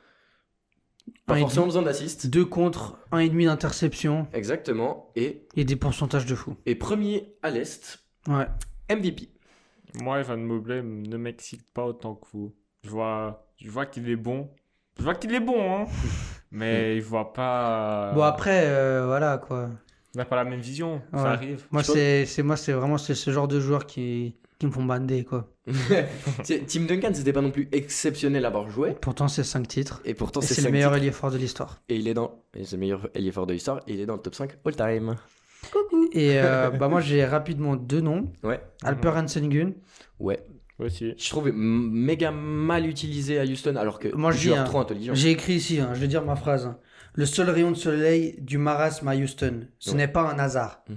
S2: Pas
S4: Un et
S2: forcément besoin d'assist.
S4: Deux contre, hein. un et demi d'interception,
S2: Exactement. Et,
S4: et des pourcentages de fou.
S2: et premier à l'Est,
S4: Ouais.
S2: MVP.
S3: Moi, Evan Mobley ne m'excite pas autant que vous. Je vois, je vois qu'il est bon, Je vois qu'il est bon, hein.
S2: Hmm.
S3: Mais il voit pas.
S4: Bon, après, euh, voilà quoi.
S3: Il n'a pas la même vision.
S4: Ouais.
S3: Ça arrive.
S4: Moi,
S2: Je pense-
S4: c'est c'est- moi, c'est vraiment c'est ce genre de joueurs qui, qui me font bander quoi.
S2: C'est- Tim Duncan, c'était pas non plus exceptionnel à avoir joué.
S4: Pourtant, c'est 5 titres.
S2: Et pourtant,
S4: Et
S2: c'est
S4: c'est le
S2: cinq
S4: meilleur
S2: titres.
S4: ailier fort de l'histoire.
S2: Et il est dans. et C'est le meilleur ailier fort de l'histoire. Et il est dans le top 5 all-time.
S4: Et euh, bah, moi, j'ai rapidement deux noms.
S2: Ouais.
S4: Alper Hansengun.
S2: Ouais.
S3: Aussi.
S2: Je trouve m- méga mal utilisé à Houston alors que
S4: Moi, je dis,
S2: joueur
S4: hein,
S2: trop intelligent.
S4: J'ai écrit ici, hein, je vais dire ma phrase. hein. Le seul rayon de soleil du marasme à Houston, ce
S2: Ouais.
S4: n'est pas un hasard.
S2: Mm.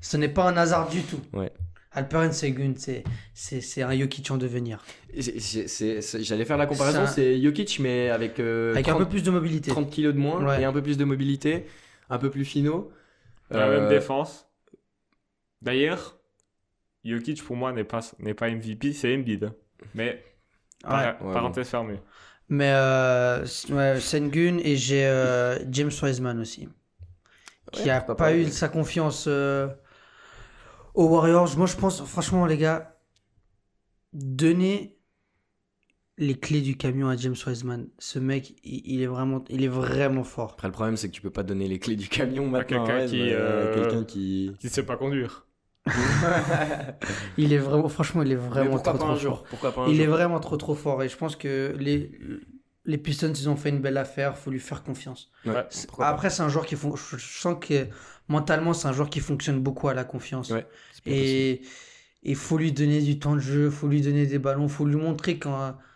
S4: Ce n'est pas un hasard du tout.
S2: Ouais.
S4: Alperen Segun, c'est c'est- c'est un Jokic en devenir.
S2: C'est- c'est- c'est- c'est- J'allais faire la comparaison,
S4: Ça-
S2: c'est Jokic mais avec, euh,
S4: Avec
S2: 30,
S4: un peu plus de mobilité.
S2: 30 kilos de moins
S4: Ouais.
S2: et un peu plus de mobilité, un peu plus finaux.
S3: Dans la
S2: Euh,
S3: Ah, même défense. D'ailleurs, Jokic pour moi n'est pas, n'est pas MVP, c'est Embiid. Mais,
S4: Ouais.
S3: par-
S2: Ouais,
S3: parenthèse fermée.
S4: Mais euh, s- ouais, Sengun et j'ai euh, James Wiseman aussi. Qui
S2: Ouais,
S4: a
S2: pourquoi
S4: pas,
S2: pas,
S4: eu
S2: ouais.
S4: sa confiance euh, aux Warriors. Moi, je pense, franchement, les gars, donner les clés du camion à James Wiseman. Ce mec, il, il est, vraiment, il est vraiment fort.
S2: Après, le problème, c'est que tu peux pas donner les clés du camion maintenant.
S3: quelqu'un
S2: ouais,
S3: qui,
S2: mais, euh,
S3: euh,
S2: quelqu'un qui.
S3: Qui ne sait pas conduire.
S4: Il est vraiment, franchement, il est
S2: Mais
S4: vraiment
S2: pourquoi
S4: trop,
S2: pas
S4: trop
S2: un jour
S4: fort.
S2: Pourquoi pas un
S4: Il
S2: jour
S4: est vraiment trop, trop fort. Et je pense que les, les Pistons, ils ont fait une belle affaire. Faut lui faire confiance.
S2: Ouais,
S4: C'est-
S2: pourquoi pas.
S4: Après, c'est un joueur qui fon- je je sens que mentalement, c'est un joueur qui fonctionne beaucoup à la confiance.
S2: Ouais, c'est pas possible.
S4: et il faut lui donner du temps de jeu, faut lui donner des ballons, faut lui montrer quand on-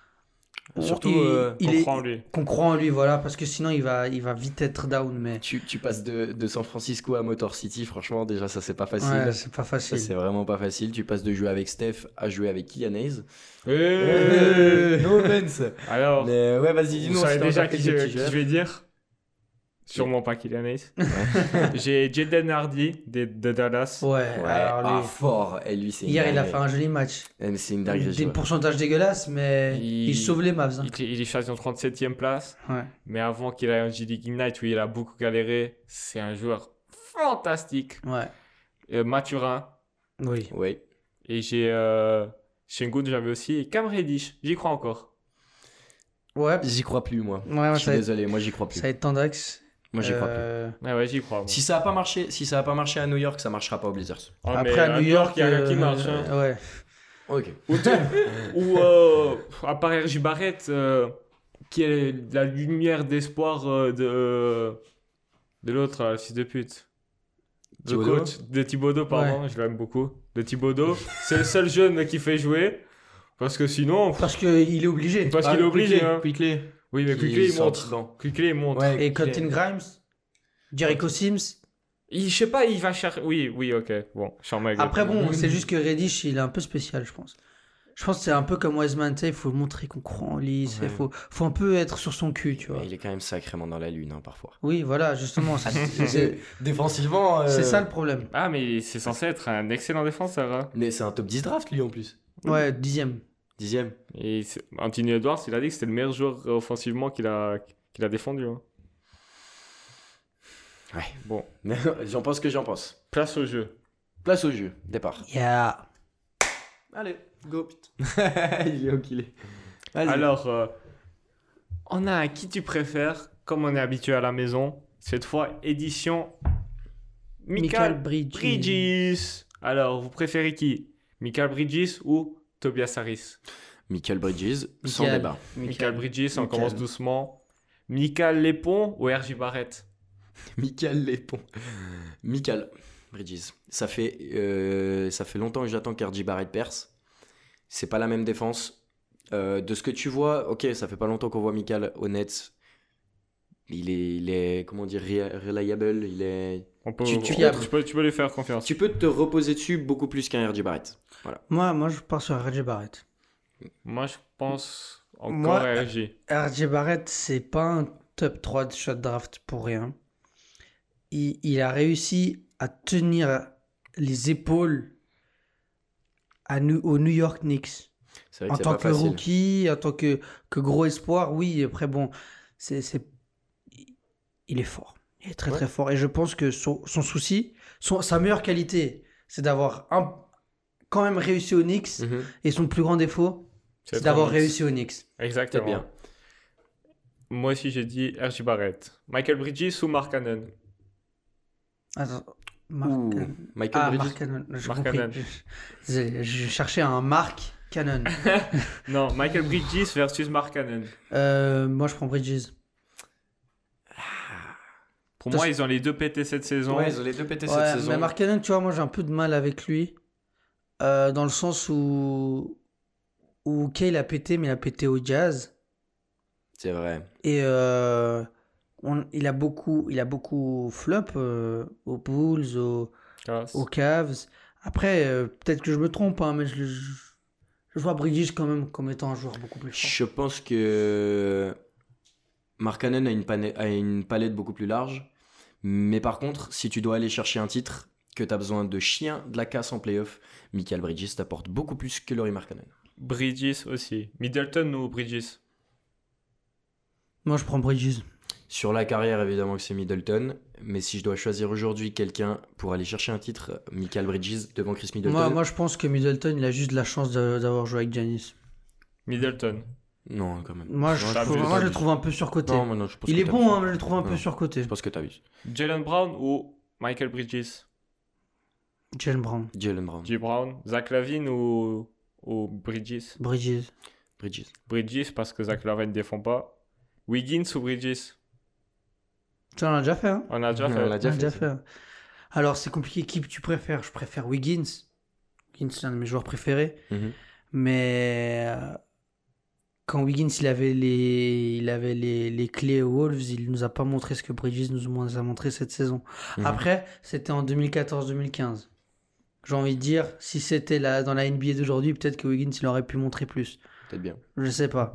S2: Surtout,
S4: Oh, il-
S2: euh,
S4: il
S3: On
S4: est-
S3: prend lui.
S4: qu'on croit en lui, voilà, parce que sinon il va, il va vite être down. Mais
S2: Tu, tu passes de, de San Francisco à Motor City, franchement, déjà, ça c'est pas facile.
S4: Ouais, c'est pas
S2: ça
S4: facile.
S2: c'est vraiment pas facile. Tu passes de jouer avec Steph à jouer avec Kylian Hayes.
S3: Hey
S2: no offense.
S3: Alors,
S2: Oh. Mais ouais, vas-y, dis-nous.
S3: vous
S2: si
S3: savez
S2: t'as
S3: déjà
S2: encore
S3: qui
S2: quelques
S3: je,
S2: petits
S3: qui
S2: jeux.
S3: je vais dire Sûrement pas Kylian Hayes. J'ai Jaden Hardy de, de Dallas.
S4: Ouais,
S2: Ouais,
S4: alors
S2: ah,
S4: lui,
S2: fort. Et lui, c'est une
S4: hier il a
S2: dinguerie.
S4: fait un joli match.
S2: Eh, mais C'est une dinguerie. ce
S4: Des
S2: joueur.
S4: pourcentages dégueulasses, mais il,
S3: Il-
S4: sauve les Mavs. hein.
S3: Il, il est chassé en 37ème place.
S4: Ouais.
S3: Mais avant qu'il aille en G-League Ignite où il a beaucoup galéré, c'est un joueur fantastique.
S4: ouais,
S3: Euh, Mathurin.
S4: oui.
S2: Ouais.
S3: Et j'ai euh, Shengun, j'avais aussi. Et Cam Reddish, j'y crois encore.
S4: Ouais, ouais,
S2: J'y crois plus, moi.
S4: moi,
S2: je suis
S4: Ah, ça, va être,
S2: désolé, moi j'y crois plus.
S4: ça va être Tandax.
S2: Moi j'y crois plus.
S4: Euh,
S3: Ah Ouais, ouais, j'y crois. moi.
S2: Si ça a pas marché, si ça a pas marché à New York, ça marchera pas aux Blazers.
S3: Ah, mais
S4: Après à New York,
S3: il y a rien qui
S4: euh,
S3: marche. hein.
S4: ouais.
S2: Ok.
S3: Ou euh, à part RJ Barrett, euh, qui est la lumière d'espoir euh, de, de l'autre, là, le fils de pute. De
S2: Thibodeau
S3: coach, de Thibodeau, pardon, je l'aime beaucoup. De Thibodeau, c'est le seul jeune qui fait jouer. Parce que sinon, pff,
S4: Parce qu'il est obligé. Bah,
S3: parce qu'il est obligé. hein.
S2: Quickly.
S3: Oui, mais Quickly, il monte. Quickly, il monte.
S2: Ouais,
S4: Et
S2: Quickly.
S4: Quentin Grimes, Jericho Sims.
S3: Il, je sais pas, il va chercher. Oui, oui, ok. Bon, je suis en mode-
S4: Après, bon, c'est juste que Reddish, il est un peu spécial, je pense. Je pense que c'est un peu comme Wiseman, tu sais, il faut montrer qu'on croit en lui, il
S2: Ouais.
S4: faut, faut un peu être sur son cul, tu vois.
S2: Mais il est quand même sacrément dans la lune hein, parfois.
S4: Oui, voilà, justement,
S2: Ah,
S4: c'est c'est-
S2: Défensivement. euh,
S4: c'est ça le problème.
S3: Ah, mais c'est censé être un excellent défenseur. Hein.
S2: Mais c'est un top 10 draft lui en plus.
S4: Ouais, dixième.
S2: Dixième.
S3: Et c'est- Anthony Edwards, il a dit que c'était le meilleur joueur euh, offensivement qu'il a, qu'il a défendu. hein.
S2: Ouais.
S3: Bon,
S2: j'en pense que j'en pense.
S3: place au jeu.
S2: Place au jeu. Départ.
S4: Yeah.
S2: Allez, go. il est où qu'il est. Vas-y.
S3: Alors, euh, on a un qui tu préfères, comme on est habitué à la maison. Cette fois, édition Michael
S4: Michael Bridges.
S3: Bridges. Alors, vous préférez qui Michael Bridges ou Tobias Harris
S2: Michael Bridges, sans
S4: Michael.
S2: débat.
S3: Michael Bridges, on
S4: Michael.
S3: commence doucement. Michael Lépon ou RJ Barrett
S2: Michael Lépon. Michael Bridges. Ça fait, euh, ça fait longtemps que j'attends qu'RJ Barrett perce. C'est pas la même défense. Euh, de ce que tu vois, ok, ça fait pas longtemps qu'on voit Michael au Nets. Il est, il est comment dire, re- reliable. Il est...
S3: on peut,
S2: Tu- tu-
S3: on peut- tu peux, tu peux lui faire confiance.
S2: Tu peux te reposer dessus beaucoup plus qu'un RJ Barrett.
S4: Moi, moi, je pars sur RJ Barrett.
S3: Moi, je pense encore
S4: Moi-
S3: à RJ.
S4: RJ Barrett, c'est pas un top 3 de shot draft pour rien. Il, il a réussi à tenir les épaules à nous, aux New York Knicks.
S2: C'est vrai
S4: En
S2: que c'est
S4: tant
S2: pas
S4: que
S2: facile.
S4: rookie, en tant que, que gros espoir, oui, après, bon, c'est, c'est- il est fort. Il est très,
S2: Ouais.
S4: très fort. Et je pense que son, son souci, son- sa meilleure qualité, c'est d'avoir un- quand même réussi aux Knicks.
S2: Mhm.
S4: Et son plus grand défaut, c'est d'avoir réussi aux Knicks.
S2: Peut-être
S3: Exactement.
S2: bien.
S3: Moi aussi, j'ai dit R.J. Barrett. Michael Bridges ou Mark Cannon
S4: Attends.
S2: Ouh,
S4: Mark...
S2: Michael
S4: Ah,
S2: Bridges.
S4: Mark Cannon. Je
S3: Mark
S4: compris.
S3: Cannon.
S4: Je- Désolé, je cherchais un Mark Cannon.
S3: Non, Michael Bridges versus Mark Cannon.
S4: Euh, moi, je prends Bridges.
S3: Pour
S4: T'as-
S3: moi, ils ont les deux pété cette saison.
S2: Ouais, ils ont les deux pété
S4: Ouais,
S2: cette saison.
S4: Mais Mark Cannon, tu vois, moi j'ai un peu de mal avec lui. euh, dans le sens où. Où Kale a pété, mais il a pété au jazz.
S2: C'est vrai.
S4: Et euh, on- il, a beaucoup, il a beaucoup flop euh, aux Bulls, aux,
S3: Classe.
S2: Oh.
S4: aux Cavs. Après, euh, peut-être que je me trompe, hein, mais je, je, je vois Bridges quand même comme étant un joueur beaucoup plus fort.
S2: Je pense que Mark Cannon a une, pane- a une palette beaucoup plus large. Mais par contre, si tu dois aller chercher un titre, que tu as besoin de chien, de la casse en playoff, Michael Bridges t'apporte beaucoup plus que Laurie Mark Cannon.
S3: Bridges aussi. Middleton ou Bridges
S4: Moi je prends Bridges.
S2: Sur la carrière, évidemment que c'est Middleton. Mais si je dois choisir aujourd'hui quelqu'un pour aller chercher un titre, Michael Bridges devant Chris Middleton.
S4: Moi, moi je pense que Middleton il a juste de la chance de- d'avoir joué avec Giannis.
S3: Middleton.
S2: Non, quand même.
S4: Moi je,
S3: Non,
S4: trouve-
S3: t'abuses,
S4: moi, je le
S2: t'abuses.
S4: trouve un peu surcoté.
S2: Non, mais non, je pense
S4: il
S2: que
S4: est
S2: t'as
S4: bon,
S2: vu.
S4: hein, mais je le trouve un peu
S2: Non.
S4: surcoté.
S2: Je pense que t'as vu.
S3: Jalen Brown ou Michael Bridges
S4: Jalen Brown.
S2: Jalen Brown.
S3: J. Brown. Zach Lavine ou, ou Bridges
S4: Bridges.
S2: Bridges.
S3: Bridges parce que Zach Lavine ne défend pas. Wiggins ou Bridges
S4: Tu en as déjà fait, hein
S3: On a déjà
S2: Non,
S3: fait.
S2: on l'a
S4: On l'a
S2: déjà fait.
S4: hein. Alors, c'est compliqué. Qui tu préfères Je préfère Wiggins. Wiggins, c'est un de mes joueurs préférés.
S2: Mhm.
S4: Mais euh, quand Wiggins, il avait, les, il avait les, les clés aux Wolves, il nous a pas montré ce que Bridges nous a montré cette saison.
S2: Mhm.
S4: Après, c'était en 2014-2015. J'ai envie de dire, si c'était là, dans la NBA d'aujourd'hui, peut-être que Wiggins, il aurait pu montrer plus.
S2: Peut-être bien.
S4: Je sais pas.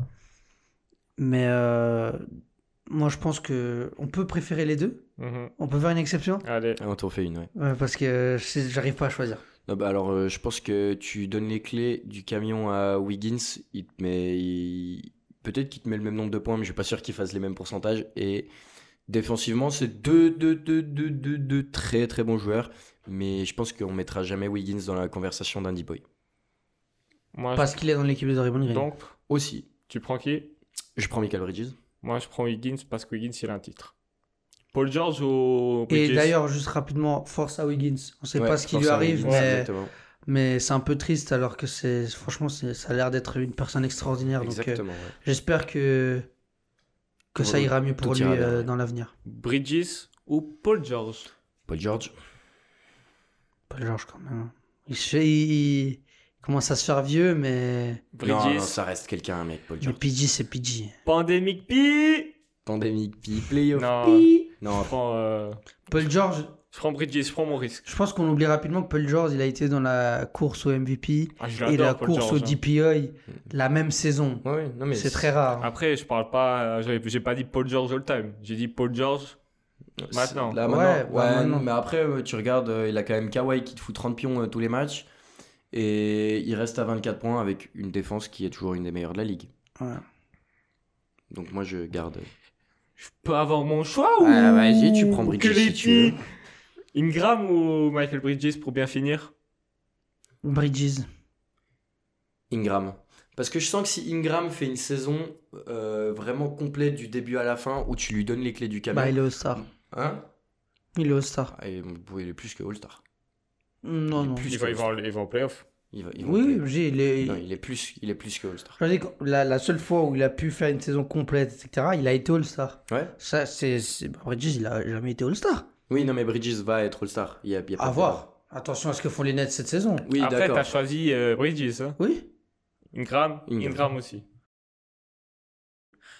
S4: Mais euh, moi, je pense que on peut préférer les deux.
S3: Mhm.
S4: On peut faire une exception
S3: Allez.
S2: Ah, On t'en fait une, ouais.
S4: Ouais, Parce que je- j'arrive pas à choisir.
S2: Non, bah alors, euh, je pense que tu donnes les clés du camion à Wiggins, il te met, il- peut-être qu'il te met le même nombre de points, mais je suis pas sûr qu'il fasse les mêmes pourcentages. Et défensivement, c'est deux, deux, deux, deux, deux, deux très très bons joueurs, mais je pense qu'on mettra jamais Wiggins dans la conversation d'Andy Boy.
S3: Moi, je-
S4: Parce qu'il est dans l'équipe de Draymond Green.
S3: Donc,
S2: Aussi,
S3: tu prends qui
S2: je prends Michael Bridges.
S3: Moi, je prends Wiggins parce que Wiggins, il a un titre. Paul George ou Bridges
S4: Et d'ailleurs, juste rapidement, force à Wiggins. On sait
S2: Ouais,
S4: pas ce qui
S2: force
S4: lui
S2: à
S4: arrive,
S2: Wiggins,
S4: mais,
S2: exactement.
S4: mais c'est un peu triste alors que c'est franchement, c'est- ça a l'air d'être une personne extraordinaire. Donc euh,
S2: Exactement, ouais.
S4: j'espère que, que ça
S2: Ouais,
S4: ira mieux pour
S2: tout
S4: lui
S2: ira bien,
S4: euh,
S2: ouais.
S4: dans l'avenir.
S3: Bridges ou Paul George
S2: Paul George.
S4: Paul George, quand même. Il, se fait- il- il commence à se faire vieux, mais,
S3: Bridges.
S2: Non, non, ça reste quelqu'un, mec, Paul
S4: mais
S2: George.
S4: PG, c'est PG.
S3: Pandemic P
S2: Pandemic, puis playoff.
S3: Non,
S2: Non,
S3: je prends, euh,
S4: Paul George,
S3: je prends Bridges, je prends mon risque.
S4: Je pense qu'on oublie rapidement que Paul George, il a été dans la course au MVP
S3: Ah, je
S4: et
S3: l'adore,
S4: la
S3: Paul
S4: course
S3: George,
S4: au
S3: hein.
S4: DPI la même saison.
S2: ouais, ouais, non, mais
S4: c'est très rare.
S3: Après, je parle pas. euh, j'ai- J'ai pas dit Paul George all time. J'ai dit Paul George. Maintenant.
S2: C'est- Là,
S4: Ouais,
S2: maintenant.
S4: ouais, maintenant.
S2: Mais après, euh, tu regardes, euh, il a quand même Kawhi qui te fout 30 pions euh, tous les matchs. Et il reste à 24 points avec une défense qui est toujours une des meilleures de la ligue.
S4: Ouais.
S2: Donc moi, je garde.
S3: Je peux avoir mon choix ou.
S2: Ah, vas-y, tu prends
S3: ou
S2: Bridges
S3: que les
S2: si tu veux.
S3: petits Ingram ou Michael Bridges pour bien finir
S4: Bridges.
S2: Ingram. Parce que je sens que si Ingram fait une saison euh, vraiment complète du début à la fin, où tu lui donnes les clés du camion.
S4: Bah, il est All-Star.
S2: Hein
S4: Il est All-Star.
S2: Ah, et, bon, il est plus que All-Star.
S4: Non,
S2: Il est
S4: non.
S2: plus
S3: il
S2: que
S3: va, il,
S2: All-Star.
S3: va, en- il va en playoff.
S2: Il va- il va-
S4: Oui, j'ai- il est.
S2: Non, il est plus, il est plus que All-Star.
S4: Je veux dire que la, la seule fois où il a pu faire une saison complète, etc., il a été All-Star.
S2: Ouais.
S4: Ça, c'est. c'est- bah, Bridges, il a jamais été All-Star.
S2: Oui, non, mais Bridges va être All-Star. Il y a, il y a pas
S4: À
S2: de débat.
S4: voir. Attention à ce que font les Nets cette saison.
S2: Oui,
S3: Après,
S2: d'accord.
S3: t'as choisi euh, Bridges. hein.
S4: Oui.
S3: Ingram,
S2: Ingram.
S3: Ingram, aussi.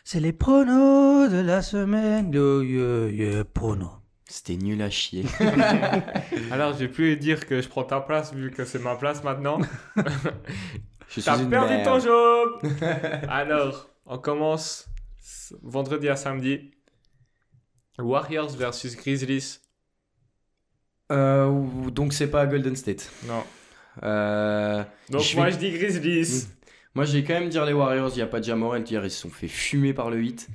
S4: C'est les pronos de la semaine. Oh, yeah, yeah, pronos.
S2: C'était nul à chier.
S3: Alors, j'ai pu dire que je prends ta place vu que c'est ma place maintenant.
S2: Je suis
S3: T'as
S2: une
S3: perdu
S2: merde.
S3: ton job Alors, on commence s- vendredi à samedi. Warriors versus Grizzlies.
S2: Euh, ou- donc c'est pas à Golden State.
S3: Non.
S2: Euh,
S3: Donc,
S2: Je
S3: moi,
S2: vais- Hmm.
S3: je dis Grizzlies.
S2: moi j'ai quand même dire les Warriors, il y a pas de Jamorant hier, ils se sont fait fumer par le 8.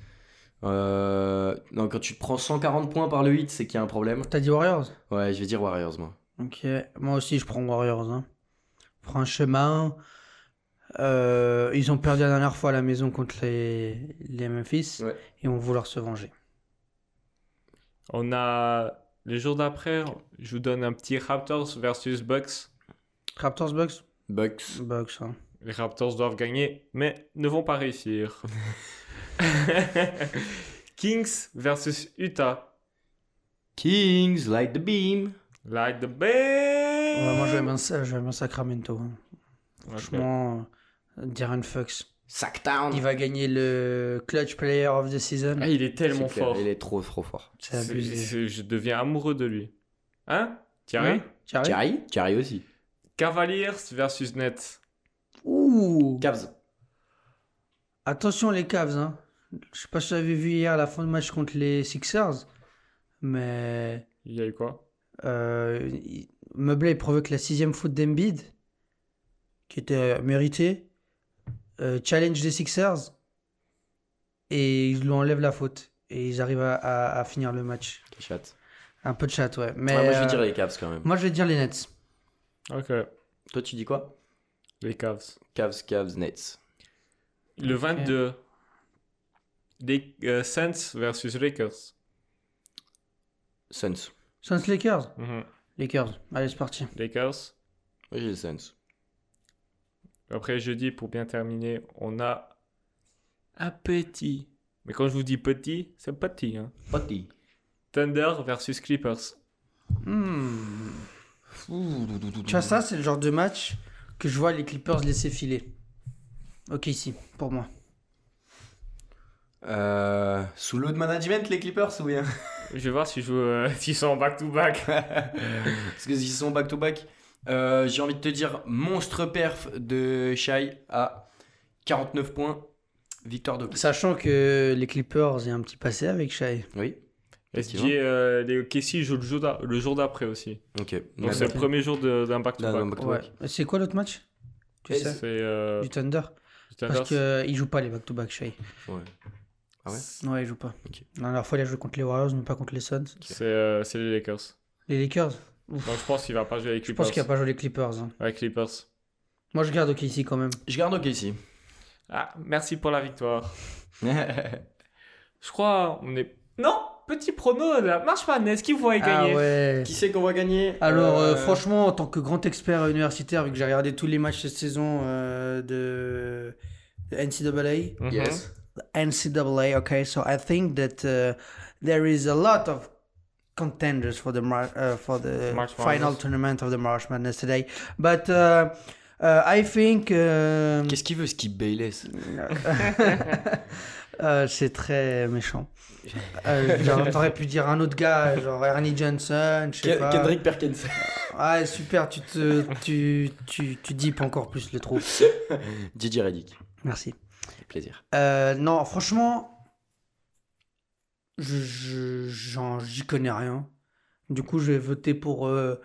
S2: Euh, non, quand tu te prends 140 points par le 8, c'est qu'il y a un problème.
S4: T'as dit Warriors
S2: Ouais, je vais dire Warriors moi.
S4: Ok, moi aussi je prends Warriors. Hein. Je prends un chemin. Euh, ils ont perdu la dernière fois à la maison contre les, les Memphis
S2: Ouais.
S4: et vont vouloir se venger.
S3: On a les jours d'après, je vous donne un petit Raptors versus Bucks.
S4: Raptors Bucks
S2: Bucks.
S4: Bucks. hein.
S3: Les Raptors doivent gagner, mais ne vont pas réussir. Kings versus Utah.
S2: Kings, light the beam.
S3: Light the
S4: Ouais,
S3: beam.
S4: moi, j'aime bien, ça- j'aime bien Sacramento. hein. Franchement, euh, Darren Fox.
S2: Sacktown.
S4: Il va gagner le Clutch Player of the Season.
S3: Ah, il est tellement
S2: C'est clair,
S3: fort.
S2: Il est trop, trop fort.
S4: C'est
S3: C'est-
S4: abusé.
S3: c'est- je deviens amoureux de lui. Hein Thierry
S4: Hein Tu arrives
S2: Thierry Thierry aussi.
S3: Cavaliers versus Nets.
S4: Ouh
S2: Cavs.
S4: Attention les Cavs. Hein. Je sais pas si vous avez vu hier la fin de match contre les Sixers, mais
S3: Il y a eu quoi
S4: euh, il- Mobley provoque la sixième faute d'Embiid, qui était méritée. Euh, challenge des Sixers, et ils lui enlèvent la faute. Et ils arrivent à, à- à finir le match.
S2: Chat.
S4: Un peu de chat, ouais. Mais,
S2: moi, je vais
S4: euh,
S2: dire les Cavs quand même.
S4: moi, je vais dire les Nets.
S3: Ok.
S2: Toi, tu dis quoi
S3: Les Cavs.
S2: Cavs, Cavs, Nets.
S3: Le
S4: Ok.
S3: 22. Les euh, Suns versus Lakers.
S2: Suns.
S4: Suns Lakers
S3: Mhm.
S4: Lakers. Allez, c'est parti.
S3: Lakers.
S2: Moi, j'ai les Suns.
S3: Après jeudi, pour bien terminer, on a un petit. Mais quand je vous dis petit, c'est petit. Hein.
S2: Potty.
S3: Thunder versus Clippers.
S4: Hmm. Tu vois, ça, c'est le genre de match que je vois les Clippers laisser filer. Ok, ici, pour moi.
S2: Euh, sous l'eau de management, les Clippers ou bien
S3: Je vais voir si je euh, s'ils sont en back-to-back.
S2: Parce que s'ils sont back-to-back, euh, j'ai envie de te dire monstre perf de Shai à 49 points, victoire de plus.
S4: Sachant que les Clippers, il y a un petit passé avec Shai.
S2: Oui,
S3: SG, euh, les Casey jouent le jour d'a- le jour d'après aussi.
S2: ok. Bah,
S3: Donc c'est le premier jour de- d'un back-to-back.
S4: Ouais. C'est quoi l'autre match Tu
S2: Et
S4: sais
S3: C'est euh,
S4: Du Thunder
S3: du Thunder.
S4: Parce qu'ils jouent pas les back-to-back Shai.
S2: Ah ouais
S4: Ouais, ils jouent pas.
S2: Ok.
S4: La dernière fois, il a joué contre les Warriors, mais pas contre les Suns.
S3: C'est euh, c'est les Lakers.
S4: Les Lakers
S3: Donc je pense qu'il va pas jouer avec
S4: Je
S3: Clippers.
S4: pense qu'il a pas joué les Clippers. hein.
S3: Avec Clippers.
S4: Moi, je garde OK ici quand même.
S2: Je garde ok ici.
S3: Ah, merci pour la victoire.
S2: ouais,
S3: Je crois on est. Non, petit prono là. Marchman, est-ce qu'il voit
S4: Ah
S3: gagner
S4: ouais.
S2: Qui c'est qu'on va gagner
S4: Alors, euh, franchement, en tant que grand expert universitaire, vu que j'ai regardé tous les matchs cette saison euh, de, de NCAA,
S3: Mhm.
S2: Yes.
S4: NCAA, okay, so I think that uh, there is a lot of contenders for the mar- uh, for the
S3: March
S4: final
S3: Madness.
S4: tournament of the March Madness today, but uh, uh, I think. um,
S2: Qu'est-ce qu'il veut, Skip Bayless
S4: Euh, c'est très méchant. Euh, genre, T'aurais pu dire un autre gars, genre Ernie Johnson, je sais
S2: Ke-
S4: pas.
S2: Kendrick Perkins.
S4: Ah super, tu te, tu, tu, tu deep encore plus le trou.
S2: DJ Reddick.
S4: Merci.
S2: Plaisir.
S4: Euh, non, franchement, je, je- j'en- j'y connais rien. Du coup, je vais voter pour euh,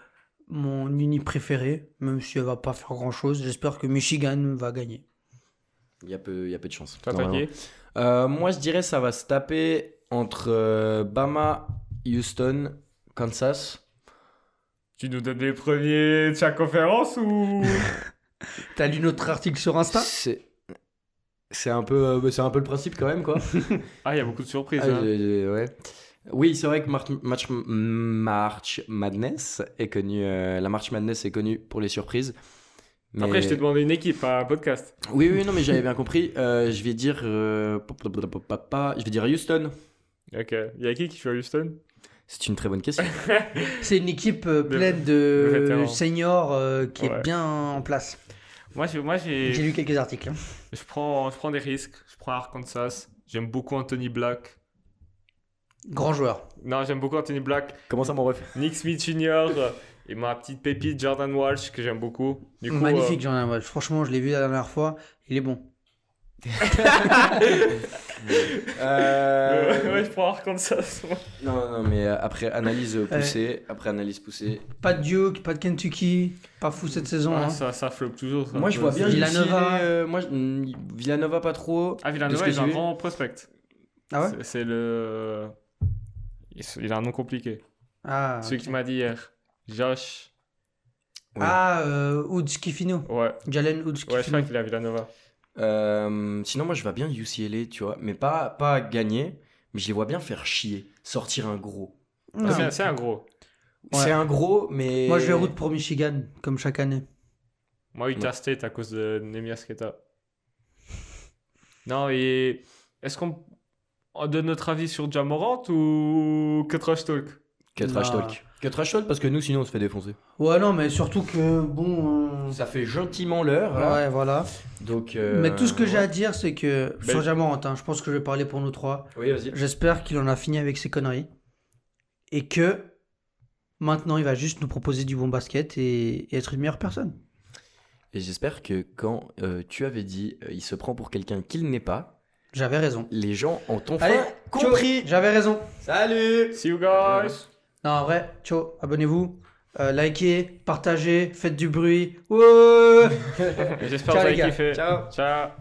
S4: mon uni préféré, même si elle va pas faire grand chose. J'espère que Michigan va gagner.
S2: Il y, a peu- il y a peu de chance.
S3: Toi, t'as
S2: normalement.
S3: qui
S2: Euh, moi, je dirais ça va se taper entre euh, Bama, Houston, Kansas.
S3: Tu nous donnes les premiers de chaque conférence ou
S4: T'as lu notre article sur Insta
S2: C'est c'est un peu euh, c'est un peu le principe quand même quoi.
S3: Ah, il y a beaucoup de surprises.
S2: Ah,
S3: hein.
S2: j'ai- j'ai- ouais. Oui, c'est vrai que Mar- March, March Madness est connu euh, la March Madness est connue pour les surprises. Mais-
S3: Après, je t'ai demandé une équipe, pas un podcast.
S2: Oui oui non mais j'avais bien compris. Euh, je vais dire euh, pop- pop- pop- pop- pop- pop- je vais dire Houston.
S3: Ok. Il y a qui qui joue à Houston
S2: C'est une très bonne question.
S4: C'est une équipe euh,
S3: De-
S4: pleine
S3: de
S4: de,
S3: vétérans.
S4: seniors euh, qui
S3: Ouais.
S4: est bien en place.
S3: Moi, je, moi
S4: J'ai
S3: j'ai,
S4: lu quelques articles. hein.
S3: je, prends, je prends des risques. Je prends Arkansas. J'aime beaucoup Anthony Black.
S4: Grand joueur.
S3: Non, j'aime beaucoup Anthony Black.
S2: Comment ça mon ref
S3: Nick Smith Jr. euh, et ma petite pépite Jordan Walsh que j'aime beaucoup. Du coup,
S4: Magnifique, Jordan Walsh. Franchement, je l'ai vu la dernière fois. Il est bon.
S3: euh,
S2: Euh,
S3: ouais, je prends Arkansas. moi.
S2: Non non mais euh, après analyse poussée après analyse poussée.
S4: Pas de Duke, pas de Kentucky. Pas fou cette saison.
S3: Ah,
S4: hein.
S3: ça, ça floppe toujours. ça.
S2: Moi je vois bien
S4: Villanova.
S2: réussir, euh, moi je- mm, Villanova pas trop.
S3: Ah,
S2: de ce que
S3: Villanova, il
S2: j'ai
S3: a un
S2: vu.
S3: grand prospect.
S4: Ah ouais
S3: c'est, c'est le. Il il a un nom compliqué.
S4: Ah,
S3: Celui
S4: ok.
S3: qui m'a dit hier. Josh.
S2: Oui.
S4: Ah, euh, Ouds Kifino.
S3: Ouais,
S4: Jalen Ouds
S3: ouais je
S4: Kifino.
S3: crois qu'il est à Villanova.
S2: Euh, sinon, moi, je vois bien UCLA, tu vois, mais pas, pas gagner, mais je les vois bien faire chier, sortir un gros.
S4: Non.
S3: C'est un- C'est un gros.
S4: Ouais.
S2: C'est un gros, mais.
S4: Moi, je vais route pour Michigan, comme chaque année.
S3: Moi, Utah
S2: Ouais.
S3: State à cause de Nemias Keta. Non, et est-ce qu'on on donne notre avis sur Jamorant ou que trash talk
S2: Que trash
S4: Non.
S2: talk. Que trash talk, parce que nous, sinon, on se fait défoncer.
S4: Ouais, non, mais surtout que, bon... euh,
S2: Ça fait gentiment l'heure. là.
S4: Ouais, voilà.
S2: Donc. euh,
S4: Mais tout ce que j'ai à
S2: ouais.
S4: dire, c'est que...
S3: Ben-
S4: Sur Jamorant, hein, je pense que je vais parler pour nous trois.
S2: Oui, vas-y.
S4: J'espère qu'il en a fini avec ses conneries. Et que... Maintenant, il va juste nous proposer du bon basket et, et être une meilleure personne.
S2: Et j'espère que quand euh, tu avais dit euh, il se prend pour quelqu'un qu'il n'est pas,
S4: J'avais raison.
S2: les gens en ont
S4: Allez,
S2: enfin compris.
S4: Ciao, J'avais raison.
S2: Salut
S3: See you
S2: Euh,
S3: guys
S4: Non, en vrai, ciao, abonnez-vous, euh, likez, partagez, faites du bruit. Ouais Ciao,
S3: J'espère que
S4: les
S3: vous avez
S4: gars.
S3: kiffé.
S2: Ciao.
S3: Ciao